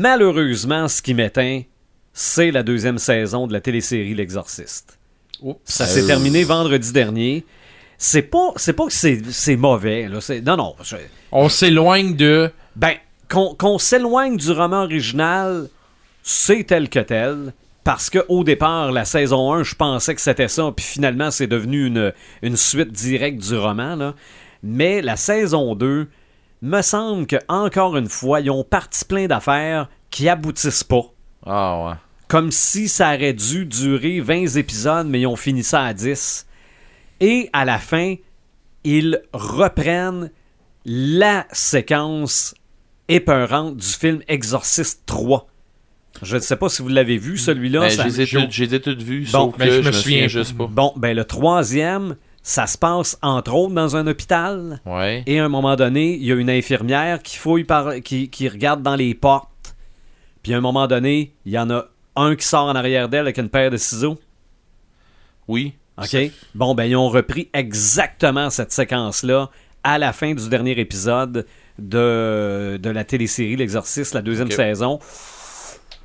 S1: malheureusement, ce qui m'éteint, c'est la deuxième saison de la télésérie L'Exorciste.
S4: Oups.
S1: Ça s'est
S2: Euh.
S1: terminé vendredi dernier. C'est pas, c'est pas que c'est, c'est mauvais. Là, c'est, non, non. je-
S4: On s'éloigne de.
S1: ben, qu'on qu'on s'éloigne du roman original, c'est tel que tel. Parce que au départ, la saison 1, je pensais que c'était ça, puis finalement, c'est devenu une, une suite directe du roman. là. Mais la saison 2, me semble que encore une fois, ils ont parti plein d'affaires qui aboutissent pas.
S2: Ah ouais.
S1: Comme si ça aurait dû durer 20 épisodes, mais ils ont fini ça à 10. Et à la fin, ils reprennent la séquence épeurante du film Exorciste 3. Je ne sais pas si vous l'avez vu, celui-là.
S2: Ben,
S1: ça-
S2: je les ai toutes- je les ai toutes vues,
S1: Bon,
S2: sauf
S4: ben,
S2: que
S4: je
S2: je me
S4: me
S2: souviens
S4: souviens
S2: juste pas.
S1: Bon, ben le troisième, ça se passe entre autres dans un hôpital.
S2: Ouais.
S1: Et à un moment donné, il y a une infirmière qui fouille par, qui, qui regarde dans les portes. Puis à un moment donné, il y en a un qui sort en arrière d'elle avec une paire de ciseaux.
S2: Oui.
S1: OK? Bon, ben, ils ont repris exactement cette séquence-là à la fin du dernier épisode de, de la télésérie L'Exorciste, la deuxième
S2: OK.
S1: saison.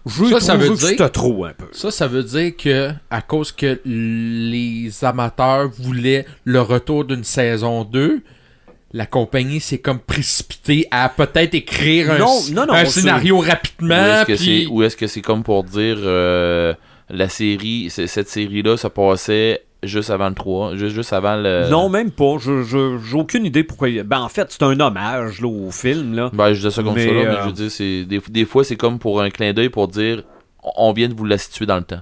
S1: Je
S4: Ça, ça
S1: trouve
S4: veut
S1: que
S4: dire-
S1: c'était trop un peu.
S4: Ça, ça veut dire que à cause que les amateurs voulaient le retour d'une saison 2, la compagnie s'est comme précipitée à peut-être écrire un,
S1: Non,
S4: sc-
S1: non, non,
S4: un
S1: on se-
S4: scénario
S2: Ou
S4: rapidement.
S2: est-ce que
S4: puis-
S2: c'est ou est-ce que c'est comme pour dire euh, la série, c- cette série-là, ça passait juste avant le 3, juste, juste avant le.
S4: Euh.
S1: Non, même pas. Je, je- j'ai aucune idée pourquoi. il- Ben, en fait, c'est un hommage là, au film. Là.
S2: Ben, je dis ça comme
S1: Mais,
S2: ça, là, mais
S1: euh,
S2: je veux dire, c'est, des, des fois, c'est comme pour un clin d'œil pour dire on on vient de vous la situer dans le temps.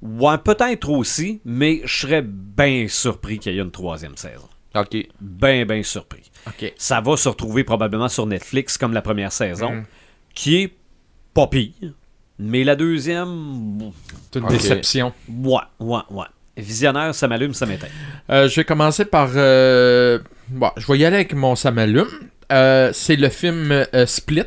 S1: Ouais, peut-être aussi, mais je serais bien surpris qu'il y ait une troisième saison.
S2: Ok.
S1: Bien, bien surpris.
S4: Ok.
S1: Ça va se retrouver probablement sur Netflix comme la première saison,
S4: Mm.
S1: qui est pas pire. Mais la deuxième,
S4: C'est une
S2: Ok.
S4: déception.
S1: Ouais, ouais, ouais. Visionnaire, ça m'allume, ça m'éteint.
S4: Euh, je vais commencer par. euh, Bon, je vais y aller avec mon Samalume. Euh, c'est le film euh, Split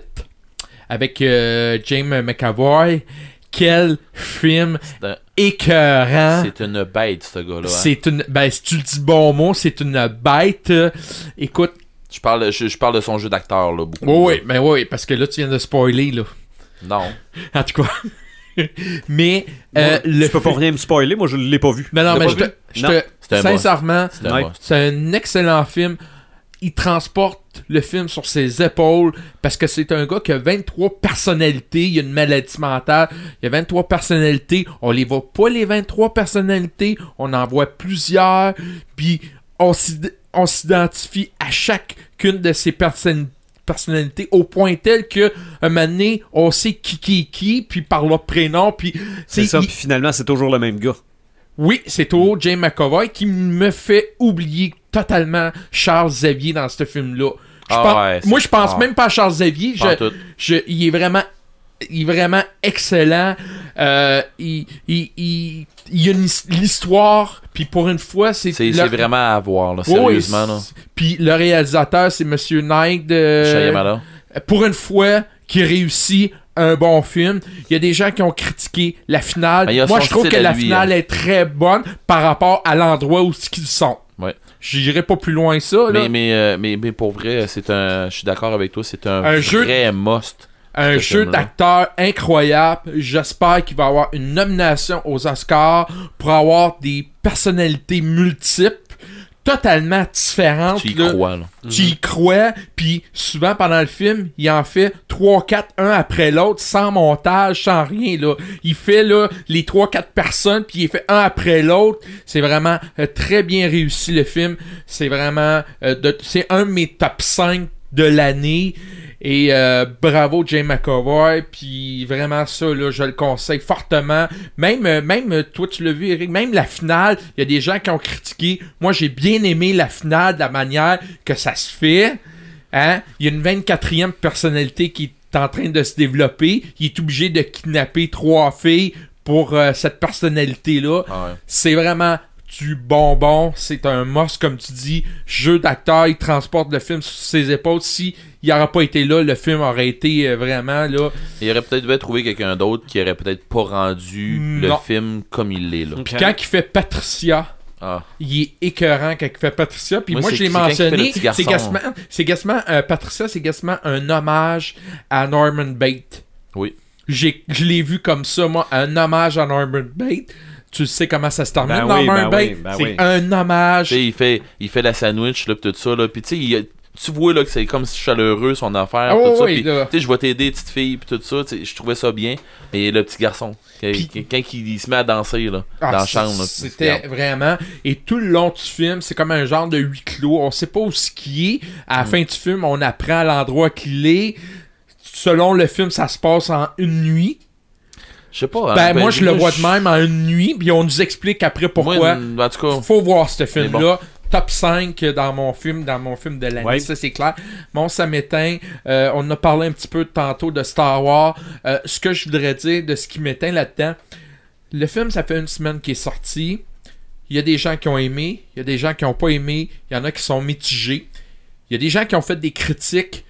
S4: avec euh, James McAvoy. Quel film
S2: C'est, un-
S4: écœurant!
S2: c'est une bête, ce gars-là. hein.
S4: Hein? C'est une. Ben, si tu le dis bon mot, c'est une bête. Euh, Écoute,
S2: Je, parle, je, je parle de son jeu d'acteur, là, beaucoup.
S4: oui, oui, ben oui, parce que là, tu viens de spoiler, là.
S2: Non.
S4: En tout cas. mais, euh,
S1: Moi,
S4: le.
S1: tu peux pas
S4: fi-
S1: venir me spoiler, moi je l'ai pas vu.
S4: Ben non,
S2: Tu l'as
S4: mais
S2: pas
S4: je te.
S2: vu?
S4: je
S1: Non.
S4: te-
S2: C'est un boss.
S4: sincèrement,
S2: C'est un
S1: Ouais.
S2: must.
S4: c'est un excellent film. Il transporte le film sur ses épaules parce que c'est un gars qui a 23 personnalités. Il a une maladie mentale. Il a 23 personnalités. On les voit pas les 23 personnalités. On en voit plusieurs. Puis on s'id- on s'identifie à chacune de ces personnes personnalités au point tel que un moment donné, on sait qui qui est qui puis par leur prénom puis
S1: C'est
S4: tu sais,
S1: ça,
S4: il-
S1: puis finalement c'est toujours le même gars.
S4: oui, c'est au James McAvoy qui me fait oublier totalement Charles Xavier dans ce film-là. Je
S2: Ah
S4: pense-
S2: ouais, c'est-
S4: moi, je pense
S2: ah.
S4: même pas à Charles Xavier.
S2: Pas en
S4: Je,
S2: tout.
S4: je- il est vraiment il est vraiment excellent. Euh, il, il, il, il y a une his- l'histoire, puis pour une fois, c'est.
S2: C'est
S4: le-
S2: c'est vraiment à voir, là,
S4: Oui,
S2: sérieusement. là.
S4: c'est- Puis le réalisateur, c'est Monsieur euh, Nike de.
S2: Shyamala.
S4: pour une fois, qui réussit un bon film. Il y a des gens qui ont critiqué la finale.
S2: Ben, il y a
S4: Moi,
S2: son
S4: je trouve
S2: style
S4: que
S2: à
S4: la
S2: lui,
S4: finale
S2: hein.
S4: est très bonne par rapport à l'endroit où ils sont.
S2: Ouais.
S4: J'irai pas plus loin que ça. Là.
S2: Mais, mais, euh, mais, mais pour vrai, c'est un. Je suis d'accord avec toi, c'est un,
S4: Un
S2: vrai
S4: jeu-
S2: must.
S4: Un
S2: ce
S4: jeu
S2: film-là.
S4: d'acteurs incroyable. J'espère qu'il va avoir une nomination aux Oscars pour avoir des personnalités multiples, totalement différentes.
S2: Tu y
S4: là.
S2: crois, là.
S4: Tu y crois, puis souvent pendant le film, il en fait 3, 4, un après l'autre, sans montage, sans rien. Là. Il fait là, les 3, 4 personnes, puis il fait un après l'autre. C'est vraiment euh, très bien réussi le film. C'est vraiment. euh, de- c'est un de mes top 5 de l'année. Et euh, bravo Jay McAvoy, puis vraiment ça, là, je le conseille fortement. Même, euh, même euh, toi, tu l'as vu, Eric, même la finale, il y a des gens qui ont critiqué. Moi, j'ai bien aimé la finale, de la manière que ça se fait. Hein? Il y a une 24e personnalité qui est en train de se développer. Il est obligé de kidnapper trois filles pour euh, cette personnalité-là.
S2: Ah ouais.
S4: C'est vraiment du bonbon. C'est un must, comme tu dis. Jeu d'acteur, il transporte le film sur ses épaules. Si il n'aurait pas été là, le film aurait été euh, vraiment là.
S2: Il aurait peut-être dû trouver quelqu'un d'autre qui aurait peut-être pas rendu le
S4: Non. Mm.
S2: film comme il l'est, là.
S1: Ok.
S4: Quand il fait Patricia,
S2: Ah.
S4: il est écœurant quand il fait Patricia. Puis
S2: Moi,
S4: moi,
S2: c'est-
S4: je l'ai
S2: c'est quand il fait le
S4: mentionné.
S2: petit garçon.
S4: C'est gasement, c'est gasement, euh, Patricia, c'est gasement un hommage à Norman Bates.
S2: Oui.
S4: J'ai, je l'ai vu comme ça, moi, un hommage à Norman Bates. Tu sais comment ça se termine,
S1: Ben oui, ben
S4: Norman Bates.
S1: oui, ben
S4: c'est
S1: oui.
S4: un hommage.
S2: Tu sais, il fait, il fait la sandwich, là, pis tout ça, là. Puis tu sais, il- tu vois, là, que c'est comme chaleureux, son affaire,
S4: Oh,
S2: tout ça.
S4: oui,
S2: Puis,
S4: là.
S2: tu sais, je vais t'aider, petite fille, puis tout ça. Tu sais, je trouvais ça bien. Et le petit garçon, quand,
S4: Puis-
S2: quand- quand il, se met à danser, là,
S4: Ah,
S2: dans la
S4: c-
S2: chambre, là, puis tu
S4: C'était
S2: regardes.
S4: vraiment. Et tout le long du film, c'est comme un genre de huis clos. On sait pas où ce qui est. À la
S2: Mm.
S4: fin du film, on apprend à l'endroit qu'il est. Selon le film, ça se passe en une nuit.
S2: Je sais pas. hein,
S4: ben, moi, je le vois
S2: je-
S4: de même en une nuit. Puis on nous explique après pourquoi.
S2: Moi, en tout cas,
S4: Faut voir ce film-là.
S2: bon.
S4: Top 5 dans mon film, dans mon film de l'année,
S1: Ouais.
S4: ça c'est clair. Mon m'éteint, euh, on a parlé un petit peu tantôt de Star Wars. Euh, ce que je voudrais dire de ce qui m'éteint là-dedans, le film, ça fait une semaine qu'il est sorti. Il y a des gens qui ont aimé, il y a des gens qui n'ont pas aimé, il y en a qui sont mitigés. Il y a des gens qui ont fait des critiques,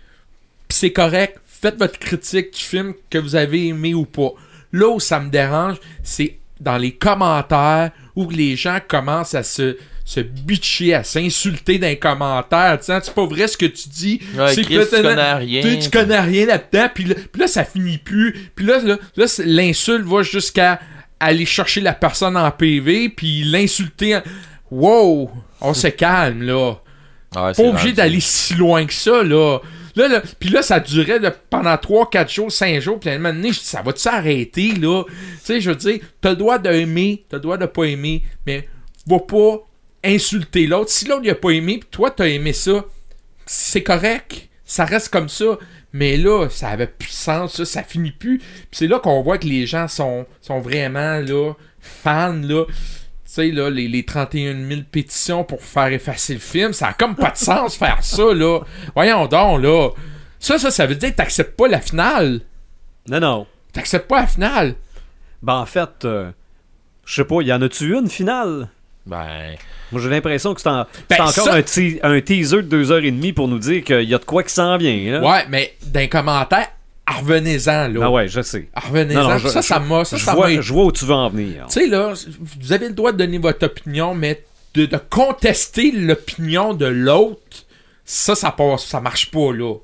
S4: puis c'est correct. Faites votre critique du film que vous avez aimé ou pas. Là où ça me dérange, c'est dans les commentaires où les gens commencent à se, se bitcher, à s'insulter dans les commentaires, disant c'est pas vrai ce que tu dis,
S2: Ouais,
S4: c'est
S2: Chris, tu
S4: prétendant-
S2: connais rien.
S4: tu sais, tu connais rien là-dedans, puis là, puis là, ça finit plus. Puis là, là, là, c'est- l'insulte va jusqu'à aller chercher la personne en PV, puis l'insulter. en- Wow! On se calme, là.
S2: ouais, c'est
S4: Pas obligé
S2: rendu.
S4: d'aller si loin que ça, là. Là, là, puis là, ça durait là, pendant 3, 4 jours, 5 jours, puis à un moment donné, je dis, ça va-tu s'arrêter, là? Tu sais, je veux dire, t'as le droit d'aimer, t'as le droit de pas aimer, mais va pas insulter l'autre. Si l'autre, il a pas aimé, puis toi, t'as aimé ça, c'est correct, ça reste comme ça. Mais là, ça avait plus de sens, ça, ça finit plus. Puis c'est là qu'on voit que les gens sont, sont vraiment, là, fans, là. Tu sais, là, les, les 31 000 pétitions pour faire effacer le film, ça a comme pas de sens faire ça, là. Voyons donc, là. Ça, ça, ça veut dire que t'acceptes pas la finale.
S1: Non, non.
S4: T'acceptes pas la finale.
S1: Ben, en fait, euh, je sais pas, y en a-tu une finale?
S2: Ben,
S1: Moi, j'ai l'impression que c'est en-
S4: Ben,
S1: c'est encore
S4: ça-
S1: un, te- un teaser de deux heures et demie pour nous dire qu'il y a de quoi qui s'en vient. Là.
S4: Ouais, mais d'un commentaire, revenez-en, là.
S1: Ah ouais, je sais.
S4: Revenez-en.
S1: Non, non, je-
S4: ça, ça m'a. Ça,
S1: je,
S4: ça
S1: vois,
S4: m'a
S1: je vois où tu veux en venir.
S4: Tu sais, là, vous avez le droit de donner votre opinion, mais de, de contester l'opinion de l'autre, ça, ça passe, ça marche pas, là.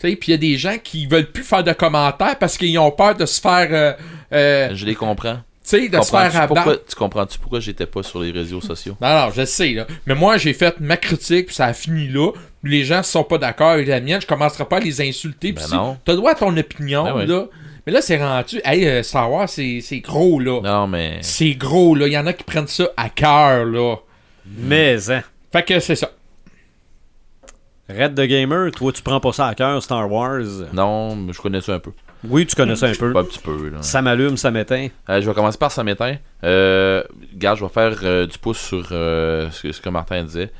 S4: Tu sais, puis il y a des gens qui veulent plus faire de commentaires parce qu'ils ont peur de se faire. euh, euh, tu
S2: je les comprends.
S4: sais, de se
S2: Comprends-tu
S4: faire abattre.
S2: pourquoi- tu comprends-tu pourquoi j'étais pas sur les réseaux sociaux?
S4: Non, non, je sais, là. Mais moi, j'ai fait ma critique, puis ça a fini là. Les gens sont pas d'accord avec la mienne, je commencerai pas à les insulter.
S2: Ben
S4: Puis
S2: non.
S4: si, t'as droit à ton opinion,
S2: Ben ouais.
S4: là. Mais là, c'est rendu. Hey, euh, Star Wars, c'est c'est gros, là.
S2: Non, mais.
S4: C'est gros, là. Il y en a qui prennent ça à cœur, là.
S1: Mais, hein,
S4: Fait que c'est ça.
S1: Red the Gamer, toi, tu prends pas ça à cœur, Star Wars.
S2: Non, mais je connais ça un peu.
S1: Oui, tu connais ça un peu.
S2: Pas un petit peu, là.
S1: Ça m'allume, ça m'éteint.
S2: Euh, je vais commencer par Samétain. Euh, regarde, je vais faire euh, du pouce sur euh, ce, que, ce que Martin disait.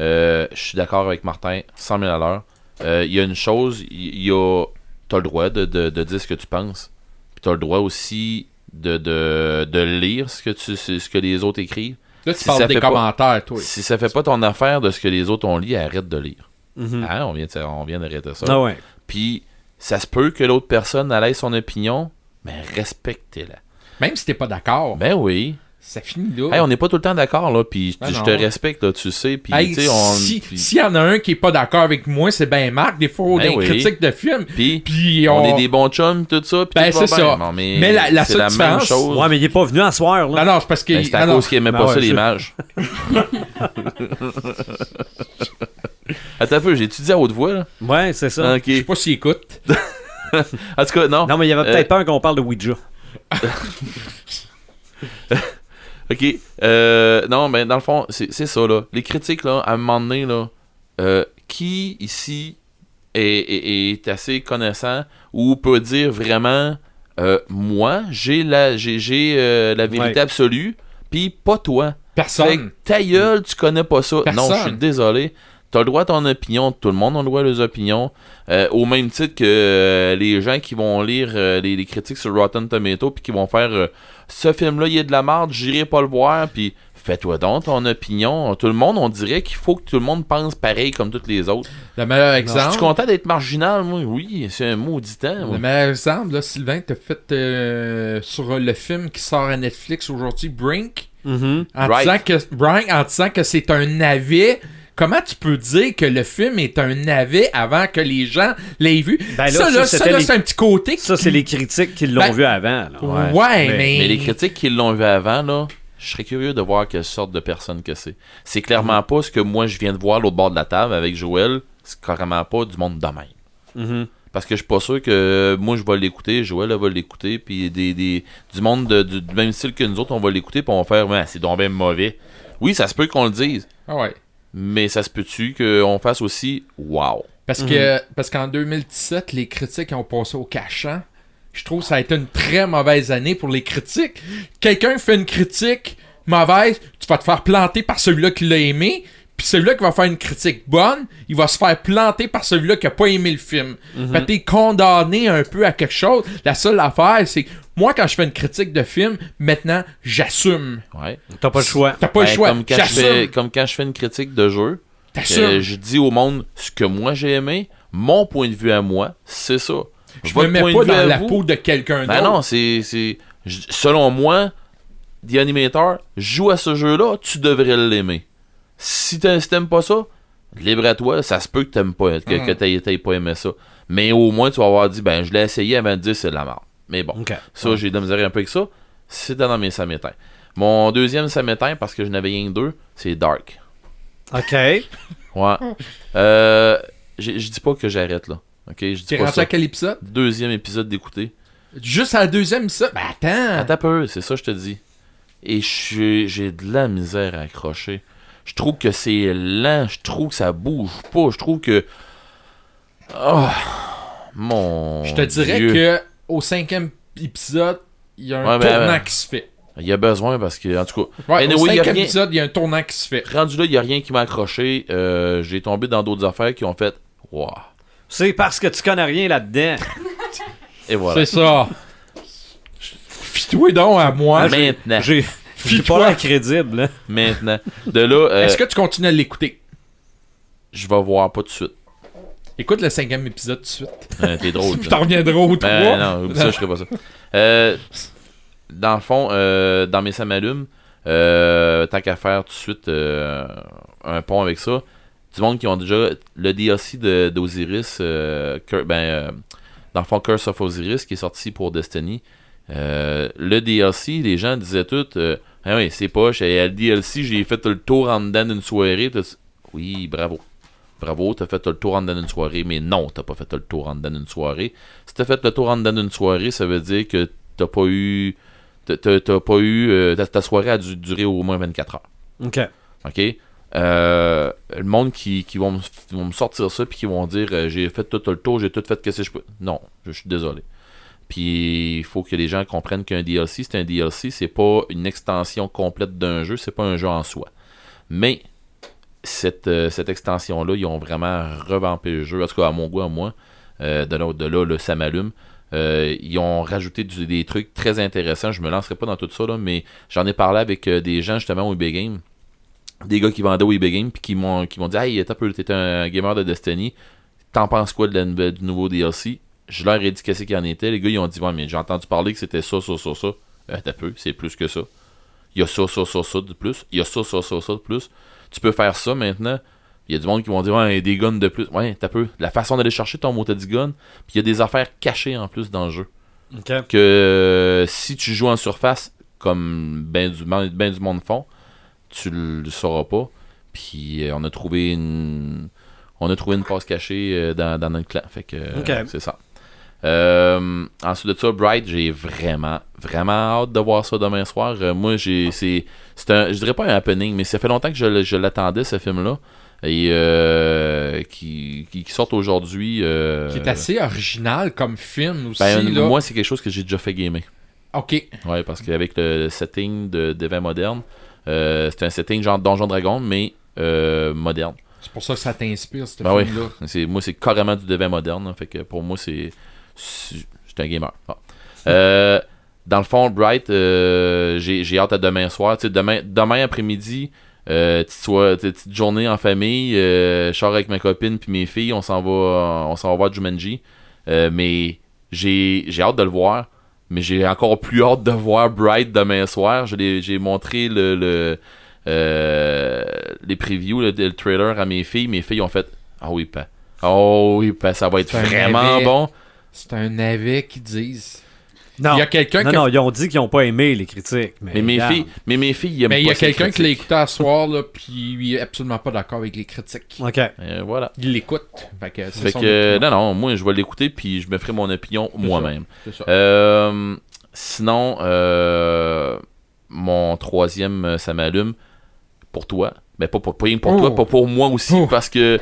S2: Euh, je suis d'accord avec Martin, 100 000 à l'heure. Euh, Il y a une chose, il il y, a t'as le droit de, de- de dire ce que tu penses. Puis t'as le droit aussi de, de, de lire ce que, tu, ce que les autres écrivent.
S4: Là, tu
S2: Si ça
S4: parles des
S2: fait pas-
S4: commentaires, toi.
S2: Si ça fait pas ton affaire de ce que les autres ont lu, arrête de lire.
S1: Mhm.
S2: Hein, on vient, de- on vient d'arrêter ça.
S1: Ah ouais.
S2: Puis ça se peut que l'autre personne elle ait son opinion, mais respectez-la.
S4: Même si t'es pas d'accord,
S2: Ben oui.
S4: ça finit là.
S2: Hey, on n'est pas tout le temps d'accord là, puis
S4: Ben
S2: je
S4: non.
S2: te respecte là, tu sais, puis
S4: Hey,
S2: tu sais on
S4: si-
S2: puis-
S4: S'il y en a un qui est pas d'accord avec moi, c'est ben Marc, des fois, on
S2: Ben
S4: est
S2: oui.
S4: critique de film.
S2: puis-
S4: Puis
S2: on...
S4: on,
S2: est des bons chums tout ça, puis
S4: Ben,
S2: tout va
S4: c'est
S2: bien.
S4: ça.
S2: Non, mais
S4: Mais la- la
S2: c'est
S4: seule
S2: la même
S4: différence-
S2: chose.
S1: Ouais, mais il est pas venu à soir,
S4: Non,
S1: là.
S4: non, c'est parce que.
S2: Ben, c'est à
S4: non, non.
S2: cause qu'il aimait
S1: Ben
S2: pas
S1: ouais,
S2: ça
S1: je-
S2: l'image. Attends un peu, j'ai étudié à haute voix là.
S1: Ouais, c'est ça.
S2: Ok.
S4: Je sais pas s'il écoute.
S2: En tout cas, non.
S1: Non, mais il y avait peut-être
S2: Euh,
S1: peur qu'on parle de Ouija.
S2: OK. Euh, non, mais dans le fond, c'est c'est ça, là. Les critiques, là, à un moment donné, là, euh, qui ici est, est- est assez connaissant ou peut dire vraiment, euh, moi, j'ai la, j'ai j'ai, euh, la vérité
S1: Ouais.
S2: absolue, puis pas toi. Fait que
S4: Personne.
S2: ta gueule, tu connais pas ça. Non, je suis
S4: Personne.
S2: désolé. T'as le droit à ton opinion, tout le monde a le droit à leurs opinions. Euh, au même titre que euh, les gens qui vont lire euh, les, les critiques sur Rotten Tomato puis qui vont faire euh, ce film-là, il est de la merde, j'irai pas le voir, puis fais-toi donc ton opinion. Tout le monde, on dirait qu'il faut que tout le monde pense pareil comme tous les autres.
S4: Le meilleur
S2: Je suis
S4: exemple.
S2: content d'être marginal, moi, oui, c'est un maudit
S1: Ah
S2: temps. moi.
S4: Le meilleur exemple, là, Sylvain, t'as fait euh, sur euh, le film qui sort à Netflix aujourd'hui, Brink,
S1: Mhm.
S4: en,
S2: Right.
S4: disant que, Brink, en disant que c'est un navet. Comment tu peux dire que le film est un navet avant que les gens l'aient vu?
S1: Ben là,
S4: ça,
S1: ça,
S4: là, ça,
S1: c'était
S4: là,
S1: les-
S4: c'est un petit côté.
S1: Ça, c'est les critiques qui l'ont
S4: Ben,
S1: vu avant. là.
S4: Ouais, mais...
S2: Mais les critiques qui l'ont vu avant, là, je serais curieux de voir quelle sorte de personne que c'est. C'est
S4: Mhm.
S2: clairement pas ce que moi je viens de voir l'autre bord de la table avec Joël. C'est carrément pas du monde de même.
S1: Mhm.
S2: Parce que je suis pas sûr que euh, moi je vais l'écouter, Joël elle va l'écouter, puis des, des- du monde de- du, du même style que nous autres, on va l'écouter, puis on va faire Ouais, c'est donc bien mauvais. Oui, ça se peut qu'on le dise,
S4: Ah ouais.
S2: mais ça se peut-tu qu'on fasse aussi Wow.
S4: Parce que parce qu'en 2017, les critiques ont passé au cachant. Je trouve que ça a été une très mauvaise année pour les critiques. Quelqu'un fait une critique mauvaise, tu vas te faire planter par celui-là qui l'a aimé. Puis celui-là qui va faire une critique bonne, il va se faire planter par celui-là qui a pas aimé le film.
S2: Mm-hmm.
S4: Fait que t'es condamné un peu à quelque chose. La seule affaire, c'est que moi, quand je fais une critique de film, maintenant, j'assume.
S2: Ouais.
S1: T'as pas le choix.
S4: T'as pas le
S2: Ben,
S4: choix.
S2: Comme quand, je fais,
S4: J'assume.
S2: comme quand je fais une critique de jeu, que
S4: T'assumes.
S2: je dis au monde ce que moi j'ai aimé, mon point de vue à moi, c'est ça.
S4: Je me
S2: Votre
S4: mets
S2: point
S4: pas
S2: de vue à
S4: dans la
S2: vous,
S4: peau de quelqu'un
S2: Ben
S4: d'autre.
S2: non, c'est. c'est- je- Selon moi, The Animator, joue à ce jeu-là, tu devrais l'aimer. Si t'aimes si t'aimes pas ça, libre à toi, ça se peut que t'aimes pas, que,
S4: Mm.
S2: que t'aies t'aies pas aimé ça. Mais au moins, tu vas avoir dit, ben je l'ai essayé avant de dire c'est de la merde. Mais bon,
S1: OK.
S2: ça, j'ai de la misère un peu avec ça. C'est dans mes samétains. Mon deuxième samétain, parce que je n'avais rien que deux, c'est Dark.
S1: OK.
S2: Ouais. Euh, j'ai- je dis pas que j'arrête là. Ok, je dis
S4: T'es
S2: pas
S4: rendu
S2: ça.
S4: à quel épisode?
S2: Deuxième épisode d'écouter.
S4: Juste à la deuxième, ça. Ben attends.
S2: Attends un peu, c'est ça que je te dis. Et je suis- j'ai de la misère à accrocher. Je trouve que c'est lent, je trouve que ça bouge pas, je trouve que. Oh mon.
S4: je te dirais
S2: Dieu.
S4: que au cinquième épisode, il y a un
S2: Ouais, ben,
S4: tournant
S2: ben.
S4: qui se fait.
S2: Il y a besoin parce que, en tout cas.
S4: Ouais, au
S2: anyway, il y a
S4: cinquième
S2: rien-
S4: épisode, il y a un tournant qui se fait.
S2: Rendu là, il n'y a rien qui m'a accroché. Euh, j'ai tombé dans d'autres affaires qui ont fait. Waouh.
S1: C'est parce que tu connais rien là-dedans.
S2: Et voilà.
S4: C'est ça. Fis-toi donc à
S2: Ah,
S4: moi.
S2: Maintenant.
S1: J'ai j'ai pas
S4: Fis-toi.
S1: l'air crédible. hein. là.
S2: Maintenant. De là, euh,
S4: Est-ce que tu continues à l'écouter?
S2: je vais voir pas tout de suite.
S4: Écoute le cinquième épisode tout de suite.
S2: Euh, T'es drôle.
S4: Je
S2: toi.
S4: t'en reviendrai au trois.
S2: Ben, non, oublie ça, je ferai pas ça. Euh, dans le fond, euh, dans mes samalumes, euh, tant qu'à faire tout de suite euh, un pont avec ça, du monde qui ont déjà le DLC de- d'Osiris, euh, Cur- ben, euh, dans le fond, Curse of Osiris, qui est sorti pour Destiny. euh, le DLC, les gens disaient tout, euh, ah oui, c'est poche, et à le DLC, j'ai fait le tour en dedans d'une soirée. tout ça. Oui, bravo. Bravo, t'as fait le tour en dedans d'une soirée, mais non, t'as pas fait le tour en dedans d'une soirée si t'as fait le tour en dedans d'une soirée, ça veut dire que t'as pas eu. t'as- T'as t'as pas eu. euh, ta, ta soirée a dû durer au moins 24 heures.
S1: OK.
S2: OK? Euh, le monde qui, qui vont, me- vont me sortir ça puis qui vont dire euh, j'ai fait tout le tour, j'ai tout fait, qu'est-ce que je peux. Non, je suis désolé. Puis il faut que les gens comprennent qu'un DLC, c'est un DLC, c'est pas une extension complète d'un jeu, c'est pas un jeu en soi. Mais cette, euh, cette extension-là, ils ont vraiment revampé le jeu, en tout cas à mon goût, à moi. Euh, de, là, de là, là, ça m'allume. Euh, ils ont rajouté du- des trucs très intéressants. Je me lancerai pas dans tout ça, là, mais j'en ai parlé avec euh, des gens justement au eBay Game. Des gars qui vendaient au eBay Game puis qui m'ont qui m'ont dit Hey, t'as peu, t'es un gamer de Destiny. T'en penses quoi de la nouvelle- du nouveau DLC Je leur ai dit qu'est-ce qu'il en était. Les gars, ils ont dit Ouais, mais j'ai entendu parler que c'était ça, ça, ça, ça. Euh, t'as peu, c'est plus que ça. Il y a ça, ça, ça, ça de plus. Il y a ça, ça, ça, ça de plus. Tu peux faire ça maintenant. Il y a du monde qui vont dire ouais, des guns de plus. Ouais, t'as peu. La façon d'aller chercher ton mot de gun. Puis il y a des affaires cachées en plus dans le jeu.
S1: Ok.
S2: Que euh, si tu joues en surface, comme ben du, mon- ben du monde font, tu le sauras pas. Puis euh, on a trouvé une. On a trouvé une passe cachée euh, dans, dans notre clan. Fait que euh,
S1: Ok.
S2: c'est ça. Euh, ensuite de ça, Bright, j'ai vraiment, vraiment hâte de voir ça demain soir. Euh, moi, j'ai, c'est, c'est un, je dirais pas un happening, mais ça fait longtemps que je, le- je l'attendais, ce film-là. Et euh, qui, qui, qui sort aujourd'hui. euh,
S4: Qui est assez original comme film aussi.
S2: ben,
S4: là.
S2: moi, c'est quelque chose que j'ai déjà fait gamer.
S4: Ok.
S2: Ouais, parce qu'avec le setting de, d'Event moderne, euh, c'est un setting genre Donjon Dragon, mais euh, moderne.
S4: C'est pour ça que ça t'inspire, ce
S2: Ben oui.
S4: film-là.
S2: C'est, moi, c'est carrément du devin moderne. hein. fait que pour moi, c'est. c'est- J'étais un gamer. Ah. Euh, dans le fond, Bright, euh, j'ai, j'ai hâte à demain soir. Tu sais, demain, demain après-midi, euh, petite, soir- petite- petite journée en famille. Euh, je sors avec ma copine puis mes filles. On s'en va, on s'en va voir Jumanji. Euh, mais j'ai, j'ai hâte de le voir. Mais j'ai encore plus hâte de voir Bright demain soir. Je l'ai- j'ai montré le, le, euh, les previews, le, le trailer à mes filles. Mes filles ont fait Ah oui, pas. Oh oui, pas, ça va être
S4: C'est un
S2: vraiment
S4: navet.
S2: bon.
S4: C'est un navet qui disent.
S1: Non.
S4: Il y a quelqu'un
S1: non,
S4: qui.
S1: non, ils ont dit qu'ils n'ont pas aimé les critiques. Mais,
S2: Mais mes
S1: regarde.
S2: filles, mais mes filles, ils aiment
S4: Mais il y a
S2: pas ces
S4: quelqu'un qui l'a
S2: critiques.
S4: écouté à soir, là, puis il est absolument pas d'accord avec les critiques.
S1: OK.
S2: Euh, voilà.
S4: Il l'écoute. Fait que, c'est
S2: Fait
S4: son
S2: que, euh,
S4: opinion.
S2: non, non, moi, je vais l'écouter, puis je me ferai mon opinion
S4: ça.
S2: moi-même.
S4: C'est ça.
S2: Euh, sinon, euh, mon troisième, euh, ça m'allume pour toi. Mais pas, pour- pas rien que pour
S4: Oh.
S2: toi, pas pour moi aussi,
S4: Oh.
S2: parce que.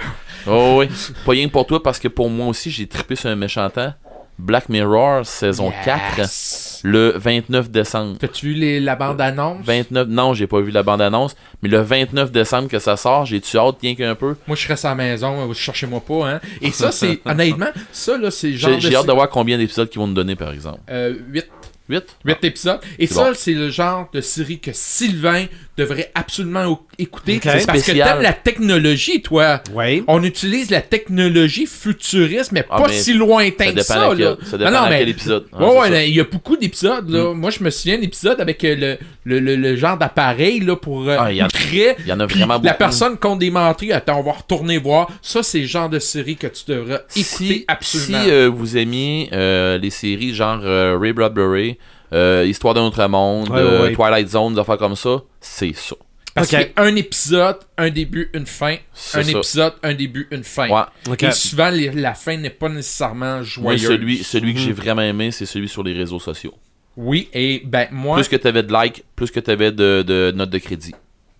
S2: Oh oui, pas rien que pour toi, parce que pour moi aussi, j'ai trippé sur un méchant temps. Black Mirror, saison 4,
S4: Yes.
S2: le 29 décembre.
S4: T'as-tu vu les- la bande-annonce
S2: 29, non, j'ai pas vu la bande-annonce, mais le 29 décembre que ça sort, j'ai-tu hâte, rien qu'un peu.
S4: Moi, je reste à la maison, euh, cherchez-moi pas. Hein. Et ça, c'est. honnêtement, ça, là, c'est le genre.
S2: J'ai j'ai hâte de voir combien d'épisodes qu'ils vont nous donner, par exemple.
S4: 8.
S2: 8
S4: 8 épisodes. Et
S2: C'est
S4: ça,
S2: bon.
S4: c'est le genre de série que Sylvain devrait absolument au- écouter.
S1: Ok. C'est
S4: Parce que
S2: spécial.
S4: t'aimes la technologie, toi.
S1: Oui.
S4: On utilise la technologie futuriste, mais
S2: Ah,
S4: pas
S2: mais
S4: si lointain
S2: ça
S4: que
S2: dépend
S4: ça.
S2: laquelle-
S4: Là.
S2: ça dépend
S4: Non, non,
S2: laquelle
S4: mais-
S2: épisode. Ah,
S4: Ouais,
S2: c'est
S4: ouais,
S2: ça. Mm.
S4: là, il y a beaucoup d'épisodes. là. Moi, je me souviens d'un épisode avec euh, le, le, le, le genre d'appareil là, pour euh,
S2: Ah, il y en-
S4: créer.
S2: il y en a
S4: Puis
S2: vraiment
S4: La
S2: beaucoup.
S4: personne compte des menteries, attends, on va retourner voir. Ça, c'est le genre de série que tu devras écouter
S2: si,
S4: absolument.
S2: si, euh, vous aimiez euh, les séries genre euh, Ray Bradbury, euh, Histoire d'un autre monde,
S1: Ouais, ouais,
S2: euh,
S1: ouais.
S2: Twilight Zone, des affaires comme ça, c'est ça.
S4: Parce
S1: Ok.
S4: qu'un épisode, un début, une fin.
S2: C'est
S4: Un
S2: ça.
S4: épisode, un début, une fin.
S2: Ouais.
S1: OK.
S4: Et souvent, les- la fin n'est pas nécessairement
S2: Moi,
S4: joyeuse.
S2: celui, celui que
S4: Mhm.
S2: j'ai vraiment aimé, c'est celui sur les réseaux sociaux.
S4: Oui, et ben moi...
S2: Plus que t'avais de likes, plus que t'avais de, de notes de crédit.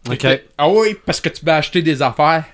S1: OK.
S4: Ah oui, parce que tu vas acheter des affaires.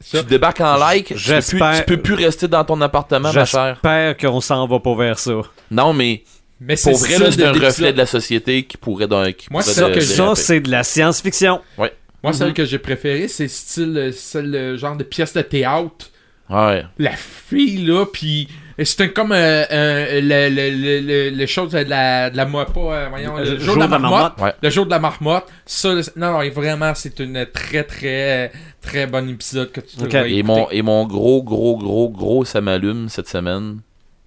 S4: Ça.
S2: Tu débarques en like, tu peux, plus,
S1: J'espère-
S2: tu peux plus rester dans ton appartement, ma chère.
S1: J'espère qu'on s'en va pas vers ça.
S2: Non, mais
S4: Mais c'est
S2: pour vrai,
S4: ça,
S2: là, c'est
S4: de
S2: un
S4: l'épisode.
S2: reflet de la société qui pourrait... Dans, qui
S4: Moi,
S2: pourrait
S4: c'est ça
S2: dé-
S4: que je-
S1: Ça,
S2: déraper.
S1: c'est de la science-fiction.
S4: Moi, celle que j'ai préférée, c'est style, euh, celle, euh, genre de pièce de théâtre.
S2: Ouais.
S4: La fille, là, puis c'est un- comme euh, euh, le, le, le, le- le chose de la, de la moi pas, euh, voyons, le, jour, de la marmotte.
S2: Ouais.
S4: Le jour de la marmotte. Ça, le- non, non, et vraiment, c'est une très, très, très bon épisode que tu
S1: Ok.
S4: devrais
S2: Et
S4: écouter.
S2: mon, et mon gros, gros, gros, gros, ça m'allume cette semaine.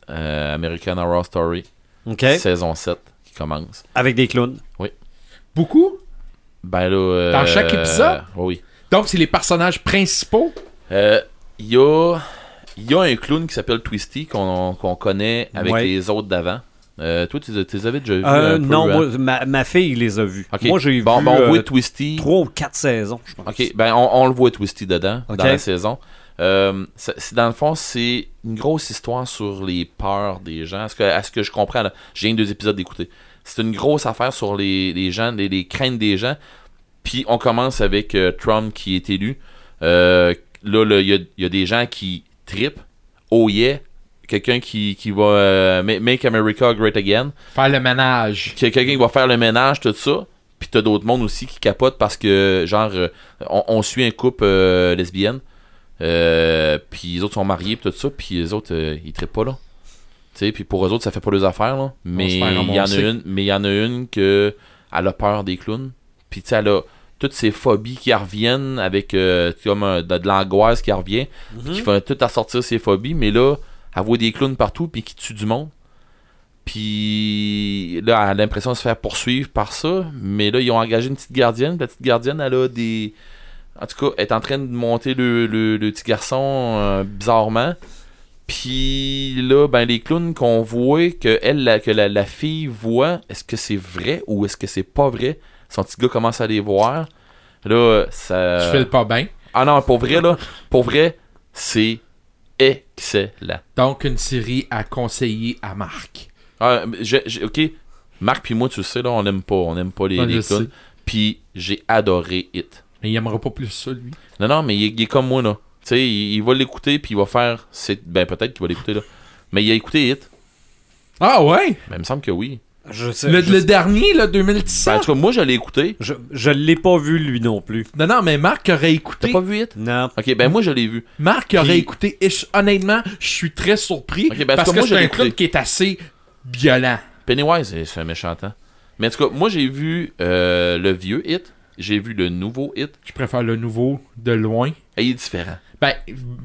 S2: euh, American Horror Story,
S1: OK.
S2: saison 7, qui commence.
S1: Avec des clowns.
S4: Beaucoup?
S2: Ben là. euh,
S4: Dans chaque épisode?
S2: Oui.
S4: Donc, c'est les personnages principaux.
S2: Euh, Il y a. Il y a un clown qui s'appelle Twisty qu'on qu'on connaît avec
S1: Ouais.
S2: les autres d'avant. Euh, toi, tu les as- tu les avais déjà vus
S1: Euh,
S2: un peu,
S1: non,
S2: hein?
S1: moi, ma, ma fille les a vus.
S2: Ok.
S1: Moi, j'ai
S2: bon,
S1: vu
S2: bon, on
S1: euh,
S2: voit Twisty.
S1: trois ou quatre saisons, je pense.
S2: Ok, ben on, on le voit twisty dedans,
S1: Ok.
S2: dans la saison. Euh, ça- c'est- dans le fond, c'est une grosse histoire sur les peurs des gens. À ce que, à ce que je comprends, là, j'ai rien que deux épisodes d'écouter. C'est une grosse affaire sur les, les gens, les, les craintes des gens. Puis on commence avec euh, Trump qui est élu. Euh, là, là, il y a, il y a des gens qui tripent. Oh yeah! Quelqu'un qui, qui va euh, ma- Make America Great Again
S4: Faire le ménage.
S2: qu'il y a quelqu'un qui va faire le ménage, tout ça. Puis t'as d'autres mondes aussi qui capotent parce que, genre, euh, on, on suit un couple euh, lesbienne Euh, puis les autres sont mariés, puis tout ça, puis les autres, euh, ils traitent pas, là. Tu sais, puis pour eux autres, ça fait pas leurs affaires, là. Mais
S4: se fait
S2: il y en a
S4: ramasser.
S2: une, mais il y en a une que elle a peur des clowns. Puis tu sais, elle a toutes ces phobies qui reviennent avec euh, comme euh, de, de l'angoisse qui revient, puis qui font tout assortir ses phobies, mais là, elle voit des clowns partout, puis qui tuent du monde. Puis là, elle a l'impression de se faire poursuivre par ça. Mais là, ils ont engagé une petite gardienne. puis La petite gardienne, elle a des. En tout cas, elle est en train de monter le, le- le petit garçon euh, bizarrement. Puis là, ben, les clowns qu'on voit, que, elle, la, que la, la fille voit, est-ce que c'est vrai ou est-ce que c'est pas vrai? Son petit gars commence à les voir. Là, ça.
S4: Je fais le pas bien.
S2: Ah non, pour vrai, là, pour vrai, c'est excellent.
S4: Donc, une série à conseiller à Marc.
S2: Ah, j'ai- j'ai- ok. Marc puis moi, tu le sais, là, on n'aime pas. On n'aime pas les,
S4: Ouais,
S2: les
S4: je
S2: clowns.
S4: sais.
S2: Puis j'ai adoré Hit.
S4: Mais il aimera pas plus ça, lui.
S2: Non, non, mais il, est- il est comme moi, là. Tu sais, il, il va l'écouter, puis il va faire. c'est- Ben, peut-être qu'il va l'écouter, là. Mais il a écouté Hit.
S4: Ah ouais?
S2: Ben, il me semble que oui.
S1: Je sais.
S4: Le,
S1: je,
S4: le dernier, là, 2017.
S2: Ben, en tout cas, moi, je l'ai écouté.
S1: je, je l'ai pas vu lui non plus.
S4: Non, non, mais Marc aurait écouté.
S2: T'as pas vu Hit
S1: Non.
S2: Ok, ben, moi, je l'ai vu.
S4: Marc aurait
S2: Puis-
S4: écouté. Et je- honnêtement, je suis très surpris.
S2: Ok, ben, en
S4: parce
S2: tout cas,
S4: que
S2: moi,
S4: c'est
S2: je l'ai
S4: un club
S2: écouté.
S4: qui est assez violent.
S2: Pennywise, c'est- c'est un méchant temps. Mais en tout cas, moi, j'ai vu euh, le vieux Hit. J'ai vu le nouveau Hit.
S4: Je préfère le nouveau de loin.
S2: Et il est différent.
S4: Ben,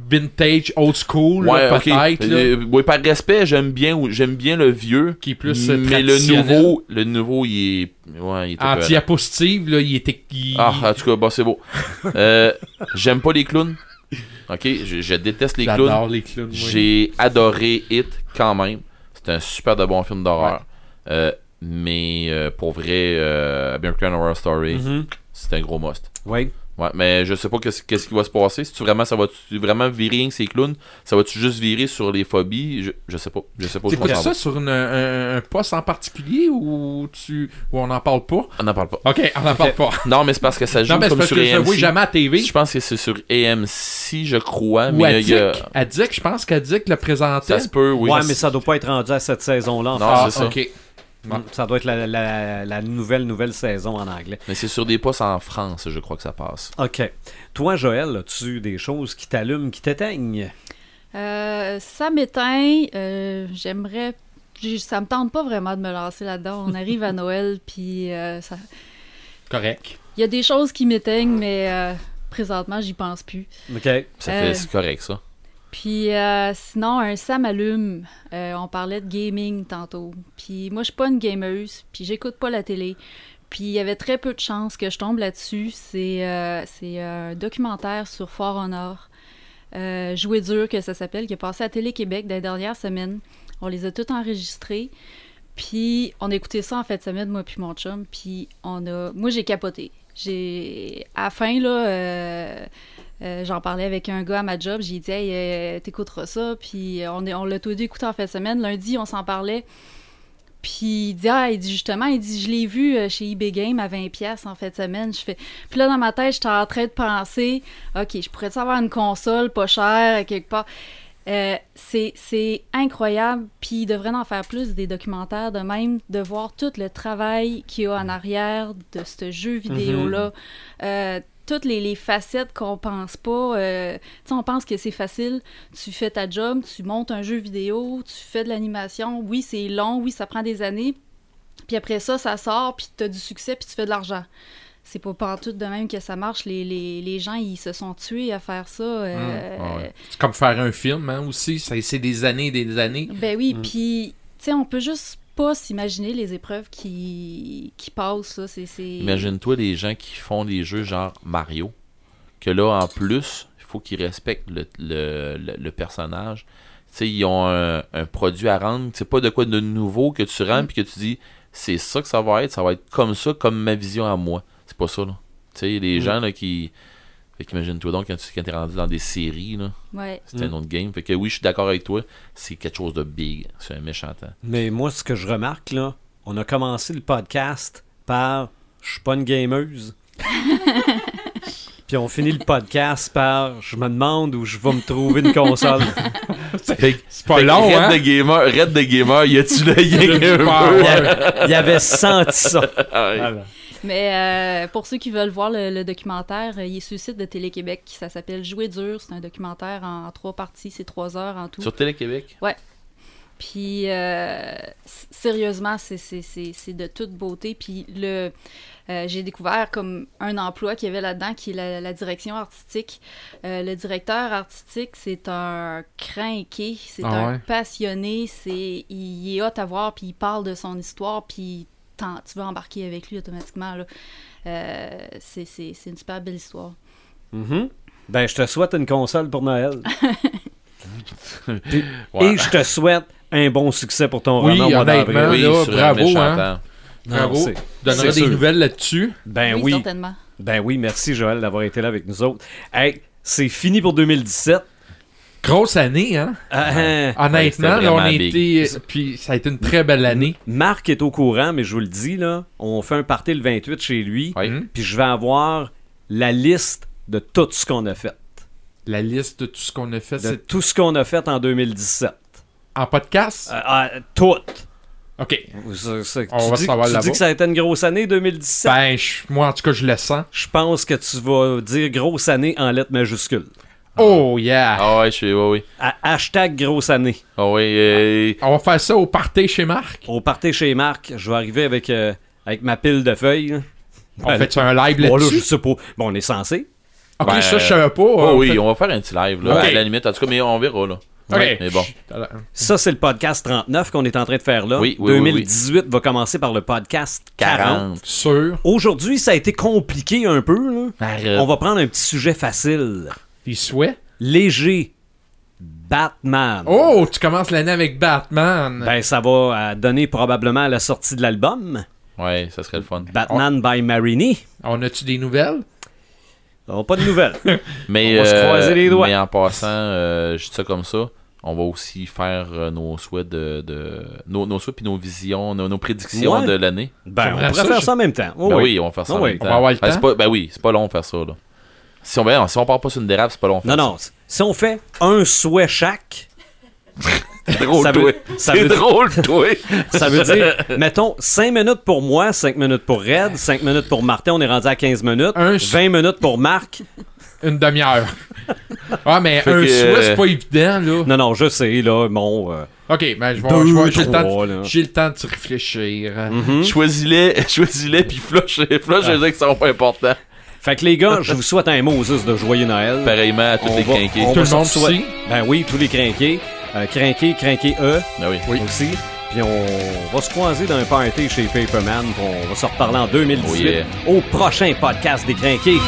S4: vintage, old school,
S2: Ouais,
S4: là,
S2: ok.
S4: peut-être. là,
S2: Euh, ouais, par respect, j'aime bien, ou- j'aime bien le vieux.
S4: qui est plus euh,
S2: mais le
S4: traditionnel.
S2: nouveau, le nouveau, il est. Ouais, il est épeurant.
S4: Anti-apostive, là, il était. il-
S2: Ah, en tout cas, bon, c'est beau. Euh, J'aime pas les clowns. Ok, je, je déteste les clowns.
S4: J'adore les clowns. oui.
S2: J'ai adoré Hit quand même. C'est un super de bon film d'horreur. Euh, mais euh, pour vrai, euh, American Horror Story,
S4: Mm-hmm.
S1: Mhm.
S2: c'est un gros must.
S1: Oui.
S2: Ouais, mais je sais pas qu'est-ce qu'est-ce qui va se passer. Si tu vraiment, ça va tu vraiment virer rien que ces clowns, ça va-tu juste virer sur les phobies Je, je sais pas. Je sais pas. où
S4: C'est
S2: on
S4: pour
S2: s'en
S4: ça
S2: va.
S4: sur une- un, un poste en particulier ou tu ou on n'en parle pas
S2: On n'en parle pas.
S4: Ok, on n'en parle pas.
S2: Non, mais c'est parce que ça joue
S4: Non mais c'est
S2: comme
S4: parce
S2: sur
S4: que je le
S2: AMC.
S4: vois jamais à TV.
S2: Je pense que c'est sur AMC, je crois,
S4: Ou
S2: mais
S4: à
S2: il y a-
S4: Dick. À Dick, je pense qu'à Dick le présentait.
S2: euh, ça se peut, oui.
S1: ouais, mais ça doit pas être rendu à cette saison-là. en
S2: Non,
S1: fait.
S4: ah,
S2: c'est ça.
S4: ok.
S1: Mm, Ça doit être la, la- la nouvelle, nouvelle saison en anglais.
S2: Mais c'est sur des postes en France, je crois que ça passe.
S1: OK. Toi, Joël, as-tu des choses qui t'allument, qui t'éteignent?
S5: Euh, ça m'éteint. euh, J'aimerais. j'ai- Ça me tente pas vraiment de me lancer là-dedans. On arrive à Noël, puis euh, ça-
S4: Correct.
S5: il y a des choses qui m'éteignent, mais euh, présentement, j'y pense plus.
S1: OK.
S2: Ça
S5: Euh.
S2: fait c'est correct ça.
S5: Puis euh, sinon, un ça m'allume. Euh, on parlait de gaming tantôt. Puis moi, je suis pas une gameuse, puis j'écoute pas la télé. Puis il y avait très peu de chances que je tombe là-dessus. C'est euh, c'est un documentaire sur Fort Honor. Euh, Jouer dur, que ça s'appelle, qui est passé à Télé-Québec dans les dernières semaines. On les a tous enregistrés. Puis on a écouté ça en fin de semaine, moi puis mon chum. Puis on a... Moi, j'ai capoté. J'ai... À la fin, là... euh, euh, j'en parlais avec un gars à ma job, j'ai dit hey, euh, t'écouteras ça, puis euh, on, est- on l'a tous les deux écouté en fin de semaine. Lundi, on s'en parlait, puis il dit ah, il dit justement, il dit je l'ai vu euh, chez eBay Game à 20 pièces en fin de semaine. Je fais puis là dans ma tête, j'étais en train de penser, ok, je pourrais avoir une console pas chère quelque part. Euh, c'est c'est incroyable, puis il devrait en faire plus des documentaires de même, de voir tout le travail qu'il y a en arrière de ce jeu vidéo-là. Euh, toutes les, les facettes qu'on pense pas. euh, tu sais, on pense que c'est facile. Tu fais ta job, tu montes un jeu vidéo, tu fais de l'animation. Oui, c'est long, oui, ça prend des années. Puis après ça, ça sort, puis tu as du succès, puis tu fais de l'argent. C'est pas pantoute de même que ça marche. Les, les, les gens, ils se sont tués à faire ça. euh,
S4: Mmh. Ah ouais. C'est comme faire un film hein, aussi. ça- C'est des années et des années.
S5: ben oui, puis, tu sais, on peut juste pas s'imaginer les épreuves qui, qui passent, là. C'est, c'est...
S2: Imagine-toi les gens qui font des jeux genre Mario, que là en plus, il faut qu'ils respectent le, le- le- le personnage. Tu sais, ils ont un, un produit à rendre, c'est pas de quoi de nouveau que tu
S4: Mm.
S2: rends puis que tu dis c'est ça que ça va être, ça va être comme ça comme ma vision à moi. C'est pas ça là. Tu sais,
S4: Mm.
S2: les gens là qui fait qu'imagine-toi donc quand tu quand t'es rendu dans des séries là,
S5: Ouais.
S4: Mm.
S2: c'est un autre game. Fait que oui, je suis d'accord avec toi, c'est quelque chose de big, c'est un méchant temps.
S1: Mais moi, ce que je remarque, là, on a commencé le podcast par « Je suis pas une gameuse ». Puis on finit le podcast par « Je me demande où je vais me trouver une console
S4: C'est pas
S2: Fait que
S4: long,
S2: Red
S4: hein?
S2: de Gamer, Red de Gamer, y a-tu le
S4: Je
S2: lien
S4: dis
S2: un
S4: pas,
S2: peu?
S4: ouais. ».
S1: Il avait senti ça.
S2: Ah ouais.
S1: Voilà.
S5: Mais euh, pour ceux qui veulent voir le, le documentaire, euh, il est sur le site de Télé-Québec. Ça s'appelle Jouer dur. C'est un documentaire en, en trois parties. C'est trois heures en tout.
S2: Sur Télé-Québec.
S5: Puis, euh, s- sérieusement, c'est- c'est c'est- c'est de toute beauté. Puis, le, euh, j'ai découvert comme un emploi qu'il y avait là-dedans, qui est la, la direction artistique. Euh, le directeur artistique, c'est un crinqué, c'est
S4: Ah
S5: un
S4: ouais?
S5: passionné, c'est il est hot à voir, puis il parle de son histoire, puis t'en- tu veux embarquer avec lui automatiquement. là. Euh, c'est c'est- c'est une super belle histoire.
S1: Mhm. Ben, je te souhaite une console pour Noël.
S2: Ouais.
S1: Et je te souhaite un bon succès pour ton
S4: Oui,
S1: roman au mois
S4: honnêtement,
S1: d'avril.
S2: Oui,
S4: là,
S2: sur
S4: bravo,
S2: un méchant
S4: hein.
S2: temps.
S1: Non,
S4: Bravo.
S1: c'est-
S4: Donnera
S1: c'est
S4: des
S1: sûr.
S4: nouvelles là-dessus.
S1: Ben oui,
S5: certainement.
S1: ben oui, merci Joël d'avoir été là avec nous autres. Hey, c'est fini pour 2017.
S4: Grosse année, hein?
S1: Ah, hein.
S4: Honnêtement,
S2: c'était
S4: là, on
S2: vraiment
S4: a
S2: big.
S4: été. euh, Puis ça a été une très belle année.
S1: Marc est au courant, mais je vous le dis, là, on fait un party le 28 chez lui,
S2: Oui.
S4: Mhm.
S1: puis je vais avoir la liste de tout ce qu'on a fait.
S4: La liste de tout ce qu'on a fait,
S1: De
S4: c'est
S1: tout ce qu'on a fait en 2017.
S4: en podcast.
S1: Euh, ah, tout.
S4: OK.
S1: Ça- ça-
S4: On
S1: tu
S4: va
S1: dis,
S4: savoir
S1: tu
S4: là-bas.
S1: dis que ça a été une grosse année 2017.
S4: Ben, je- moi, en tout cas, je le sens.
S1: Je pense que tu vas dire grosse année en lettres majuscules.
S4: Oh, yeah!
S2: Ah ouais, je suis. Ouais, oui.
S1: À- hashtag grosse année.
S2: Ah ouais, euh,
S4: On va faire ça au party chez Marc.
S1: Au party chez Marc, je vais arriver avec, euh, avec ma pile de feuilles. là.
S4: On
S1: Ben,
S4: fait un live
S1: Bon, là, je
S4: là-dessus.
S1: sais pas. Bon, on est censé.
S4: ok,
S2: Ben,
S4: ça, je savais pas. hein,
S2: oh
S4: on
S2: oui,
S4: fait-
S2: on va faire un petit live, là,
S4: Ok.
S2: à la limite. En tout cas, mais on verra, là.
S4: Ok.
S2: Ouais, Mais bon.
S1: Ça, c'est le podcast 39 qu'on est en train de faire là.
S2: Oui, oui, oui, oui.
S1: 2018 va commencer par le podcast 40.
S2: 40.
S4: Sur
S1: Aujourd'hui, ça a été compliqué un peu. là.
S2: Arrête.
S1: On va prendre un petit sujet facile.
S4: les souhaits.
S1: Léger. Batman.
S4: Oh, tu commences l'année avec Batman.
S1: Ben, ça va euh, donner probablement à la sortie de l'album.
S2: Ouais, ça serait le fun.
S1: Batman by Marini.
S4: On a-tu des nouvelles?
S1: Oh, pas de nouvelles.
S4: Ben,
S2: Mais, euh,
S1: On va se croiser les doigts.
S2: mais en passant, euh, je dis ça comme ça, on va aussi faire euh, nos souhaits de, de- nos, nos souhaits puis nos visions, nos, nos prédictions
S1: Ouais.
S2: de l'année.
S1: ben, on
S4: J'aimerais
S1: pourrait
S4: ça,
S1: faire
S4: je-
S1: ça en même temps. Oh,
S2: ben
S1: oui.
S2: oui. on va faire ça.
S1: Ah
S2: en
S1: oui.
S2: même
S4: On
S2: temps.
S4: va avoir le
S2: Ben,
S4: temps.
S2: c'est pas- ben oui, c'est pas long faire ça là. Si on ben, si on part pas sur une dérape, c'est pas long.
S1: Non,
S2: faire
S1: non. Si on fait un souhait chaque,
S2: ça. C'est drôle,
S1: Ça veut-
S2: toi.
S1: ça
S2: Oh, C'est
S1: veut-
S2: drôle, toi.
S1: ça veut dire, mettons, 5 minutes pour moi, 5 minutes pour Red, 5 minutes pour Martin, on est rendu à 15 minutes,
S4: Un sou-
S1: 20 minutes pour Marc.
S4: Une demi-heure. ah, mais
S2: Fait
S4: un
S2: que-
S4: souhait,
S1: euh,
S4: c'est pas évident, là.
S1: Non, non, je sais, là, bon. euh,
S4: Ok, ben, je vais-
S1: Deux,
S4: je vais- j'ai le temps de-
S1: trois, là. Mm-hmm.
S4: j'ai le temps de réfléchir.
S2: Hmm? Choisis-les, choisis-les puis flush, flush les gens qui sont pas importants.
S1: Fait que les gars, je vous souhaite un Moses de joyeux Noël.
S2: Pareillement à tous
S1: On
S2: les
S1: va-
S2: quinqués.
S1: on
S4: Tout
S1: va
S4: le
S1: s'en
S4: monde
S1: souhaiter.
S4: aussi.
S1: Ben oui, tous les crinqués. Euh, crinqués, crinqués E
S2: Ben oui.
S4: Oui.
S1: aussi. Puis on va se croiser dans un party chez Paperman. puis On va se reparler en 2018
S2: Oh yeah.
S1: au prochain podcast des crinqués.